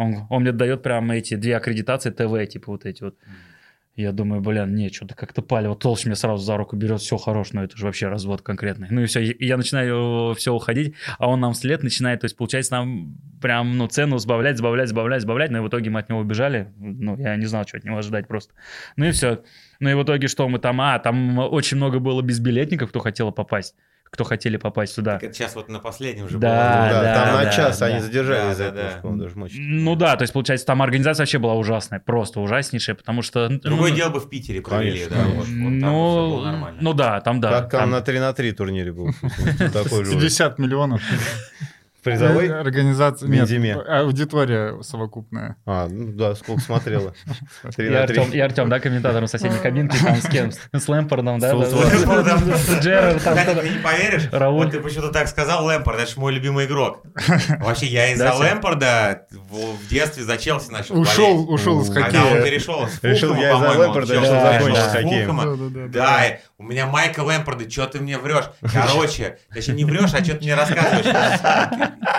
Speaker 2: Он, он мне дает прям эти две аккредитации ТВ, типа вот эти вот. Я думаю, блин, не, что-то как-то палево. Толщ меня сразу за руку берет, все хорош, но это же вообще развод конкретный. Ну и все, я начинаю все уходить, а он нам вслед начинает, то есть получается нам прям, ну, цену сбавлять, сбавлять, сбавлять, сбавлять, но и в итоге мы от него убежали, ну, я не знал, что от него ожидать просто. Ну и все. Ну и в итоге что мы там, а, там очень много было безбилетников, кто хотел попасть, кто хотели попасть сюда.
Speaker 1: Сейчас вот на последнем же
Speaker 2: Да,
Speaker 1: было.
Speaker 4: Ну Да, там
Speaker 2: да,
Speaker 4: на час
Speaker 2: да.
Speaker 4: они задержались за
Speaker 1: А, Да, да,
Speaker 4: это,
Speaker 1: да.
Speaker 4: по-моему, даже матч.
Speaker 2: Ну да, то есть, получается, там организация вообще была ужасная, просто ужаснейшая, потому что... ну,
Speaker 1: Другое дело бы в Питере провели,
Speaker 4: Конечно,
Speaker 1: да,
Speaker 4: конечно.
Speaker 1: вот, вот там всё было
Speaker 2: Ну,
Speaker 1: нормально.
Speaker 2: ну да, там да.
Speaker 4: Как там
Speaker 2: там-
Speaker 4: на 3 на 3 турнире был. Такой же вот
Speaker 3: 50 миллионов.
Speaker 4: призовой.
Speaker 3: Организация, нет,
Speaker 4: Минзиме.
Speaker 3: аудитория совокупная.
Speaker 4: А, ну да, сколько смотрела. 3
Speaker 2: И
Speaker 4: на
Speaker 2: Артем,
Speaker 4: 3.
Speaker 2: и Артем, да, комментатором соседней кабинки, там с кем? С Лэмпордом, да?
Speaker 4: С
Speaker 2: да,
Speaker 4: Лэмпордом.
Speaker 2: да, да, да, с Джерардом, там
Speaker 1: Кстати,
Speaker 2: кто-то.
Speaker 1: ты не поверишь,
Speaker 2: Рауль.
Speaker 1: вот ты почему-то так сказал, Лэмпорд, это же мой любимый игрок. Вообще, я из-за
Speaker 2: Да, Сер?
Speaker 1: Лэмпорда в в детстве за Челси начал
Speaker 3: Ушел,
Speaker 1: болеть.
Speaker 3: ушел из
Speaker 1: Когда он
Speaker 3: хоккея.
Speaker 1: перешел с
Speaker 4: Решил,
Speaker 1: Фулхэма,
Speaker 4: я из-за
Speaker 1: по-моему, он
Speaker 4: Лэмпорда
Speaker 1: Челси
Speaker 2: решил
Speaker 1: перешел
Speaker 2: закончить
Speaker 1: с
Speaker 4: хоккеем.
Speaker 1: Фулхэма.
Speaker 3: Да-да-да.
Speaker 1: Да, и у меня Майка Лэмпорда, что ты мне врешь? Короче, точнее не врешь, а что ты мне рассказываешь?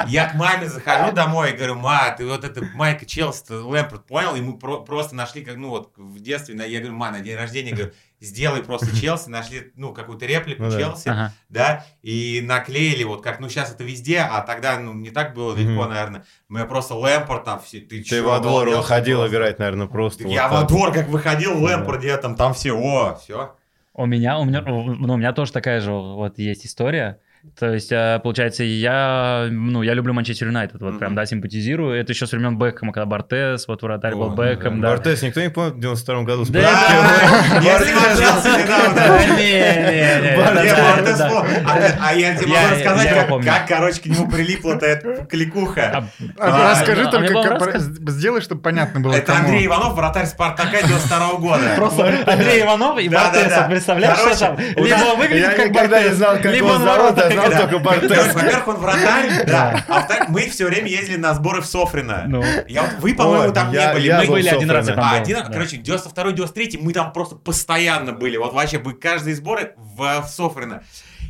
Speaker 1: Я к маме захожу домой и говорю, ма, ты вот это Майка Челси, ты Лэмпорд, понял? И мы про- просто нашли, как, ну вот в детстве, на- я говорю, ма, на день рождения, говорю, сделай просто Челси, нашли, ну, какую-то реплику
Speaker 4: Ну да.
Speaker 1: Челси,
Speaker 2: Ага.
Speaker 1: да, и наклеили вот как, ну, сейчас это везде, а тогда, ну, не так было легко,
Speaker 4: Мгм.
Speaker 1: наверное. Мы просто Лэмпорд там, все, ты
Speaker 4: Ты
Speaker 1: чё,
Speaker 4: во двор
Speaker 1: обалдел?»
Speaker 4: выходил
Speaker 1: Просто.
Speaker 4: играть, наверное, просто.
Speaker 1: Я
Speaker 4: вот
Speaker 1: во
Speaker 4: так.
Speaker 1: двор как выходил, Лэмпорд, я там, там все, о, все.
Speaker 2: У меня, у меня, ну, у меня тоже такая же вот есть история. То есть, э, получается, я, ну, я люблю Манчестер Юнайтед, вот прям,
Speaker 1: Мгм.
Speaker 2: да, симпатизирую. Это еще с времен Бекхэма, когда Бартес, вот вратарь был
Speaker 1: О,
Speaker 2: Бекхэм, да.
Speaker 4: Бартес никто не помнит в 92 году. с
Speaker 2: Да,
Speaker 1: Да,
Speaker 4: Бартесом.
Speaker 1: Я смотрелся недавно.
Speaker 2: Не-не-не,
Speaker 1: Я
Speaker 2: да, да,
Speaker 1: Бартес
Speaker 2: да.
Speaker 1: был. А, а я тебе
Speaker 2: Я-
Speaker 1: могу рассказать,
Speaker 2: я
Speaker 1: как,
Speaker 2: помню.
Speaker 1: как, короче, к нему прилипла-то эта кликуха.
Speaker 2: А,
Speaker 3: А,
Speaker 1: А,
Speaker 3: Расскажи
Speaker 2: ну, а
Speaker 3: только,
Speaker 2: мне было
Speaker 3: как-
Speaker 2: рассказано?
Speaker 3: про- сделай, чтобы понятно было.
Speaker 1: Это
Speaker 3: кому.
Speaker 1: Андрей Иванов, вратарь Спартака 92 года.
Speaker 2: А Просто Андрей Иванов и
Speaker 1: Да, да,
Speaker 2: Бартеса,
Speaker 1: да.
Speaker 2: представляешь, что
Speaker 1: Короче,
Speaker 2: там?
Speaker 1: у
Speaker 2: Либо
Speaker 1: нас-
Speaker 2: он выглядит
Speaker 4: Я
Speaker 2: как
Speaker 4: никогда не
Speaker 2: Бартес,
Speaker 4: знал, как
Speaker 2: либо
Speaker 4: он
Speaker 2: он
Speaker 4: ворота Я знал
Speaker 1: Да.
Speaker 4: только
Speaker 1: Борис
Speaker 4: Бартес.
Speaker 1: Макаров, он вратарь, да. А так мы все время ездили на сборы в Софрино.
Speaker 2: Ну,
Speaker 1: Я вот- Вы, по-моему,
Speaker 4: Вот,
Speaker 1: там
Speaker 4: я-
Speaker 1: не были.
Speaker 4: я
Speaker 1: Мы
Speaker 4: был
Speaker 1: были
Speaker 4: в
Speaker 2: один раз, я
Speaker 4: Софрино.
Speaker 2: там
Speaker 1: а,
Speaker 2: был,
Speaker 1: один,
Speaker 2: да.
Speaker 1: короче, 92 93 мы там просто постоянно были. Вот вообще, мы каждые сборы в, в Софрино.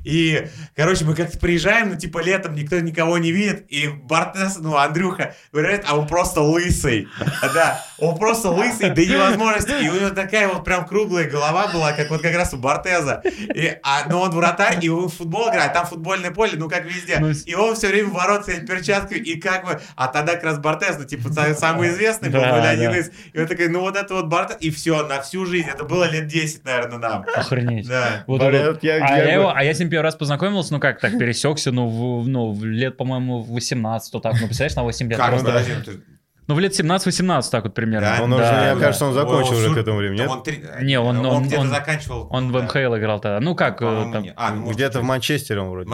Speaker 1: И, короче, мы как-то приезжаем, ну, типа, летом никто никого не видит, и Бартес, ну, Андрюха, говорит, а он просто лысый. Да, он просто лысый до невозможности. И у него такая вот прям круглая голова была, как вот как раз у Бартеза. И, а, но он вратарь, и он в футбол играет, там футбольное поле, ну, как везде.
Speaker 2: Ну,
Speaker 1: И он все время в ворот стоит перчаткой, и как бы... А тогда как раз Бартез, ну, типа, са- самый известный был,
Speaker 2: Да,
Speaker 1: был один
Speaker 2: да.
Speaker 1: из. И он такой, ну, вот это вот Бартез, и все, на всю жизнь. Это было лет 10, наверное, нам.
Speaker 2: охренеть.
Speaker 1: Да.
Speaker 2: Вот
Speaker 4: Блин,
Speaker 2: это-
Speaker 4: вот я-
Speaker 2: а,
Speaker 4: я
Speaker 2: я
Speaker 4: бы-
Speaker 2: его- а я с ним первый раз познакомился, ну как так, пересекся, ну, в, ну, в лет, по-моему, в 18, то так, ну, представляешь, на 8 лет.
Speaker 1: Как,
Speaker 2: просто.
Speaker 1: ну, подожди, ну, ты же-
Speaker 2: Ну, в лет 17-18 так вот примерно.
Speaker 1: Да? ну,
Speaker 4: Он уже,
Speaker 2: Э, Да,
Speaker 4: мне
Speaker 2: да.
Speaker 4: кажется, он закончил
Speaker 1: О,
Speaker 4: уже
Speaker 1: Сур-
Speaker 4: к этому времени,
Speaker 1: там
Speaker 4: нет?
Speaker 1: он три- э,
Speaker 2: Не, он-
Speaker 1: Он
Speaker 2: он-
Speaker 1: где-то
Speaker 2: он-
Speaker 1: заканчивал.
Speaker 2: Он в
Speaker 1: да,
Speaker 2: МХЛ играл тогда. Ну как,
Speaker 1: по-моему,
Speaker 2: э, там,
Speaker 1: не. А, ну, может,
Speaker 4: Где-то в Манчестере он вроде.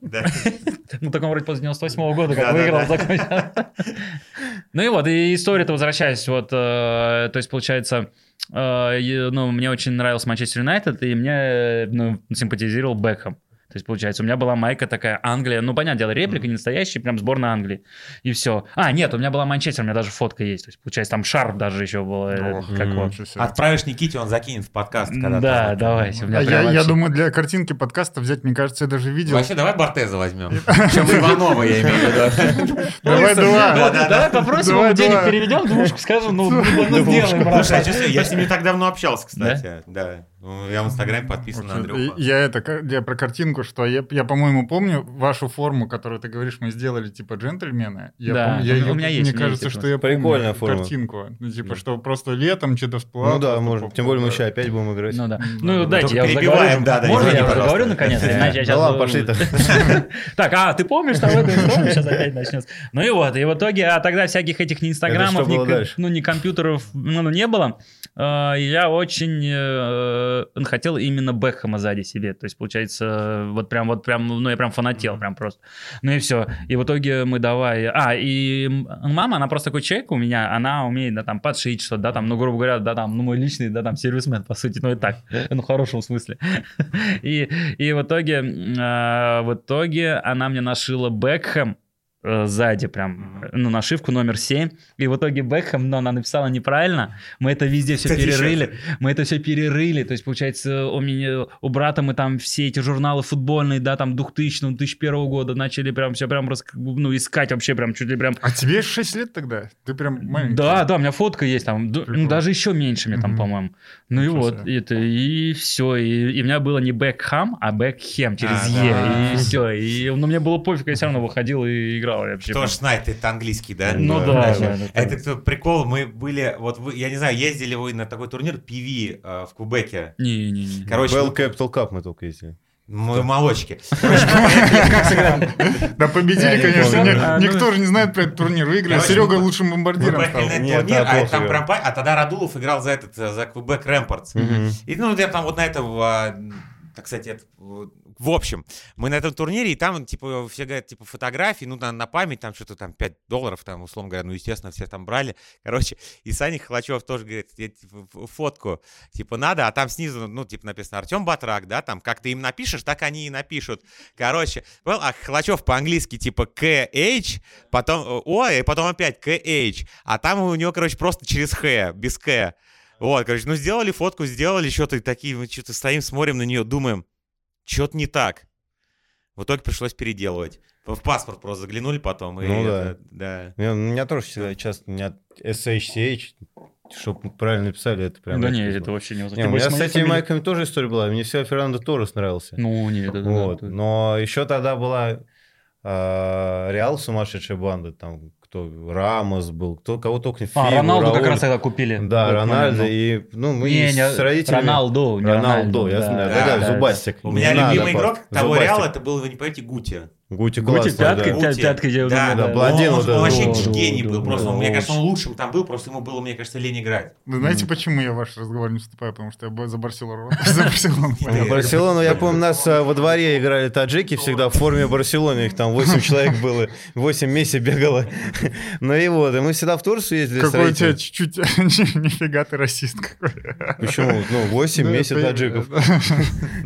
Speaker 1: Да.
Speaker 2: ну таком вроде после 98 года, как
Speaker 1: Да-да-да.
Speaker 2: выиграл, закончил. Ну и вот, и история-то возвращаясь, вот, э, то есть получается, э, и, ну, мне очень нравился Манчестер Юнайтед, и мне, э, ну, симпатизировал Бекхэм. То есть, получается, у меня была майка такая Англия. Ну, понятное дело, реплика не настоящая, прям сборная Англии. И все. А, нет, у меня была Манчестер, у меня даже фотка есть. То есть, получается, там шарф даже еще был. э,
Speaker 3: Ох,
Speaker 2: как
Speaker 4: м.
Speaker 2: вот.
Speaker 3: ничего себе.
Speaker 1: Отправишь Никите, он закинет в подкаст. когда
Speaker 2: Да,
Speaker 1: там.
Speaker 2: давайте. у меня
Speaker 3: А
Speaker 2: прям
Speaker 3: я, я
Speaker 2: вообще-
Speaker 3: думаю, для картинки подкаста взять, мне кажется, я даже видел.
Speaker 1: Ну, Вообще, давай Бортеза возьмем. Чем Иванова, я имею в виду.
Speaker 3: Давай два.
Speaker 1: Да,
Speaker 2: Вот,
Speaker 1: да,
Speaker 2: Давай попросим
Speaker 3: Давай,
Speaker 2: его денег,
Speaker 3: давай.
Speaker 2: переведем, двушку скажем, ну, мы
Speaker 4: Двушку.
Speaker 2: сделаем. брат.
Speaker 1: Слушай, я чувствую, я с ним не так давно общался, кстати. Да. Ну, Я в Инстаграме подписан на
Speaker 3: И-
Speaker 1: Андрюху.
Speaker 3: Я это, ка- я про картинку, что я, я, по-моему, помню вашу форму, которую ты говоришь, мы сделали типа джентльмены. Я
Speaker 2: Да,
Speaker 3: помню- я
Speaker 2: у
Speaker 3: её-
Speaker 2: меня есть,
Speaker 3: Мне
Speaker 2: у меня
Speaker 3: кажется,
Speaker 2: есть
Speaker 3: что я помню
Speaker 4: Прикольная
Speaker 3: эту
Speaker 4: форма.
Speaker 3: картинку. Ну,
Speaker 4: Да.
Speaker 3: типа, что просто летом что-то всплыло.
Speaker 4: Ну да,
Speaker 3: просто
Speaker 4: может.
Speaker 3: поп-
Speaker 4: Тем более мы
Speaker 3: да.
Speaker 4: еще опять будем играть.
Speaker 2: Ну да.
Speaker 3: М,
Speaker 2: Ну
Speaker 3: да.
Speaker 2: дайте, я уже
Speaker 1: перебиваем,
Speaker 2: заговорю.
Speaker 1: да, да,
Speaker 2: Можно
Speaker 1: извини,
Speaker 2: я уже
Speaker 1: пожалуйста.
Speaker 2: говорю наконец? Иначе я
Speaker 4: Да
Speaker 2: щас-
Speaker 4: Ну ладно, пошли так.
Speaker 2: Так, а, ты помнишь там эту историю? Сейчас опять начнется. Ну и вот, и в итоге, а тогда всяких этих ни
Speaker 4: Это
Speaker 2: инстаграмов,
Speaker 4: что
Speaker 2: ни,
Speaker 4: было
Speaker 2: кон-
Speaker 4: дальше?
Speaker 2: ну, ни компьютеров ну, ну, не было. А, Я очень э, хотел именно Бекхэма сзади себе. То есть, получается, вот прям, вот прям, ну, я прям фанател, прям просто. Ну и все. И в итоге мы давай... А, и м- мама, она просто такой человек у меня, она умеет, да, там, подшить что-то, да, там, ну, грубо говоря, да, там, ну, мой личный, да, там, сервисмен, по сути, ну, и так, ну, в хорошем смысле. И, и в итоге, м, а, в итоге она мне нашила Бекхэм, э, сзади прям,
Speaker 1: Мгм.
Speaker 2: ну, нашивку номер 7. И в итоге Бекхэм, но она написала неправильно. Мы это везде все
Speaker 1: Кстати, ещё-
Speaker 2: перерыли. Мы это все перерыли. То есть, получается, у меня, у брата мы там все эти журналы футбольные, да, там 2000, 2001 года начали прям все прям, раск- ну, искать вообще прям чуть ли прям...
Speaker 3: А тебе 6 лет тогда? Ты прям маленький.
Speaker 2: Да, да, у меня фотка есть там, д-
Speaker 3: Прикольно.
Speaker 2: ну, даже еще меньше мне там,
Speaker 3: Мгм.
Speaker 2: по-моему. Ну и
Speaker 3: Ничего
Speaker 2: вот,
Speaker 3: себе.
Speaker 2: это, и все, и, и у меня было не Бекхэм, а Бекхэм через
Speaker 1: А,
Speaker 2: Е,
Speaker 3: да.
Speaker 2: и все, и, ну, мне было пофиг, я все равно выходил и играл я вообще.
Speaker 1: Кто ж знает, это английский, да?
Speaker 2: Ну
Speaker 4: Да,
Speaker 2: да,
Speaker 1: Знаешь,
Speaker 2: да, да,
Speaker 1: Это кто- прикол, мы были, вот вы, я не знаю, ездили вы на такой турнир PV э, в Кубеке.
Speaker 2: Не-не-не.
Speaker 1: Короче, ну,
Speaker 4: Bell Capital Cup мы только ездили.
Speaker 1: мы молочки.
Speaker 3: Да победили,
Speaker 4: не
Speaker 3: конечно.
Speaker 4: помню.
Speaker 3: ни-
Speaker 2: А, ну-
Speaker 3: Никто же не знает про этот турнир. Выиграли.
Speaker 1: Короче,
Speaker 3: Серега
Speaker 1: мы-
Speaker 3: лучшим
Speaker 1: Мы
Speaker 3: бомбардиром
Speaker 1: поехали
Speaker 3: стал.
Speaker 1: на этот
Speaker 4: Нет,
Speaker 1: турнир,
Speaker 4: да,
Speaker 1: а,
Speaker 4: плохо
Speaker 1: там
Speaker 4: играл.
Speaker 1: прям пай- а тогда Радулов играл за этот, э, за Кубек Рэмпортс.
Speaker 4: Мгм.
Speaker 1: И, ну, я там вот на это, а, так сказать, это, вот, в общем, мы на этом турнире, и там, типа, все говорят, типа, фотографии, ну, на, на память, там, что-то там 5 долларов, там, условно говоря, ну, естественно, все там брали. Короче, и Саня Холачев тоже говорит, я, типа, ф- фотку, типа, надо, а там снизу, ну, типа, написано Артем Батрак, да, там, как ты им напишешь, так они и напишут. Короче, понял? а Холачев по-английски, типа, KH, потом, э, о, и потом опять KH, а там у него, короче, просто через Х, без К. Вот, короче, ну сделали фотку, сделали что-то и такие, мы что-то стоим, смотрим на нее, думаем, что-то не так. В итоге пришлось переделывать. В паспорт просто заглянули потом. И
Speaker 4: Ну да.
Speaker 1: это- да.
Speaker 4: У меня- у ну, меня тоже всегда часто у меня SHCH, чтобы правильно написали, это прям...
Speaker 2: да
Speaker 4: редко
Speaker 2: не,
Speaker 4: было.
Speaker 2: это вообще невозможно.
Speaker 4: Не, у
Speaker 2: Тем более
Speaker 4: меня
Speaker 2: с
Speaker 4: с
Speaker 2: моей
Speaker 4: этими
Speaker 2: фамилией.
Speaker 4: майками тоже история была. Мне всегда Фернандо Торрес нравился.
Speaker 2: Ну, не, это...
Speaker 4: Вот. Но еще тогда была а, Реал сумасшедшая банда, там кто Рамос был, кто кого только не
Speaker 2: А,
Speaker 4: Фигу,
Speaker 2: Роналду как
Speaker 4: Рауль.
Speaker 2: раз тогда купили.
Speaker 4: Да,
Speaker 2: Вот,
Speaker 4: Рональдо
Speaker 2: ну,
Speaker 4: и ну мы
Speaker 2: не,
Speaker 4: с
Speaker 2: не,
Speaker 4: родителями
Speaker 2: Роналду, не
Speaker 4: Роналду, я
Speaker 2: да,
Speaker 4: знаю,
Speaker 1: да,
Speaker 4: да, да,
Speaker 1: да.
Speaker 4: зубастик.
Speaker 1: У
Speaker 4: Не
Speaker 1: меня
Speaker 4: надо
Speaker 1: любимый игрок
Speaker 4: просто.
Speaker 1: того
Speaker 4: Зубастик.
Speaker 1: Реала, это был, вы не поверите, Гути.
Speaker 4: Гути
Speaker 2: Гути
Speaker 4: классный,
Speaker 2: пяткой,
Speaker 4: да.
Speaker 2: тя- пяткой тебе
Speaker 1: да, да,
Speaker 2: удобно,
Speaker 4: да.
Speaker 2: Ну,
Speaker 4: Блондин
Speaker 1: он, он
Speaker 4: вот этот.
Speaker 1: вообще
Speaker 2: Да,
Speaker 1: гений
Speaker 2: да,
Speaker 1: был,
Speaker 2: да,
Speaker 1: просто,
Speaker 2: да,
Speaker 1: он, мне
Speaker 2: очень.
Speaker 1: кажется, он лучшим там был, просто ему было, мне кажется, лень играть.
Speaker 3: Вы знаете,
Speaker 2: Мгм.
Speaker 3: почему я в ваш разговор не вступаю? Потому что я бо- за Барселону. За Барселону.
Speaker 4: А
Speaker 1: Э,
Speaker 4: Барселону, я помню, нас а, во дворе играли таджики всегда в форме Барселоны, их там 8 человек было, 8 Месси бегало. Ну и вот, и мы всегда в Турцию ездили.
Speaker 3: Какой у тебя
Speaker 4: строители.
Speaker 3: чуть-чуть... Нифига ты расист какой.
Speaker 4: Почему? Ну, 8
Speaker 3: Ну,
Speaker 4: месяцев
Speaker 3: это-
Speaker 4: таджиков.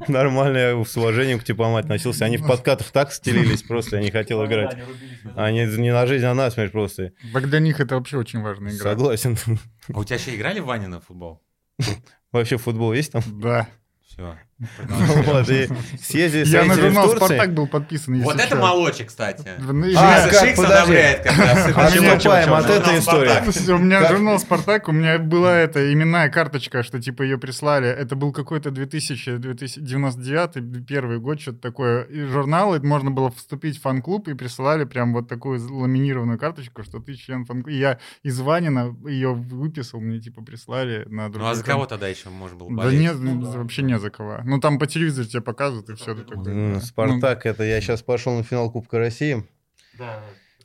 Speaker 4: Нормально я с уважением к типам относился. Они в подкатах так стелились просто, я не хотел играть. Они не на жизнь, а на смерть просто.
Speaker 3: Так для них это вообще очень важная игра.
Speaker 4: Согласен.
Speaker 1: А у тебя вообще играли в Ване на футбол?
Speaker 4: Вообще футбол есть там?
Speaker 3: Да.
Speaker 1: Все.
Speaker 4: Вот, и съездили
Speaker 3: Я на
Speaker 4: строители в
Speaker 3: журнал
Speaker 4: Турции.
Speaker 3: «Спартак» был подписан, если
Speaker 1: Вот это
Speaker 3: чё.
Speaker 1: молочек, кстати.
Speaker 3: В- ну,
Speaker 4: А,
Speaker 3: я-
Speaker 4: как,
Speaker 1: Шикс
Speaker 4: подожди. А
Speaker 1: одобряет как раз. Это чего,
Speaker 3: Отступаем
Speaker 1: чего, чего.
Speaker 4: от этой истории.
Speaker 3: Слушайте, у меня
Speaker 4: Как?
Speaker 3: журнал «Спартак», у меня была эта именная карточка, что типа ее прислали. Это был какой-то 2000-99 первый год, что-то такое. И журнал, и можно было вступить в фан-клуб, и присылали прям вот такую ламинированную карточку, что ты член фан-клуба. И я из Ванина ее выписал, мне типа прислали на
Speaker 1: Ну
Speaker 3: другой
Speaker 1: а за
Speaker 3: журнал.
Speaker 1: кого тогда еще можно было
Speaker 3: Да
Speaker 1: болеть?
Speaker 3: нет,
Speaker 4: ну,
Speaker 3: вообще не за кого. Ну там по телевизору тебе показывают, и все.
Speaker 4: М, Ну,
Speaker 3: Ну,
Speaker 4: Спартак, это я сейчас пошел на финал Кубка России.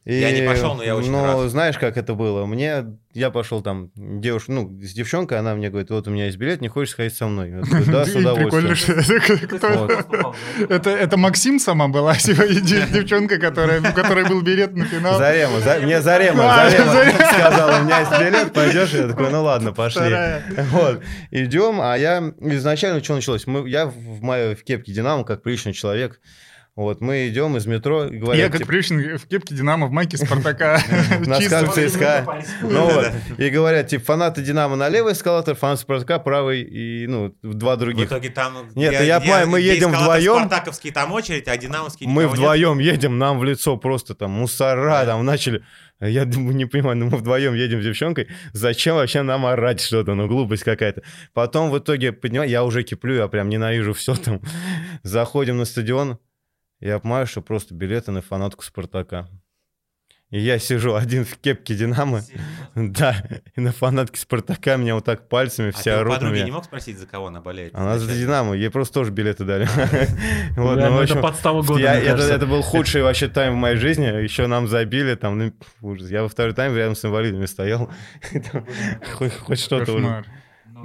Speaker 4: И,
Speaker 1: Я не пошел, но я очень
Speaker 4: Но
Speaker 1: рад.
Speaker 4: знаешь, как это было? Мне, я пошел там, девушка, ну, с девчонкой, она мне говорит, вот у меня есть билет, не хочешь сходить со мной? Я такой, да, с
Speaker 3: ну, Прикольно,
Speaker 4: удовольствием.
Speaker 3: что это кто
Speaker 4: Вот.
Speaker 3: это? Это, это Максим сама была сегодня де- девчонка, которая, у которой был билет на финал.
Speaker 4: Зарема, за- мне Зарема,
Speaker 3: А,
Speaker 4: Зарема
Speaker 3: Зарема.
Speaker 4: сказала, у меня есть билет, пойдешь? Я такой, ну ладно, пошли.
Speaker 3: Вторая.
Speaker 4: Вот, идем, а я изначально, что началось? Мы, я в, моей, в кепке «Динамо», как приличный человек, вот, мы идем из метро, и говорят,
Speaker 3: Я как
Speaker 4: типа,
Speaker 3: пришен в кепке Динамо в майке Спартака.
Speaker 4: Носках
Speaker 3: Чисто.
Speaker 4: ЦСКА. Ну вот, и говорят, типа, фанаты «Динамо» на левый эскалатор, фанаты «Спартака» правый и, ну, два
Speaker 1: В
Speaker 4: других.
Speaker 1: итоге там...
Speaker 4: Нет,
Speaker 1: где-
Speaker 4: я
Speaker 1: где-
Speaker 4: понимаю, мы
Speaker 1: где
Speaker 4: едем
Speaker 1: эскалатор
Speaker 4: вдвоем.
Speaker 1: Спартаковский там очередь, а динамовский
Speaker 4: Мы
Speaker 1: никого нет.
Speaker 4: вдвоем едем, нам в лицо просто там мусора,
Speaker 1: Да.
Speaker 4: там начали... Я думаю, не понимаю, ну мы вдвоем едем с девчонкой, зачем вообще нам орать что-то, ну глупость какая-то. Потом в итоге, понимаю, я уже киплю, я прям ненавижу все там. Заходим на стадион, я понимаю, что просто билеты на фанатку «Спартака». И я сижу один в кепке
Speaker 1: А
Speaker 4: «Динамо», да, и на фанатке «Спартака» меня вот так пальцами
Speaker 1: А
Speaker 4: все
Speaker 1: ты у
Speaker 4: орут на
Speaker 1: подруги
Speaker 4: меня.
Speaker 1: не мог спросить, за кого она болеет?
Speaker 4: Она за
Speaker 1: изначально?
Speaker 4: Динамо, ей просто тоже билеты дали. Вот,
Speaker 2: Бля,
Speaker 4: ну,
Speaker 2: ну
Speaker 4: в
Speaker 2: это
Speaker 4: общем,
Speaker 2: подстава года,
Speaker 4: я-
Speaker 2: мне
Speaker 4: это,
Speaker 2: кажется.
Speaker 4: это был худший вообще тайм в моей жизни. Еще нам забили, там, ну, ужас. Я во второй тайм рядом с инвалидами стоял. Там Хоть хоть что-то уже.
Speaker 3: Кошмар.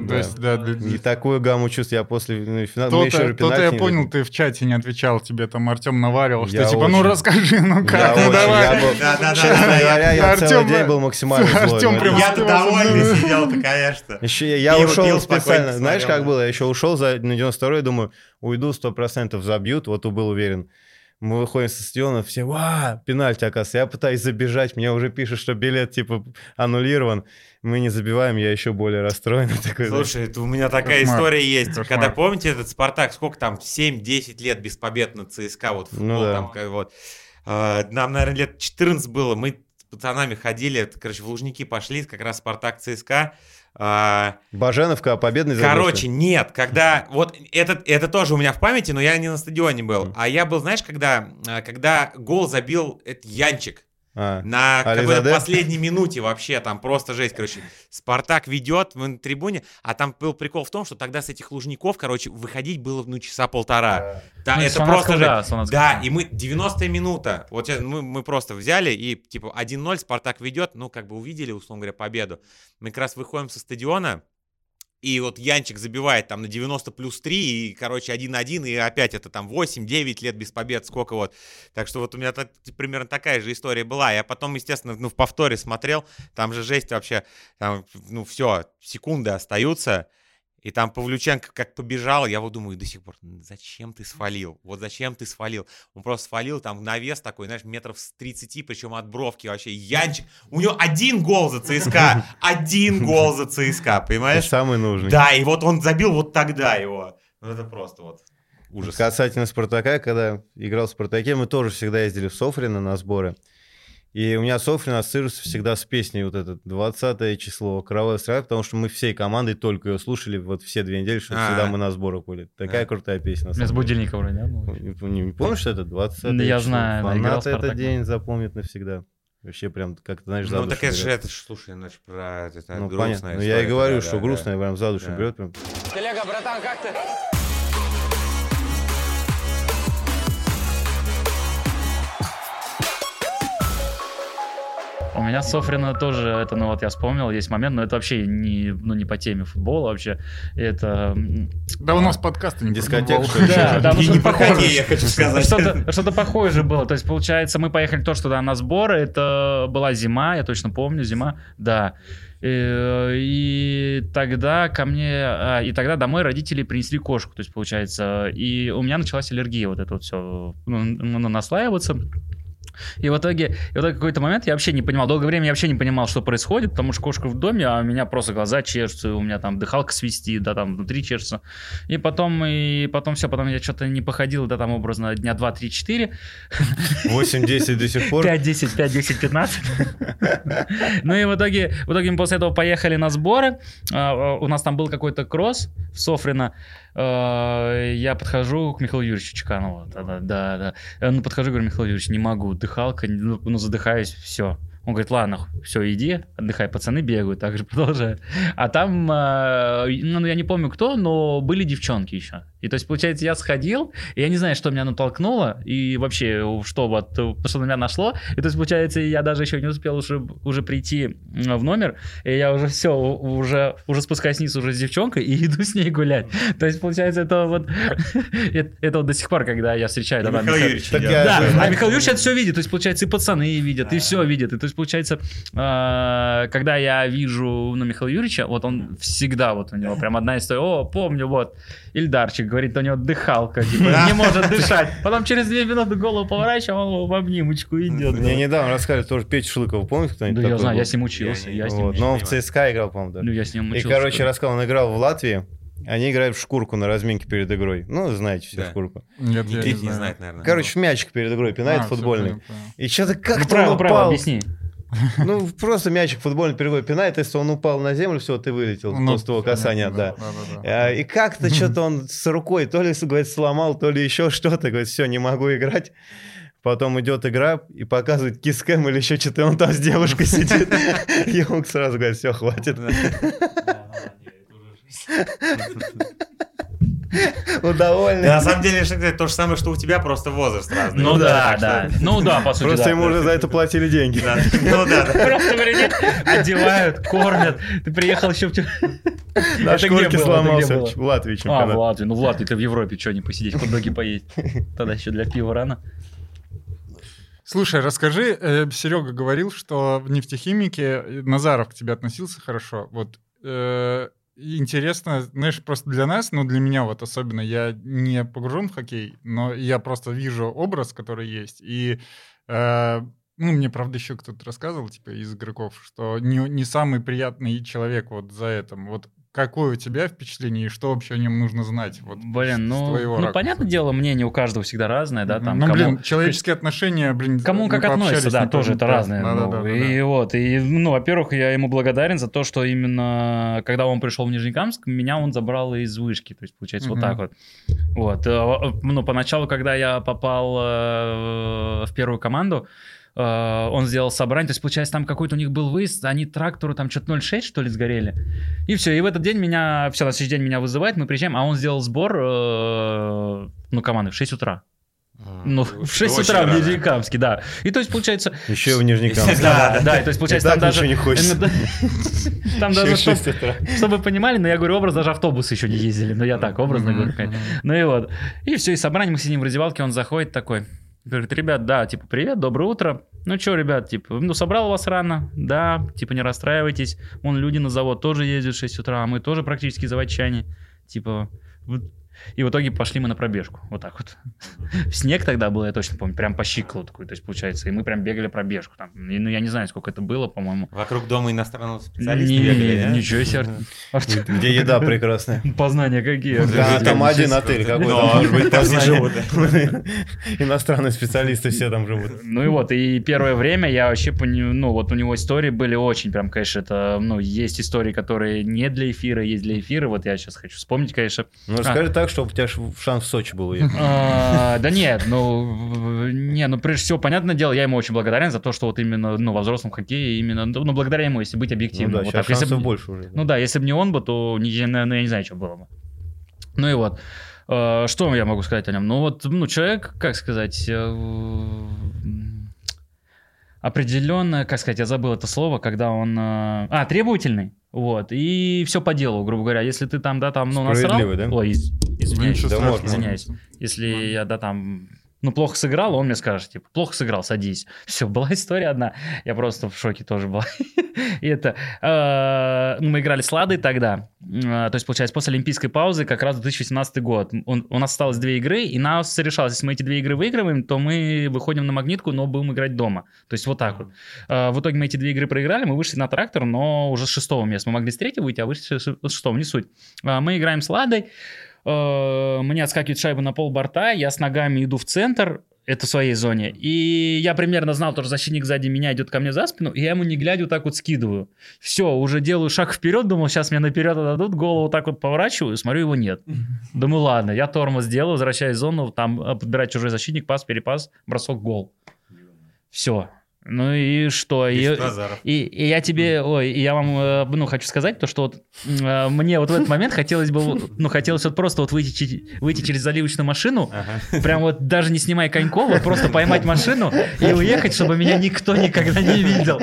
Speaker 3: То есть, да, для-
Speaker 4: И такую гамму чувств я после ну, финала... мы еще
Speaker 3: То-то
Speaker 4: же
Speaker 3: то-то
Speaker 4: пенальти
Speaker 3: я
Speaker 4: не
Speaker 3: понял,
Speaker 4: забили.
Speaker 3: ты в чате не отвечал, тебе там Артем наваривал, что
Speaker 4: Я
Speaker 3: типа, ну
Speaker 4: очень.
Speaker 3: расскажи, ну
Speaker 4: Я
Speaker 3: как,
Speaker 4: очень-
Speaker 3: ну
Speaker 4: я
Speaker 3: давай.
Speaker 4: был-
Speaker 1: Да-да-да,
Speaker 4: Честно
Speaker 1: да, я-
Speaker 4: говоря, я
Speaker 3: Артем
Speaker 4: целый
Speaker 3: бы-
Speaker 4: день был максимально
Speaker 3: Артем
Speaker 4: злой.
Speaker 3: прям
Speaker 4: Ну,
Speaker 3: прям
Speaker 1: Я-то довольный сидел, конечно.
Speaker 4: Еще я
Speaker 1: Пиво
Speaker 4: ушел
Speaker 1: пил, спокойно
Speaker 4: специально. Знаешь,
Speaker 1: смотрел,
Speaker 4: как
Speaker 1: да.
Speaker 4: было? Я еще ушел за, на 92-й, думаю, уйду, 100% забьют, вот и был уверен. Мы выходим со стадиона, все, ва, пенальти, оказывается. Я пытаюсь забежать, мне уже пишут, что билет, типа, аннулирован. Мы не забиваем, я еще более расстроен. Такой, да.
Speaker 1: Слушай, это у меня такая
Speaker 3: Кошмар.
Speaker 1: история есть.
Speaker 3: Кошмар.
Speaker 1: Когда, помните, этот «Спартак», сколько там, 7-10 лет без побед на ЦСКА, вот футбол
Speaker 4: Ну да.
Speaker 1: там, как вот. Э, Нам, наверное, лет 14 было, мы с пацанами ходили, это, короче, в Лужники пошли, как раз «Спартак» ЦСКА. А,
Speaker 4: Баженовка, а победный забил,
Speaker 1: Короче,
Speaker 4: что ли?
Speaker 1: нет, когда... Вот это, это тоже у меня в памяти, но я не на стадионе был.
Speaker 4: Мгм.
Speaker 1: А я был, знаешь, когда, а, когда гол забил этот Янчик.
Speaker 4: А,
Speaker 1: На
Speaker 4: Али
Speaker 1: какой-то
Speaker 4: Заде?
Speaker 1: последней минуте вообще, там просто жесть, короче. Спартак ведет в- на трибуне, а там был прикол в том, что тогда с этих лужников, короче, выходить было, ну, часа полтора. Да,
Speaker 2: Ну, с
Speaker 1: это
Speaker 2: фанатского,
Speaker 1: просто
Speaker 2: да,
Speaker 1: же...
Speaker 2: с фанатского.
Speaker 1: Да, и мы 90-я минута. Вот сейчас мы, мы просто взяли и типа 1-0 Спартак ведет, ну как бы увидели, условно говоря, победу. Мы как раз выходим со стадиона, и вот Янчик забивает там на 90 плюс 3, и, короче, 1-1, и опять это там 8-9 лет без побед, сколько вот. Так что вот у меня так- примерно такая же история была. Я потом, естественно, ну, в повторе смотрел, там же жесть вообще, там, ну, все, секунды остаются, и там Павлюченко как побежал, я вот думаю до сих пор, «М, зачем ты свалил? Вот зачем ты свалил? Он просто свалил там навес такой, знаешь, метров с 30, причем от бровки вообще. Янчик, у него один гол за ЦСКА, один гол за ЦСКА, понимаешь?
Speaker 4: самый нужный.
Speaker 1: Да, и вот он забил вот тогда его. Ну, это просто вот ужас.
Speaker 4: Касательно Спартака, когда играл в Спартаке, мы тоже всегда ездили в Софрино на сборы. И у меня Софрин ассоциируется всегда с песней вот это 20 число «Кровавая страна», потому что мы всей командой только ее слушали вот все две недели, что
Speaker 1: А.
Speaker 4: всегда мы на сборах были. Такая
Speaker 1: Да.
Speaker 4: крутая песня. на
Speaker 2: У меня с
Speaker 4: самом деле.
Speaker 2: будильника вроде, да? было?
Speaker 4: Не, не- не помнишь, что это 20
Speaker 2: Да я знаю, да, играл в
Speaker 4: Фанаты этот
Speaker 2: «Спартак», да.
Speaker 4: день запомнят навсегда. Вож прям как-то, знаешь, за
Speaker 1: Ну, так
Speaker 4: душу
Speaker 1: это же,
Speaker 4: берет.
Speaker 1: это ж, слушай, значит, про это, это
Speaker 4: Ну,
Speaker 1: грустная
Speaker 4: понятно. Ну, я и
Speaker 1: история,
Speaker 4: говорю,
Speaker 1: да,
Speaker 4: что
Speaker 1: да, да.
Speaker 4: грустно, я прям за душу
Speaker 1: Да.
Speaker 4: берет. Прям.
Speaker 5: Телега, братан, как ты?
Speaker 2: У меня Софрина тоже, это, ну вот я вспомнил, есть момент, но это вообще не, ну, не по теме футбола вообще. Это... м,
Speaker 3: Да у нас подкасты не
Speaker 4: Дискотека,
Speaker 3: пробовал.
Speaker 4: что ли?
Speaker 2: Да, да, ну
Speaker 1: И
Speaker 2: что-то
Speaker 1: не проходи,
Speaker 2: похожее.
Speaker 1: я хочу сказать.
Speaker 2: Что-то, что-то похожее было. То есть, получается, мы поехали тоже туда на сборы. Это была зима, я точно помню, зима, да. Э, И тогда ко мне, а, и тогда домой родители принесли кошку, то есть, получается, и у меня началась аллергия, вот это вот все, ну, наслаиваться. И в итоге, и в итоге какой-то момент я вообще не понимал, долгое время я вообще не понимал, что происходит, потому что кошка в доме, а у меня просто глаза чешутся, у меня там дыхалка свистит, да, там внутри чешется. И потом, и потом все, потом я что-то не походил, да, там образно дня 2, 3, 4,
Speaker 4: 8-10 до сих пор.
Speaker 2: 5, 10, 5, 10, 15. Ну и в итоге, в итоге мы после этого поехали на сборы. А, У нас там был какой-то кросс в Софрино. Э, Я подхожу к Михаилу Юрьевичу Чеканову. Да, да, да. Э, Ну, подхожу, говорю, Михаил Юрьевич, не могу, дыхалка, ну, ну, задыхаюсь, все. Он говорит, ладно, все, иди, отдыхай, пацаны бегают, так же продолжай. А там, э, ну, я не помню кто, но были девчонки еще. И то есть, получается, я сходил, и я не знаю, что меня натолкнуло, и вообще, что вот, что на меня нашло. И то есть, получается, я даже еще не успел уже, уже прийти м, в номер, и я уже все, уже, уже спускаюсь вниз уже с девчонкой и иду с ней гулять. То есть, получается, это вот, это это вот до сих пор, когда я встречаю... да-да,
Speaker 1: Михаил
Speaker 2: Миха-
Speaker 1: Юрьевич,
Speaker 4: Так
Speaker 1: я-
Speaker 4: я-
Speaker 2: да,
Speaker 4: же-
Speaker 2: а Михаил Юрьевич это все видит, то есть, получается, и пацаны видят, и все видят. И то есть, получается, а, когда я вижу ну, Михаила Юрьевича, вот он всегда, вот у него прям одна история, о, помню, вот, Ильдарчик говорит, у него дыхалка, типа, не может дышать. Потом через две минуты голову поворачиваем, он в обнимочку идет.
Speaker 4: Мне недавно рассказывали, тоже Петя Шлыков, помните кто-нибудь
Speaker 2: Да я
Speaker 4: такой
Speaker 2: знаю,
Speaker 4: был?
Speaker 2: я с ним учился,
Speaker 1: Я не-
Speaker 2: я с ним
Speaker 4: Вот,
Speaker 2: учился.
Speaker 4: Но он в ЦСКА играл, по-моему, даже.
Speaker 2: Ну, я с ним
Speaker 4: И,
Speaker 2: учился.
Speaker 4: короче, рассказал, он играл в Латвии, они играют в шкурку на разминке перед игрой. Ну, знаете все
Speaker 1: Да.
Speaker 4: шкурку.
Speaker 3: Нет, я
Speaker 1: Никит не знает,
Speaker 4: Ну,
Speaker 1: наверное.
Speaker 4: Короче, в мячик перед игрой пинает
Speaker 3: А,
Speaker 4: футбольный.
Speaker 3: всё, понял,
Speaker 4: И что-то
Speaker 2: Ну,
Speaker 4: как-то
Speaker 2: право,
Speaker 4: он
Speaker 2: право,
Speaker 4: упал.
Speaker 2: объясни.
Speaker 4: ну, просто мячик футбольный перед игрой пинает, если он упал на землю, все, ты вылетел
Speaker 3: понял. Ну,
Speaker 4: после того
Speaker 3: понятно,
Speaker 4: касания, да.
Speaker 3: да-да-да.
Speaker 4: А, И как-то что-то он с рукой, то ли, говорит, сломал, то ли еще что-то, говорит, все, не могу играть. Потом идет игра и показывает кискэм или еще что-то, и он там с девушкой сидит. И он сразу говорит, все, хватит. Ну, довольный.
Speaker 1: Да, а на самом деле, что это то же самое, что у тебя, просто возраст разный.
Speaker 2: Ну да,
Speaker 1: Так
Speaker 2: да.
Speaker 1: что-
Speaker 2: Ну да, по сути,
Speaker 4: Просто
Speaker 2: да.
Speaker 4: ему уже за это платили деньги.
Speaker 1: Да. Ну да, да.
Speaker 2: Просто приедет, одевают, кормят. Ты приехал еще в... тё-
Speaker 4: На
Speaker 2: Это где
Speaker 4: шкурке
Speaker 2: было? Это где
Speaker 4: сломался
Speaker 2: было?
Speaker 4: в Латвии
Speaker 2: А, в
Speaker 4: чемпионат.
Speaker 2: Латвии. Ну, в Латвии ты в Европе что, не посидеть, под ноги поесть? Тогда еще для пива рано.
Speaker 3: Слушай, расскажи, э, Серега говорил, что в нефтехимике э, Назаров к тебе относился хорошо. Вот э, и интересно, знаешь, просто для нас, ну для меня вот особенно, я не погружен в хоккей, но я просто вижу образ, который есть. И э, ну, мне, правда, еще кто-то рассказывал, типа, из игроков, что не, не самый приятный человек вот за этим. Вот какое у тебя впечатление и что вообще о нем нужно знать? Вот с-
Speaker 2: Блин,
Speaker 3: с
Speaker 2: ну,
Speaker 3: твоего
Speaker 2: ну
Speaker 3: ракурса?
Speaker 2: понятное дело, мнение у каждого всегда разное, да, там.
Speaker 3: ну,
Speaker 2: кому-
Speaker 3: блин, человеческие отношения, блин,
Speaker 2: Кому он как
Speaker 3: мы
Speaker 2: относится,
Speaker 3: пообщались,
Speaker 2: да,
Speaker 3: не
Speaker 2: тоже это
Speaker 3: поняли.
Speaker 2: разное.
Speaker 3: Да, да,
Speaker 2: ну,
Speaker 3: да, да,
Speaker 2: и вот, и, ну, во-первых, я ему благодарен за то, что именно когда он пришел в Нижнекамск, меня он забрал из вышки, то есть, получается, вот
Speaker 3: Мгм.
Speaker 2: так вот. Вот, э, э, ну, поначалу, когда я попал э, в первую команду, э, он сделал собрание, то есть, получается, там какой-то у них был выезд, они трактору там что-то 0,6, что ли, сгорели. И все, и в этот день меня, все, на следующий день меня вызывает, мы приезжаем, а он сделал сбор, э, ну, команды в 6 утра. Ну, в 6
Speaker 1: Очень
Speaker 2: утра в
Speaker 1: рано.
Speaker 2: Нижнекамске, да. И то есть, получается...
Speaker 4: Еще и в Нижнекамске.
Speaker 2: Да, да, и то есть,
Speaker 4: И
Speaker 2: получается,
Speaker 4: так
Speaker 2: там даже...
Speaker 4: ничего не хочется.
Speaker 2: Там
Speaker 4: Еще
Speaker 2: даже,
Speaker 4: в
Speaker 2: чтоб-
Speaker 4: 6 утра.
Speaker 2: чтобы вы понимали, но я говорю, образ даже автобусы еще не ездили, но я так, образно
Speaker 3: Мгм,
Speaker 2: говорю. конечно.
Speaker 3: мгм.
Speaker 2: Ну и вот. И все, и собрание, мы сидим в раздевалке, он заходит такой. Говорит, ребят, да, типа, привет, доброе утро. Ну что, ребят, типа, ну собрал вас рано, да, типа, не расстраивайтесь. Вон люди на завод тоже ездят в 6 утра, а мы тоже практически заводчане. Типа, вот. и в итоге пошли мы на пробежку, вот так вот. В Снег тогда был, я точно помню, прям по щиколотку, то есть, получается, и мы прям бегали пробежку там. И, ну, я не знаю, сколько это было, по-моему.
Speaker 1: Вокруг дома иностранного специалиста бегали, а?
Speaker 2: Не-не-не,
Speaker 1: да?
Speaker 2: Ничего себе, Артем.
Speaker 4: Где еда прекрасная.
Speaker 2: Познания какие.
Speaker 4: Да, там один отель какой-то,
Speaker 1: Ну,
Speaker 2: а
Speaker 4: может быть, там
Speaker 1: все
Speaker 4: не
Speaker 1: живут,
Speaker 4: живут.
Speaker 1: да.
Speaker 4: Иностранные специалисты все там живут.
Speaker 2: Ну и вот, и первое время я вообще, пони- ну вот у него истории были очень прям, конечно, это, ну, есть истории, которые не для эфира, есть для эфира, вот я сейчас хочу вспомнить, конечно.
Speaker 4: Ну, расскажи так, чтобы у тебя ш- шанс в Сочи был. уехать. Ну
Speaker 2: А, Да нет, ну, в- не, ну, прежде всего, понятное дело, я ему очень благодарен за то, что вот именно, ну, во взрослом хоккее именно, ну, ну, благодаря ему, если быть
Speaker 4: Ну
Speaker 2: объективным.
Speaker 4: да,
Speaker 2: вот
Speaker 4: сейчас
Speaker 2: так, если
Speaker 4: шансов
Speaker 2: б-
Speaker 4: больше уже.
Speaker 2: Ну да, если бы не он бы, то, не, я, наверное, я не знаю, что было бы. Ну и вот. Э, Что я могу сказать о нем? Ну вот, ну, человек, как сказать... э, м, определенно, как сказать, я забыл это слово, когда он... э, А, требовательный. Вот. И все по делу, грубо говоря. Если ты там, да, там, ну, насрал...
Speaker 4: Справедливый, да?
Speaker 2: Ой, из- извиняюсь.
Speaker 4: да можно.
Speaker 2: Извиняюсь. Если я, да, там, ну, плохо сыграл, он мне скажет, типа, плохо сыграл, садись. Все, была история одна. Я просто в шоке тоже был. И это, э, ну, мы играли с Ладой тогда, Э, то есть, получается, после олимпийской паузы, как раз 2018 год, Он- у нас осталось две игры, и нас решалось, если мы эти две игры выигрываем, то мы выходим на магнитку, но будем играть дома. То есть, вот так вот. Э, В итоге мы эти две игры проиграли, мы вышли на трактор, но уже с шестого места. Мы могли с третьего выйти, а вышли с с шестого, не суть. А, Мы играем с Ладой, Э, мне отскакивает шайба на пол борта, я с ногами иду в центр, это в своей зоне. И я примерно знал, тоже защитник сзади меня идет ко мне за спину, и я ему не глядя вот так вот скидываю. Все, уже делаю шаг вперед, думал, сейчас меня наперед отдадут, голову так вот поворачиваю, смотрю, его нет. Думаю, ладно, я тормоз делаю, возвращаюсь в зону, там э, подбирать чужой защитник, пас, перепас, бросок, гол. Все. Ну и что? И-
Speaker 1: Есть Назаров.
Speaker 2: и, и я тебе, ой, и я вам, э, ну, хочу сказать то, что вот м, э, мне вот в этот момент хотелось бы, ну, хотелось вот просто вот выйти, чи- выйти через заливочную машину,
Speaker 1: Ага.
Speaker 2: прям вот даже не снимая коньков, вот просто поймать машину и уехать, чтобы меня никто никогда не видел.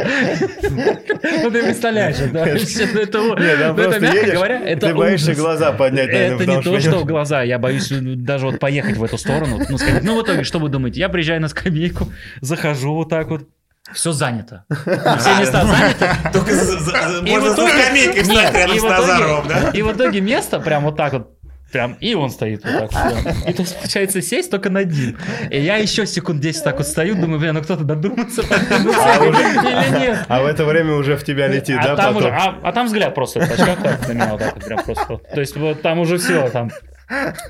Speaker 2: Ну, ты представляешь, да? Это, это,
Speaker 4: там
Speaker 2: ну, это,
Speaker 4: просто
Speaker 2: мягко
Speaker 4: едешь,
Speaker 2: говоря,
Speaker 4: и
Speaker 2: это
Speaker 4: ты боишься
Speaker 2: ужас.
Speaker 4: глаза поднять, наверное,
Speaker 2: Это не
Speaker 4: потому
Speaker 2: то,
Speaker 4: что-
Speaker 2: что в глаза, я боюсь э, даже вот поехать в эту сторону. Ну, сказать, ну, в итоге, что вы думаете? Я приезжаю на скамейку, захожу вот так вот, все занято. Все места заняты.
Speaker 1: Только за- за- за-
Speaker 2: И
Speaker 1: можно
Speaker 2: в
Speaker 1: за
Speaker 2: итоге-
Speaker 1: скамейкой встать
Speaker 2: Нет,
Speaker 1: рядом
Speaker 2: и
Speaker 1: с
Speaker 2: в итоге-
Speaker 1: Назаровым, да?
Speaker 2: И в итоге место прям вот так вот Прям, и он стоит вот так вот. прям. И то есть, получается, сесть только на один. И я еще секунд 10 так вот стою, думаю, блин, ну кто-то додумается, додумается или нет.
Speaker 4: А в это время уже в тебя летит,
Speaker 2: а,
Speaker 4: да,
Speaker 2: там
Speaker 4: потом?
Speaker 2: уже- а, а там взгляд просто в очках так на меня вот так вот прям просто. вот. То есть вот там уже все там.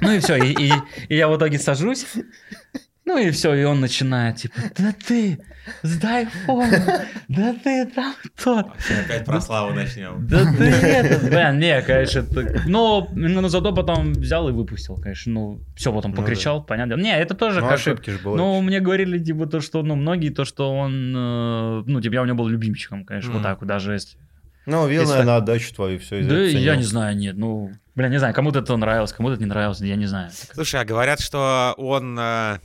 Speaker 2: Ну и все, и, и- и я в итоге сажусь. Ну и все, и он начинает, типа, да ты, сдай фон, да ты там тот,
Speaker 1: Опять
Speaker 2: Ну,
Speaker 1: про славу начнем.
Speaker 2: да ты это, блин, не, конечно, это- но, ну, зато потом взял и выпустил, конечно, ну, все, потом
Speaker 4: Ну да.
Speaker 2: покричал, понятно. Не, это тоже
Speaker 4: Ну,
Speaker 2: как-
Speaker 4: ошибки же бывают.
Speaker 2: ну, мне говорили, типа, то, что, ну, многие, то, что он, э, ну, типа, я у него был любимчиком, конечно, вот
Speaker 1: Мгм.
Speaker 2: так вот, даже если...
Speaker 4: Ну, вил,
Speaker 2: если-
Speaker 4: наверное, отдачу твою все
Speaker 2: Да, я не знаю, нет, ну, блин, не знаю, кому-то это нравилось, кому-то это не нравилось, я не знаю.
Speaker 1: Слушай, а говорят, что он... э,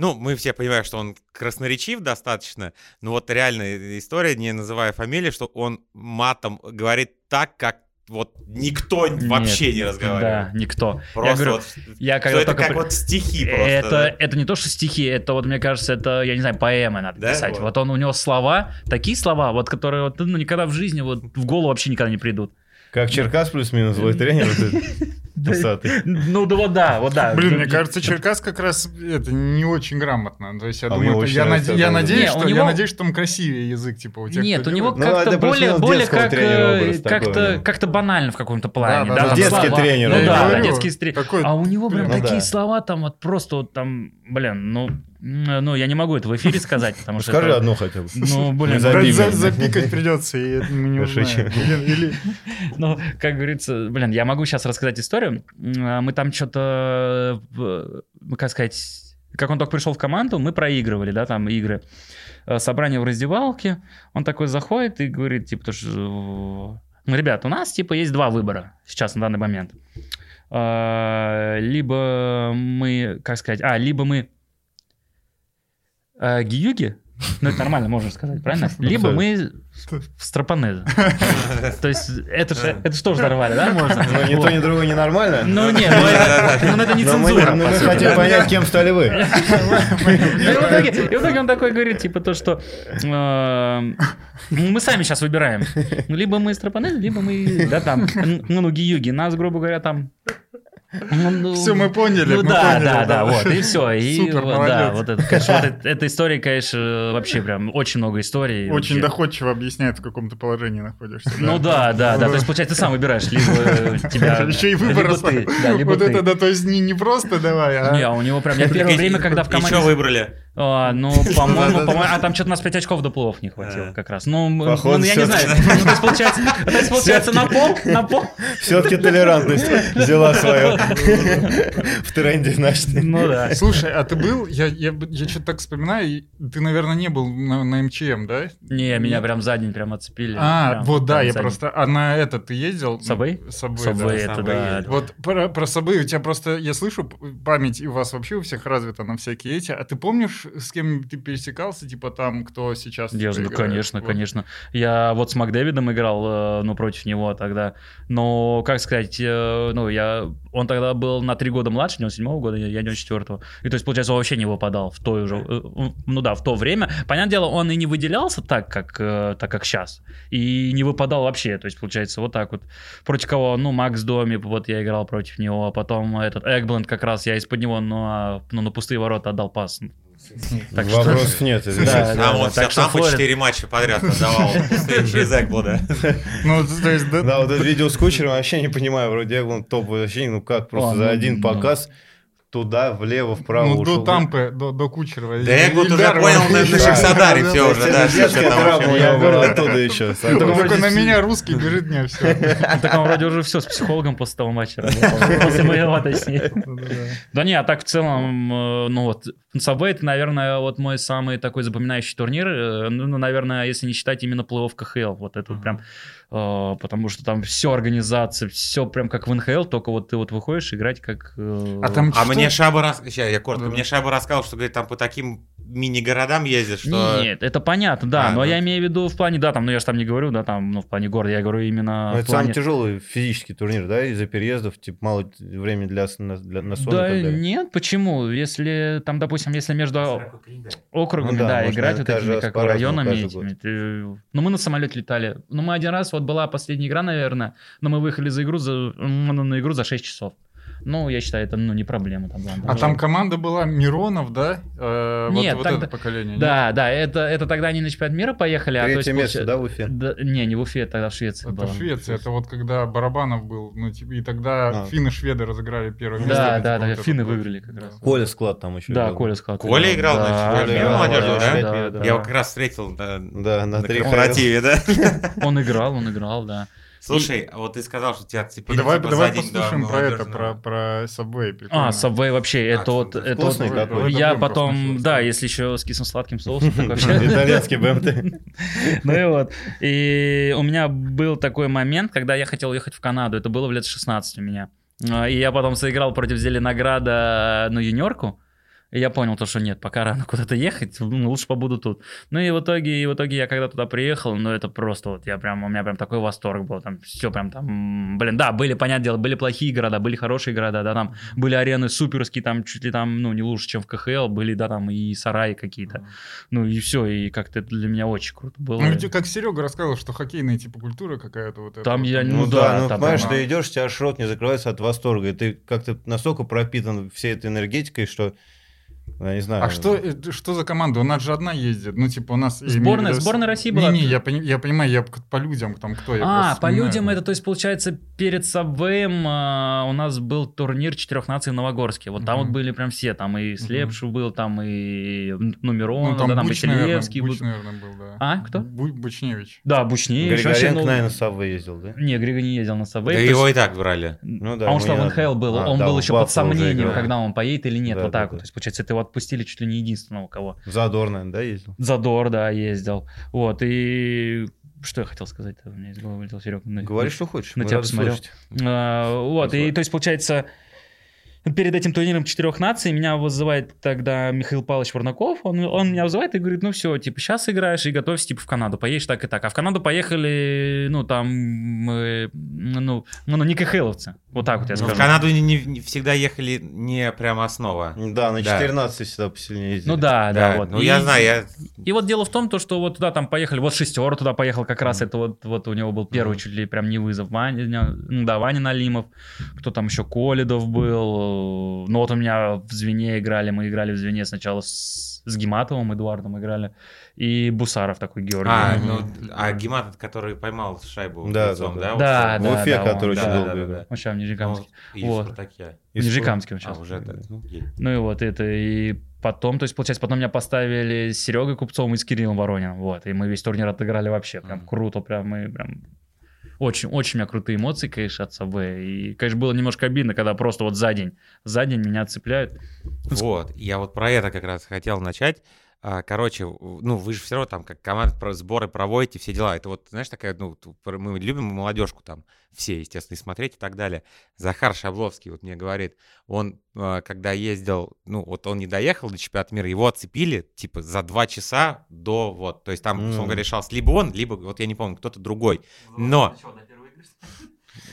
Speaker 1: Ну, мы все понимаем, что он красноречив достаточно, но вот реальная история, не называя фамилии, что он матом говорит так, как вот никто вообще
Speaker 2: Нет,
Speaker 1: не
Speaker 2: Да,
Speaker 1: разговаривает.
Speaker 2: никто.
Speaker 1: Просто
Speaker 2: я говорю,
Speaker 1: вот,
Speaker 2: я
Speaker 1: что
Speaker 2: когда
Speaker 1: это
Speaker 2: только
Speaker 1: как
Speaker 2: при-
Speaker 1: вот стихи просто.
Speaker 2: это,
Speaker 1: да?
Speaker 2: это не то, что стихи, это вот, мне кажется, это, я не знаю, поэмы надо
Speaker 1: Да?
Speaker 2: писать.
Speaker 1: Вот.
Speaker 2: Вот. он, у него слова, такие слова, вот, которые вот, ну, никогда в жизни вот в голову вообще никогда не придут.
Speaker 4: Как Черкас плюс-минус, твой тренер, вот этот усатый.
Speaker 2: Ну, да вот да, вот да.
Speaker 3: Блин,
Speaker 2: Ну,
Speaker 3: мне
Speaker 2: не-
Speaker 3: кажется, Черкас как раз это не очень грамотно. То есть я
Speaker 4: А мне
Speaker 3: думаю, это-
Speaker 4: очень
Speaker 3: я,
Speaker 4: нравится
Speaker 3: наде-
Speaker 4: это
Speaker 3: я
Speaker 4: название.
Speaker 3: надеюсь,
Speaker 2: Не, у
Speaker 3: что я
Speaker 2: него-
Speaker 3: надеюсь, что там красивее язык типа у тех.
Speaker 2: Нет,
Speaker 3: кто
Speaker 2: у него
Speaker 3: делает.
Speaker 4: Ну, это
Speaker 2: как-то более,
Speaker 4: плюс-минус
Speaker 2: более
Speaker 4: детского
Speaker 2: как,
Speaker 4: тренера
Speaker 2: э,
Speaker 4: образ такой у
Speaker 2: как-то,
Speaker 4: него.
Speaker 2: как-то банально в каком-то плане.
Speaker 3: да,
Speaker 2: да,
Speaker 3: да,
Speaker 2: там
Speaker 4: детский
Speaker 2: слова.
Speaker 4: тренер,
Speaker 2: Ну
Speaker 4: я
Speaker 2: да,
Speaker 3: говорю.
Speaker 2: детский тренер.
Speaker 3: Такой,
Speaker 2: А у него прям
Speaker 4: ну
Speaker 2: такие
Speaker 4: да.
Speaker 2: слова там вот просто вот там, блин, ну, м, ну я не могу это в эфире сказать, потому что...
Speaker 4: Скажи
Speaker 2: это-
Speaker 4: одну хотя бы.
Speaker 2: Ну, блин,
Speaker 4: за-
Speaker 3: Блядь, за-
Speaker 4: Запикать.
Speaker 3: запикать придется, и это мы не
Speaker 4: Я
Speaker 3: узнаем.
Speaker 4: шучу.
Speaker 3: Блин, или-
Speaker 2: Ну, как говорится, блин, я могу сейчас рассказать историю. М, а, Мы там что-то, в- ну, как сказать, как он только пришел в команду, мы проигрывали, да, там игры. Э, Собрание в раздевалке, он такой заходит и говорит, типа, то, что, э, ребят, у нас, типа, есть два выбора сейчас на данный момент. Э, Либо мы, как сказать, а, либо мы э, Гиюги, ну это нормально можно сказать, правильно? Либо мы в Страпанезе. То есть это же это ж тоже взорвали, да? Можно.
Speaker 4: Ну, ни то, ни другое не нормально.
Speaker 2: Ну нет, ну это, ну, это не
Speaker 4: Но мы-
Speaker 2: цензура.
Speaker 4: ну,
Speaker 2: по
Speaker 4: мы
Speaker 2: сути,
Speaker 4: хотим
Speaker 2: да.
Speaker 4: понять, кем стали вы.
Speaker 2: И в итоге- и в итоге он такой говорит, типа то, что эм, мы сами сейчас выбираем. Ну, Либо мы Страпанез, либо мы, да, там, н- ну, ну, Гиюги. Нас, грубо говоря, там...
Speaker 3: Все, мы поняли.
Speaker 2: Ну
Speaker 3: мы
Speaker 2: да,
Speaker 3: поняли,
Speaker 2: да, да, вот, и все. И
Speaker 3: Супер,
Speaker 2: вот, да,
Speaker 3: молодец.
Speaker 2: вот это, конечно, вот это- эта история, конечно, вообще прям очень много историй.
Speaker 3: Очень
Speaker 2: вообще.
Speaker 3: доходчиво объясняет, в каком ты положении находишься.
Speaker 2: Ну да, да, да. То есть, получается, ты сам выбираешь, либо э, тебя...
Speaker 3: Еще и выбор
Speaker 2: либо
Speaker 3: оставил.
Speaker 2: ты, да, либо
Speaker 3: Вот
Speaker 2: ты.
Speaker 3: это да, то есть не, не просто давай, а...
Speaker 2: Не, а у него прям... Я первое время, когда в
Speaker 1: И что
Speaker 2: команде...
Speaker 1: выбрали?
Speaker 2: А, ну, по-моему,
Speaker 3: Да-да-да.
Speaker 2: по-моему- а там что-то у нас 5 очков до плов не
Speaker 1: Да.
Speaker 2: хватило как раз. Ну, м,
Speaker 4: Походу,
Speaker 2: ну, я не знаю.
Speaker 4: всё-таки.
Speaker 2: Ну, То есть, получается, то есть, получается, на пол, на пол.
Speaker 4: Все-таки толерантность взяла свое. В тренде, значит.
Speaker 2: Ну да.
Speaker 3: Слушай, а ты был? Я, я, я что-то так вспоминаю. и Ты, наверное, не был на, на МЧМ, да?
Speaker 2: Не, меня прям за день прям отцепили.
Speaker 3: а,
Speaker 2: Прям-
Speaker 3: вот да,
Speaker 2: прям
Speaker 3: я
Speaker 2: за день.
Speaker 3: просто. А на это ты ездил?
Speaker 2: Subway?
Speaker 3: Собой.
Speaker 2: Subway,
Speaker 1: да,
Speaker 2: это
Speaker 1: Subway
Speaker 2: да.
Speaker 1: ездил.
Speaker 3: Вот про, про собы у тебя просто, я слышу, п- память и у вас вообще у всех развита на всякие эти. А ты помнишь, с кем ты пересекался, типа там, кто сейчас?
Speaker 2: Я
Speaker 3: типа,
Speaker 2: же- ну,
Speaker 3: играет?
Speaker 2: конечно,
Speaker 3: Вот.
Speaker 2: конечно. Я вот с Макдэвидом играл, э, ну, против него тогда. Но, как сказать, э, ну, я... Он тогда был на три года младше, не он седьмого года, я я не он четвертого. И то есть, получается, он вообще не выпадал в то уже... э, Ну да, в то время. Понятное дело, он и не выделялся так, как, э, так, как сейчас. И не выпадал вообще. То есть, получается, вот так вот. Против кого? Ну, Макс Доми, вот я играл против него. А потом этот Эгбленд как раз, я из-под него ну, а, ну, на пустые ворота отдал пас. Так что-
Speaker 4: Вопросов нет.
Speaker 2: Да,
Speaker 1: Слушай,
Speaker 2: да,
Speaker 1: Нам
Speaker 2: да.
Speaker 1: он
Speaker 2: Так
Speaker 1: вся
Speaker 2: что
Speaker 1: там по
Speaker 2: Флорид-
Speaker 1: 4 матча подряд отдавал пустые через Экблода.
Speaker 3: Ну, то есть, да,
Speaker 4: Да, вот это видео с кучером вообще не понимаю. Вроде он топ вообще, ну как, просто
Speaker 2: А,
Speaker 4: за
Speaker 2: ну,
Speaker 4: один
Speaker 2: ну.
Speaker 4: показ туда, влево, вправо
Speaker 3: ну,
Speaker 4: ушел.
Speaker 3: до Тампы, до, до Кучерова.
Speaker 1: Да Экблот уже
Speaker 3: Ильдар
Speaker 1: понял
Speaker 3: вообще
Speaker 1: на на
Speaker 3: еще-
Speaker 1: Шахсадаре
Speaker 3: Да,
Speaker 1: все
Speaker 3: да,
Speaker 1: уже,
Speaker 4: Это
Speaker 1: да. что
Speaker 4: детская
Speaker 1: там вообще.
Speaker 4: травма у него была оттуда еще. А
Speaker 3: да. Только
Speaker 2: Вроде
Speaker 3: на
Speaker 2: все.
Speaker 3: меня русский бежит, мне все.
Speaker 2: Так он вроде уже все с психологом после того матча работал. После моего, точнее. Да не, а так в целом, э, ну вот, Subway это, наверное, вот мой самый такой запоминающий турнир. э, Ну, ну, наверное, если не считать именно плей-офф КХЛ. Вот это вот прям, э, потому что там все организация, все прям как в НХЛ, только вот ты вот выходишь играть как... э,
Speaker 3: А там
Speaker 1: А
Speaker 3: что?
Speaker 1: мне Шаба раз... Сейчас, я коротко.
Speaker 3: Да-да.
Speaker 1: Мне Шаба рассказал, что, говорит, там по таким мини-городам ездишь, что...
Speaker 2: Нет, это понятно, да,
Speaker 1: А,
Speaker 2: но
Speaker 1: да.
Speaker 2: я имею в виду в плане, да, там, ну я же там не говорю, да, там, ну в плане города, я говорю именно А,
Speaker 4: Ну,
Speaker 2: в
Speaker 4: это
Speaker 2: плане...
Speaker 4: самый тяжелый физический турнир, да, из-за переездов, типа, мало времени для, с- на- для на сон и
Speaker 2: Да
Speaker 4: так далее.
Speaker 2: нет, почему? Если там, допустим, если между округами,
Speaker 4: Ну
Speaker 2: да,
Speaker 4: да, можно
Speaker 2: играть вот
Speaker 4: каждый
Speaker 2: этими,
Speaker 4: раз
Speaker 2: как
Speaker 4: по-разному,
Speaker 2: районами
Speaker 4: каждый
Speaker 2: этими. Ты- Ну, мы на самолете летали. Ну, мы один раз, вот была последняя игра, наверное, но мы выехали за игру, за, м, на игру за 6 часов. Ну, я считаю, это, ну, не проблема. Там, ладно,
Speaker 3: А
Speaker 2: ну,
Speaker 3: там команда была Миронов, да? Э, вот-
Speaker 2: Нет,
Speaker 3: вот
Speaker 2: тогда-
Speaker 3: это поколение. нет?
Speaker 2: Да, да, это, это тогда они на чемпионат мира поехали. а то есть
Speaker 4: Третье место,
Speaker 2: получа-
Speaker 4: да, в Уфе?
Speaker 2: Да, не, не в Уфе, тогда в Швеции
Speaker 3: Это
Speaker 2: было.
Speaker 3: в Швеции, это вот когда Барабанов был, ну, типа, и тогда
Speaker 4: А.
Speaker 3: финны-шведы разыграли первое
Speaker 1: Да,
Speaker 3: место.
Speaker 2: да,
Speaker 3: типа,
Speaker 2: да,
Speaker 3: вот это
Speaker 2: финны
Speaker 3: было.
Speaker 2: выиграли как раз.
Speaker 4: Коля склад там еще.
Speaker 2: Да,
Speaker 4: играл.
Speaker 2: Коля сказал.
Speaker 1: Коля играл на
Speaker 2: да,
Speaker 1: чемпионате
Speaker 2: да,
Speaker 4: мира
Speaker 2: да,
Speaker 4: молодежи,
Speaker 2: да,
Speaker 4: да?
Speaker 2: да.
Speaker 1: Я его как раз встретил на
Speaker 4: Да, на
Speaker 1: на
Speaker 4: три
Speaker 1: корпоративе, да?
Speaker 2: Он играл, он играл, да.
Speaker 1: Слушай, а вот ты сказал, что тебя
Speaker 3: Ну,
Speaker 1: отцепили
Speaker 3: Давай,
Speaker 1: типа,
Speaker 3: давай
Speaker 1: за день до
Speaker 3: послушаем про это, про,
Speaker 1: молодежного.
Speaker 3: про Subway. прикольно.
Speaker 2: А, Subway вообще, это
Speaker 1: А,
Speaker 2: вот...
Speaker 1: это
Speaker 2: Это вот
Speaker 4: вкусный такой.
Speaker 2: я
Speaker 3: Это прям вкусный
Speaker 2: потом,
Speaker 3: соус.
Speaker 2: да, если еще с кислым сладким соусом, так вообще...
Speaker 4: Итальянский БМТ.
Speaker 2: Ну и вот. И у меня был такой момент, когда я хотел ехать в Канаду. Это было в лет 16 у меня. А, И я потом сыграл против Зеленограда, ну, юниорку. И я понял то, что нет, пока рано куда-то ехать, ну, лучше побуду тут. Ну и в итоге, и в итоге я когда туда приехал, ну это просто вот я прям, у меня прям такой восторг был, там все прям там, м, блин, да, были, понятное дело, были плохие города, были хорошие города, да, там были арены суперские, там чуть ли там, ну не лучше, чем в КХЛ, были, да, там и сараи какие-то. Ну и все, и как-то это для меня очень круто было.
Speaker 3: Ну, ведь как Серега рассказывал, что хоккейная типа культура какая-то вот эта.
Speaker 2: Там
Speaker 3: вот.
Speaker 2: я не- Ну
Speaker 4: Ну
Speaker 2: да,
Speaker 4: да, ну
Speaker 2: там
Speaker 4: понимаешь,
Speaker 3: прямо-
Speaker 4: ты идешь, у тебя аж рот не закрывается от восторга. И ты как-то настолько пропитан всей этой энергетикой, что, я не знаю.
Speaker 3: А что, э, что за команда? У нас же одна ездит. Ну, типа, у нас... я имею в
Speaker 2: Сборная-
Speaker 3: виду-
Speaker 2: сборная России была?
Speaker 3: Не, не, я, пони- я понимаю, я к- по людям, там, кто я
Speaker 2: А,
Speaker 3: просто ну.
Speaker 2: по
Speaker 3: вспоминаю.
Speaker 2: людям это, то есть, получается, перед Сабвеем а, у нас был турнир четырех наций в Новогорске. Вот там
Speaker 3: Мгм.
Speaker 2: вот были прям все, там и Слепшу был, там и Нумерон,
Speaker 3: Ну, там,
Speaker 2: да, там и
Speaker 3: Буч, наверное,
Speaker 2: Селевский
Speaker 3: Буч,
Speaker 2: был.
Speaker 3: наверное, был, да.
Speaker 2: А, кто?
Speaker 3: Бу- Бучневич.
Speaker 2: Да, Бучневич. вообще,
Speaker 4: Григоренко,
Speaker 2: ну,
Speaker 4: наверное, сам выездил, да?
Speaker 2: Не, Григо не ездил на Сабвей.
Speaker 1: Да его и так брали.
Speaker 4: Ну да,
Speaker 2: а он
Speaker 4: ему
Speaker 2: что,
Speaker 4: не
Speaker 2: в
Speaker 4: надо.
Speaker 2: НХЛ был?
Speaker 4: А,
Speaker 2: он
Speaker 4: да,
Speaker 2: был
Speaker 4: он
Speaker 2: еще
Speaker 4: в
Speaker 2: под
Speaker 4: Баффало уже
Speaker 2: сомнением,
Speaker 4: играл.
Speaker 2: когда он поедет или нет,
Speaker 4: Да,
Speaker 2: вот
Speaker 4: да,
Speaker 2: так
Speaker 4: да.
Speaker 2: вот. То есть, получается, это его отпустили чуть ли не единственного кого.
Speaker 4: Задор, наверное, да, ездил?
Speaker 2: Задор, да, ездил. Вот, и... Что я хотел сказать? У меня из головы ну, вылетел Серега.
Speaker 4: Говори, что хочешь.
Speaker 2: на
Speaker 4: мы
Speaker 2: тебя
Speaker 4: рады
Speaker 2: посмотрел.
Speaker 4: слышать.
Speaker 2: А, Вот, и
Speaker 4: Назвать.
Speaker 2: то есть получается, перед этим турниром четырех наций меня вызывает тогда Михаил Павлович Варнаков, он, он меня вызывает и говорит, ну все, типа, сейчас играешь и готовься, типа, в Канаду, поедешь так и так. А в Канаду поехали, ну, там, э, ну, ну, ну, не кхловцы, вот так вот я
Speaker 3: Ну,
Speaker 1: Ну,
Speaker 2: скажу.
Speaker 1: В Канаду не- не не всегда ехали не прям основа.
Speaker 4: Да, на
Speaker 1: Да.
Speaker 4: 14 всегда посильнее ездили.
Speaker 2: Ну да, да,
Speaker 1: Да,
Speaker 2: вот.
Speaker 1: ну
Speaker 2: И-
Speaker 1: я знаю, я...
Speaker 2: И вот дело в том, то, что вот туда там поехали, вот шестер туда поехал как раз, это вот, вот у него был первый чуть ли прям не вызов, Ваня, ну да, Ваня Налимов, кто там еще, Колидов был, ну вот у меня в Звене играли, мы играли в Звене сначала с, с Гиматовым, Эдуардом играли, и Бусаров такой, Георгий.
Speaker 1: А,
Speaker 3: Мгм.
Speaker 1: ну, а Гемат, этот, который поймал шайбу
Speaker 4: Да,
Speaker 1: лицом,
Speaker 4: да,
Speaker 1: да?
Speaker 4: да.
Speaker 1: вот
Speaker 2: Да,
Speaker 1: он?
Speaker 4: В Уфе,
Speaker 2: да, он,
Speaker 4: который очень
Speaker 1: да,
Speaker 4: долго
Speaker 1: да, да,
Speaker 4: играл.
Speaker 1: да.
Speaker 2: Он сейчас в Нижегородске.
Speaker 1: И в
Speaker 2: Вот.
Speaker 1: Спартаке.
Speaker 4: Из-
Speaker 2: В Нижегородске он
Speaker 1: ну, А,
Speaker 2: сейчас.
Speaker 1: уже так, ну, окей.
Speaker 2: Ну и вот это, и потом, то есть, получается, потом меня поставили с Серегой Купцовым и с Кириллом Ворониным, вот, и мы весь турнир отыграли вообще, прям
Speaker 1: Мгм.
Speaker 2: круто, прям, мы прям... Очень-очень у меня крутые эмоции, конечно, от собой. И, конечно, было немножко обидно, когда просто вот за день, за день меня цепляют.
Speaker 1: Вот, я вот про это как раз хотел начать. А, Короче, в- ну вы же все равно там как команда про сборы проводите, все дела. Это вот, знаешь, такая, ну, ту- про- мы любим молодежку там, все, естественно, и смотреть и так далее. Захар Шабловский вот мне говорит, он, а, когда ездил, ну, вот он не доехал до чемпионата мира, его отцепили, типа, за два часа до вот, то есть там,
Speaker 4: М.
Speaker 1: условно говоря, решался либо он, либо, вот я не помню, кто-то другой. Но...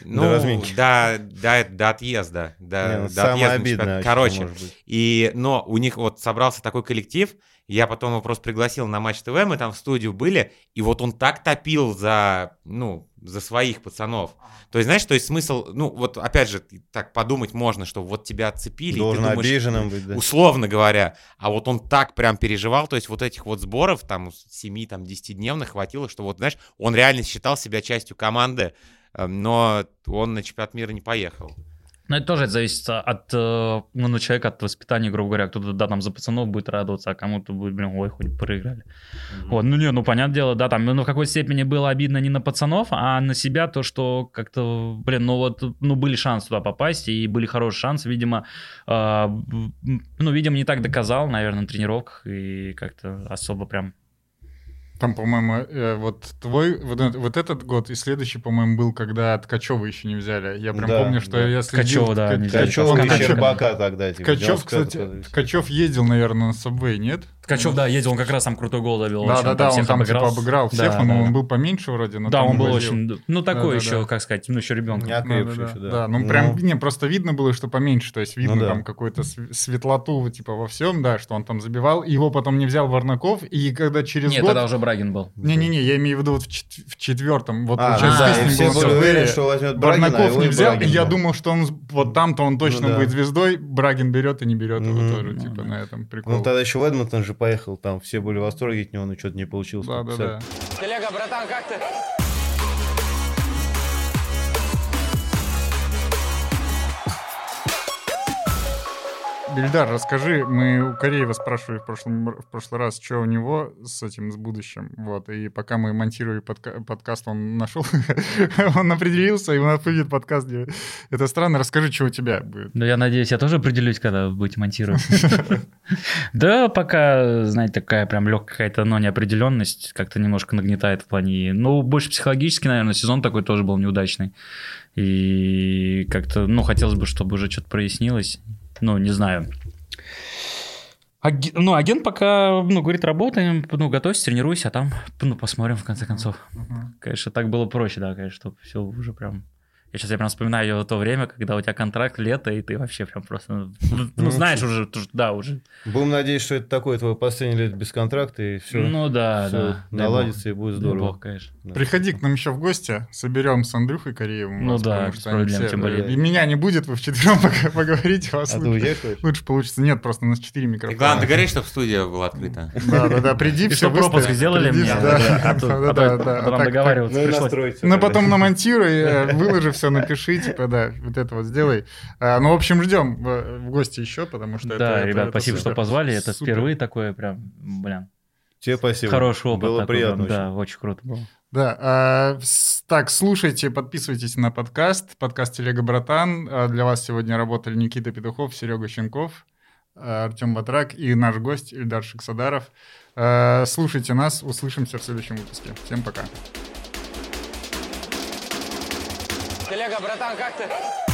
Speaker 1: Ну,
Speaker 4: До разминки.
Speaker 1: да, да, до отъезда. Э, До,
Speaker 4: Блин,
Speaker 1: до отъезда
Speaker 4: Самое
Speaker 1: на
Speaker 4: обидное.
Speaker 1: чемпионат.
Speaker 4: что
Speaker 1: Короче,
Speaker 4: может быть.
Speaker 1: и, но у них вот собрался такой коллектив, я потом его просто пригласил на матч ТВ, мы там в студию были, и вот он так топил за, ну, за своих пацанов. То есть, знаешь, то есть смысл, ну, вот опять же, ты так подумать можно, что вот тебя отцепили, и ты
Speaker 4: Должен
Speaker 1: думаешь,
Speaker 4: обиженным быть, да.
Speaker 1: условно говоря, а вот он так прям переживал, то есть вот этих вот сборов, там, 7 там, 10-дневных хватило, что вот, знаешь, он реально считал себя частью команды, э, но он на чемпионат мира не поехал.
Speaker 2: Но это тоже зависит от э, ну, на человека, от воспитания, грубо говоря. Кто-то, да, там за пацанов будет радоваться, а кому-то будет, блин, ой, хоть проиграли. Вот, ну не, ну понятное дело, да, там, ну в какой степени было обидно не на пацанов, а на себя то, что как-то, блин, ну вот, ну были шансы туда попасть, и были хорошие шансы, видимо, э, м, ну, видимо, не так доказал, наверное, на тренировках, и как-то особо прям...
Speaker 3: Там, по-моему, э, вот твой, вот, этот- вот этот год и следующий, по-моему, был, когда Ткачева еще не взяли. Я прям
Speaker 4: Да,
Speaker 3: помню, что
Speaker 4: да.
Speaker 3: я следил.
Speaker 2: Ткачева, да,
Speaker 3: Тка-
Speaker 2: не взяли.
Speaker 4: Ткачева
Speaker 3: он
Speaker 4: и
Speaker 2: Ткачев-
Speaker 4: Щербака тогда. типа,
Speaker 3: Ткачев,
Speaker 4: 95-го
Speaker 3: кстати,
Speaker 4: года.
Speaker 3: Ткачев ездил, наверное, на Сабвей, нет?
Speaker 2: Ткачев, да, ездил, он как раз там крутой гол забил.
Speaker 3: Да,
Speaker 2: очень,
Speaker 3: да, да, он
Speaker 2: всех
Speaker 3: там типа
Speaker 2: обыграл.
Speaker 3: обыграл всех,
Speaker 2: Да,
Speaker 3: он,
Speaker 2: да,
Speaker 3: он
Speaker 2: да.
Speaker 3: был поменьше вроде, но
Speaker 2: Да,
Speaker 3: там
Speaker 2: он был
Speaker 3: возил.
Speaker 2: очень, ну такой
Speaker 3: да,
Speaker 2: еще,
Speaker 3: да.
Speaker 2: как сказать, ну еще ребенок.
Speaker 4: Не окрепший
Speaker 3: да, да.
Speaker 4: еще, да.
Speaker 3: Да, ну,
Speaker 4: Ну.
Speaker 3: прям, не, просто видно было, что поменьше, то есть видно
Speaker 4: Ну да.
Speaker 3: там какую-то св- светлоту, вот, типа, во всем, да, что он там забивал, и его потом не взял Варнаков, и когда через
Speaker 2: Нет,
Speaker 3: год...
Speaker 2: тогда уже Брагин был.
Speaker 3: Не-не-не, я имею в виду вот в, чет- в четвертом, вот
Speaker 4: А,
Speaker 3: получается,
Speaker 2: да,
Speaker 3: с
Speaker 4: и
Speaker 3: ним
Speaker 4: все
Speaker 3: было
Speaker 4: были
Speaker 3: всё.
Speaker 4: уверены, что возьмет Брагина. а
Speaker 3: Барнаков
Speaker 4: его
Speaker 3: не
Speaker 4: и
Speaker 3: взял, и
Speaker 4: Брагин
Speaker 3: я
Speaker 4: взял.
Speaker 3: думал, что он с- вот там-то он точно
Speaker 4: Ну да.
Speaker 3: будет звездой, Брагин берет и не берет его
Speaker 4: Мгм.
Speaker 3: тоже,
Speaker 2: Ну
Speaker 3: типа,
Speaker 2: да.
Speaker 3: на этом прикол.
Speaker 4: Ну, тогда еще в Эдмонтон же поехал, там все были в восторге от него, но что-то не получилось.
Speaker 3: да, да,
Speaker 4: как
Speaker 3: да.
Speaker 4: всяко.
Speaker 5: Телега, братан, как ты?
Speaker 3: Бельдар, расскажи, мы у Кореева спрашивали в, прошлом, р- в прошлый раз, что у него с этим, с будущим. Вот, и пока мы монтировали подка- подкаст, он нашел, он определился, и у нас выйдет подкаст. где- Это странно, расскажи, что у тебя будет.
Speaker 2: Ну, я надеюсь, я тоже определюсь, когда будете монтировать. Да, пока, знаете, такая прям легкая какая-то, но неопределенность как-то немножко нагнетает в плане. Ну, больше психологически, наверное, сезон такой тоже был неудачный. И как-то, ну, хотелось бы, чтобы уже что-то прояснилось. Ну, не знаю. Аги- Ну, агент пока, ну, говорит, работаем, ну, готовься, тренируйся, а там, ну, посмотрим, в конце концов. Конечно, так было проще, да, конечно, чтобы все уже прям... Я сейчас я прям вспоминаю то время, когда у тебя контракт лето, и ты вообще прям просто... Ну, знаешь уже, то, что- да, уже.
Speaker 4: Будем надеяться, что это такое твое последнее лет без контракта, и все,
Speaker 2: Ну да, да. Дай бог.
Speaker 4: наладится, и будет
Speaker 2: Дай бог,
Speaker 4: здорово.
Speaker 2: конечно.
Speaker 4: Да.
Speaker 3: Приходи к нам еще в гости, соберем с Андрюхой Кореевым.
Speaker 2: Ну
Speaker 3: вас,
Speaker 2: да,
Speaker 3: потому
Speaker 2: без
Speaker 3: что они
Speaker 2: проблем,
Speaker 3: все-
Speaker 2: тем
Speaker 4: более.
Speaker 3: И меня не будет, вы вчетвером пока поговорите, у вас
Speaker 4: А ты
Speaker 3: лучше,
Speaker 4: уезжаешь? Вась?
Speaker 3: лучше получится. Нет, просто у нас четыре
Speaker 1: И
Speaker 3: микрофона.
Speaker 1: главное, ты говоришь, чтобы студия была открыта.
Speaker 3: Да, да, да, приди,
Speaker 2: И
Speaker 3: все
Speaker 2: что пропуск сделали мне? да,
Speaker 3: Да,
Speaker 2: А то
Speaker 3: да,
Speaker 2: а то
Speaker 3: да, да.
Speaker 2: потом
Speaker 3: Так, так.
Speaker 2: договариваться
Speaker 4: Ну и
Speaker 2: пришлось.
Speaker 4: настроить.
Speaker 3: Ну, потом намонтируй, э, выложи все, напиши, типа, да, вот это вот сделай. А, Ну, в общем, ждем в в гости еще, потому что это...
Speaker 2: Да,
Speaker 3: это-
Speaker 2: ребят,
Speaker 3: это
Speaker 2: спасибо, что
Speaker 3: супер.
Speaker 2: позвали. Это
Speaker 3: Супер.
Speaker 2: впервые такое прям, блин,
Speaker 4: Тебе спасибо.
Speaker 2: хороший опыт.
Speaker 4: Было
Speaker 2: такой,
Speaker 4: приятно
Speaker 2: прям,
Speaker 4: очень.
Speaker 2: Да, очень круто было.
Speaker 3: Да, а, с- так, слушайте, подписывайтесь на подкаст, подкаст «Телега, братан». А, Для вас сегодня работали Никита Петухов, Серега Щенков, а, Артем Батрак и наш гость Ильдар Шиксадаров. А, Слушайте нас, услышимся в следующем выпуске. Всем пока.
Speaker 5: Телега, братан, как ты?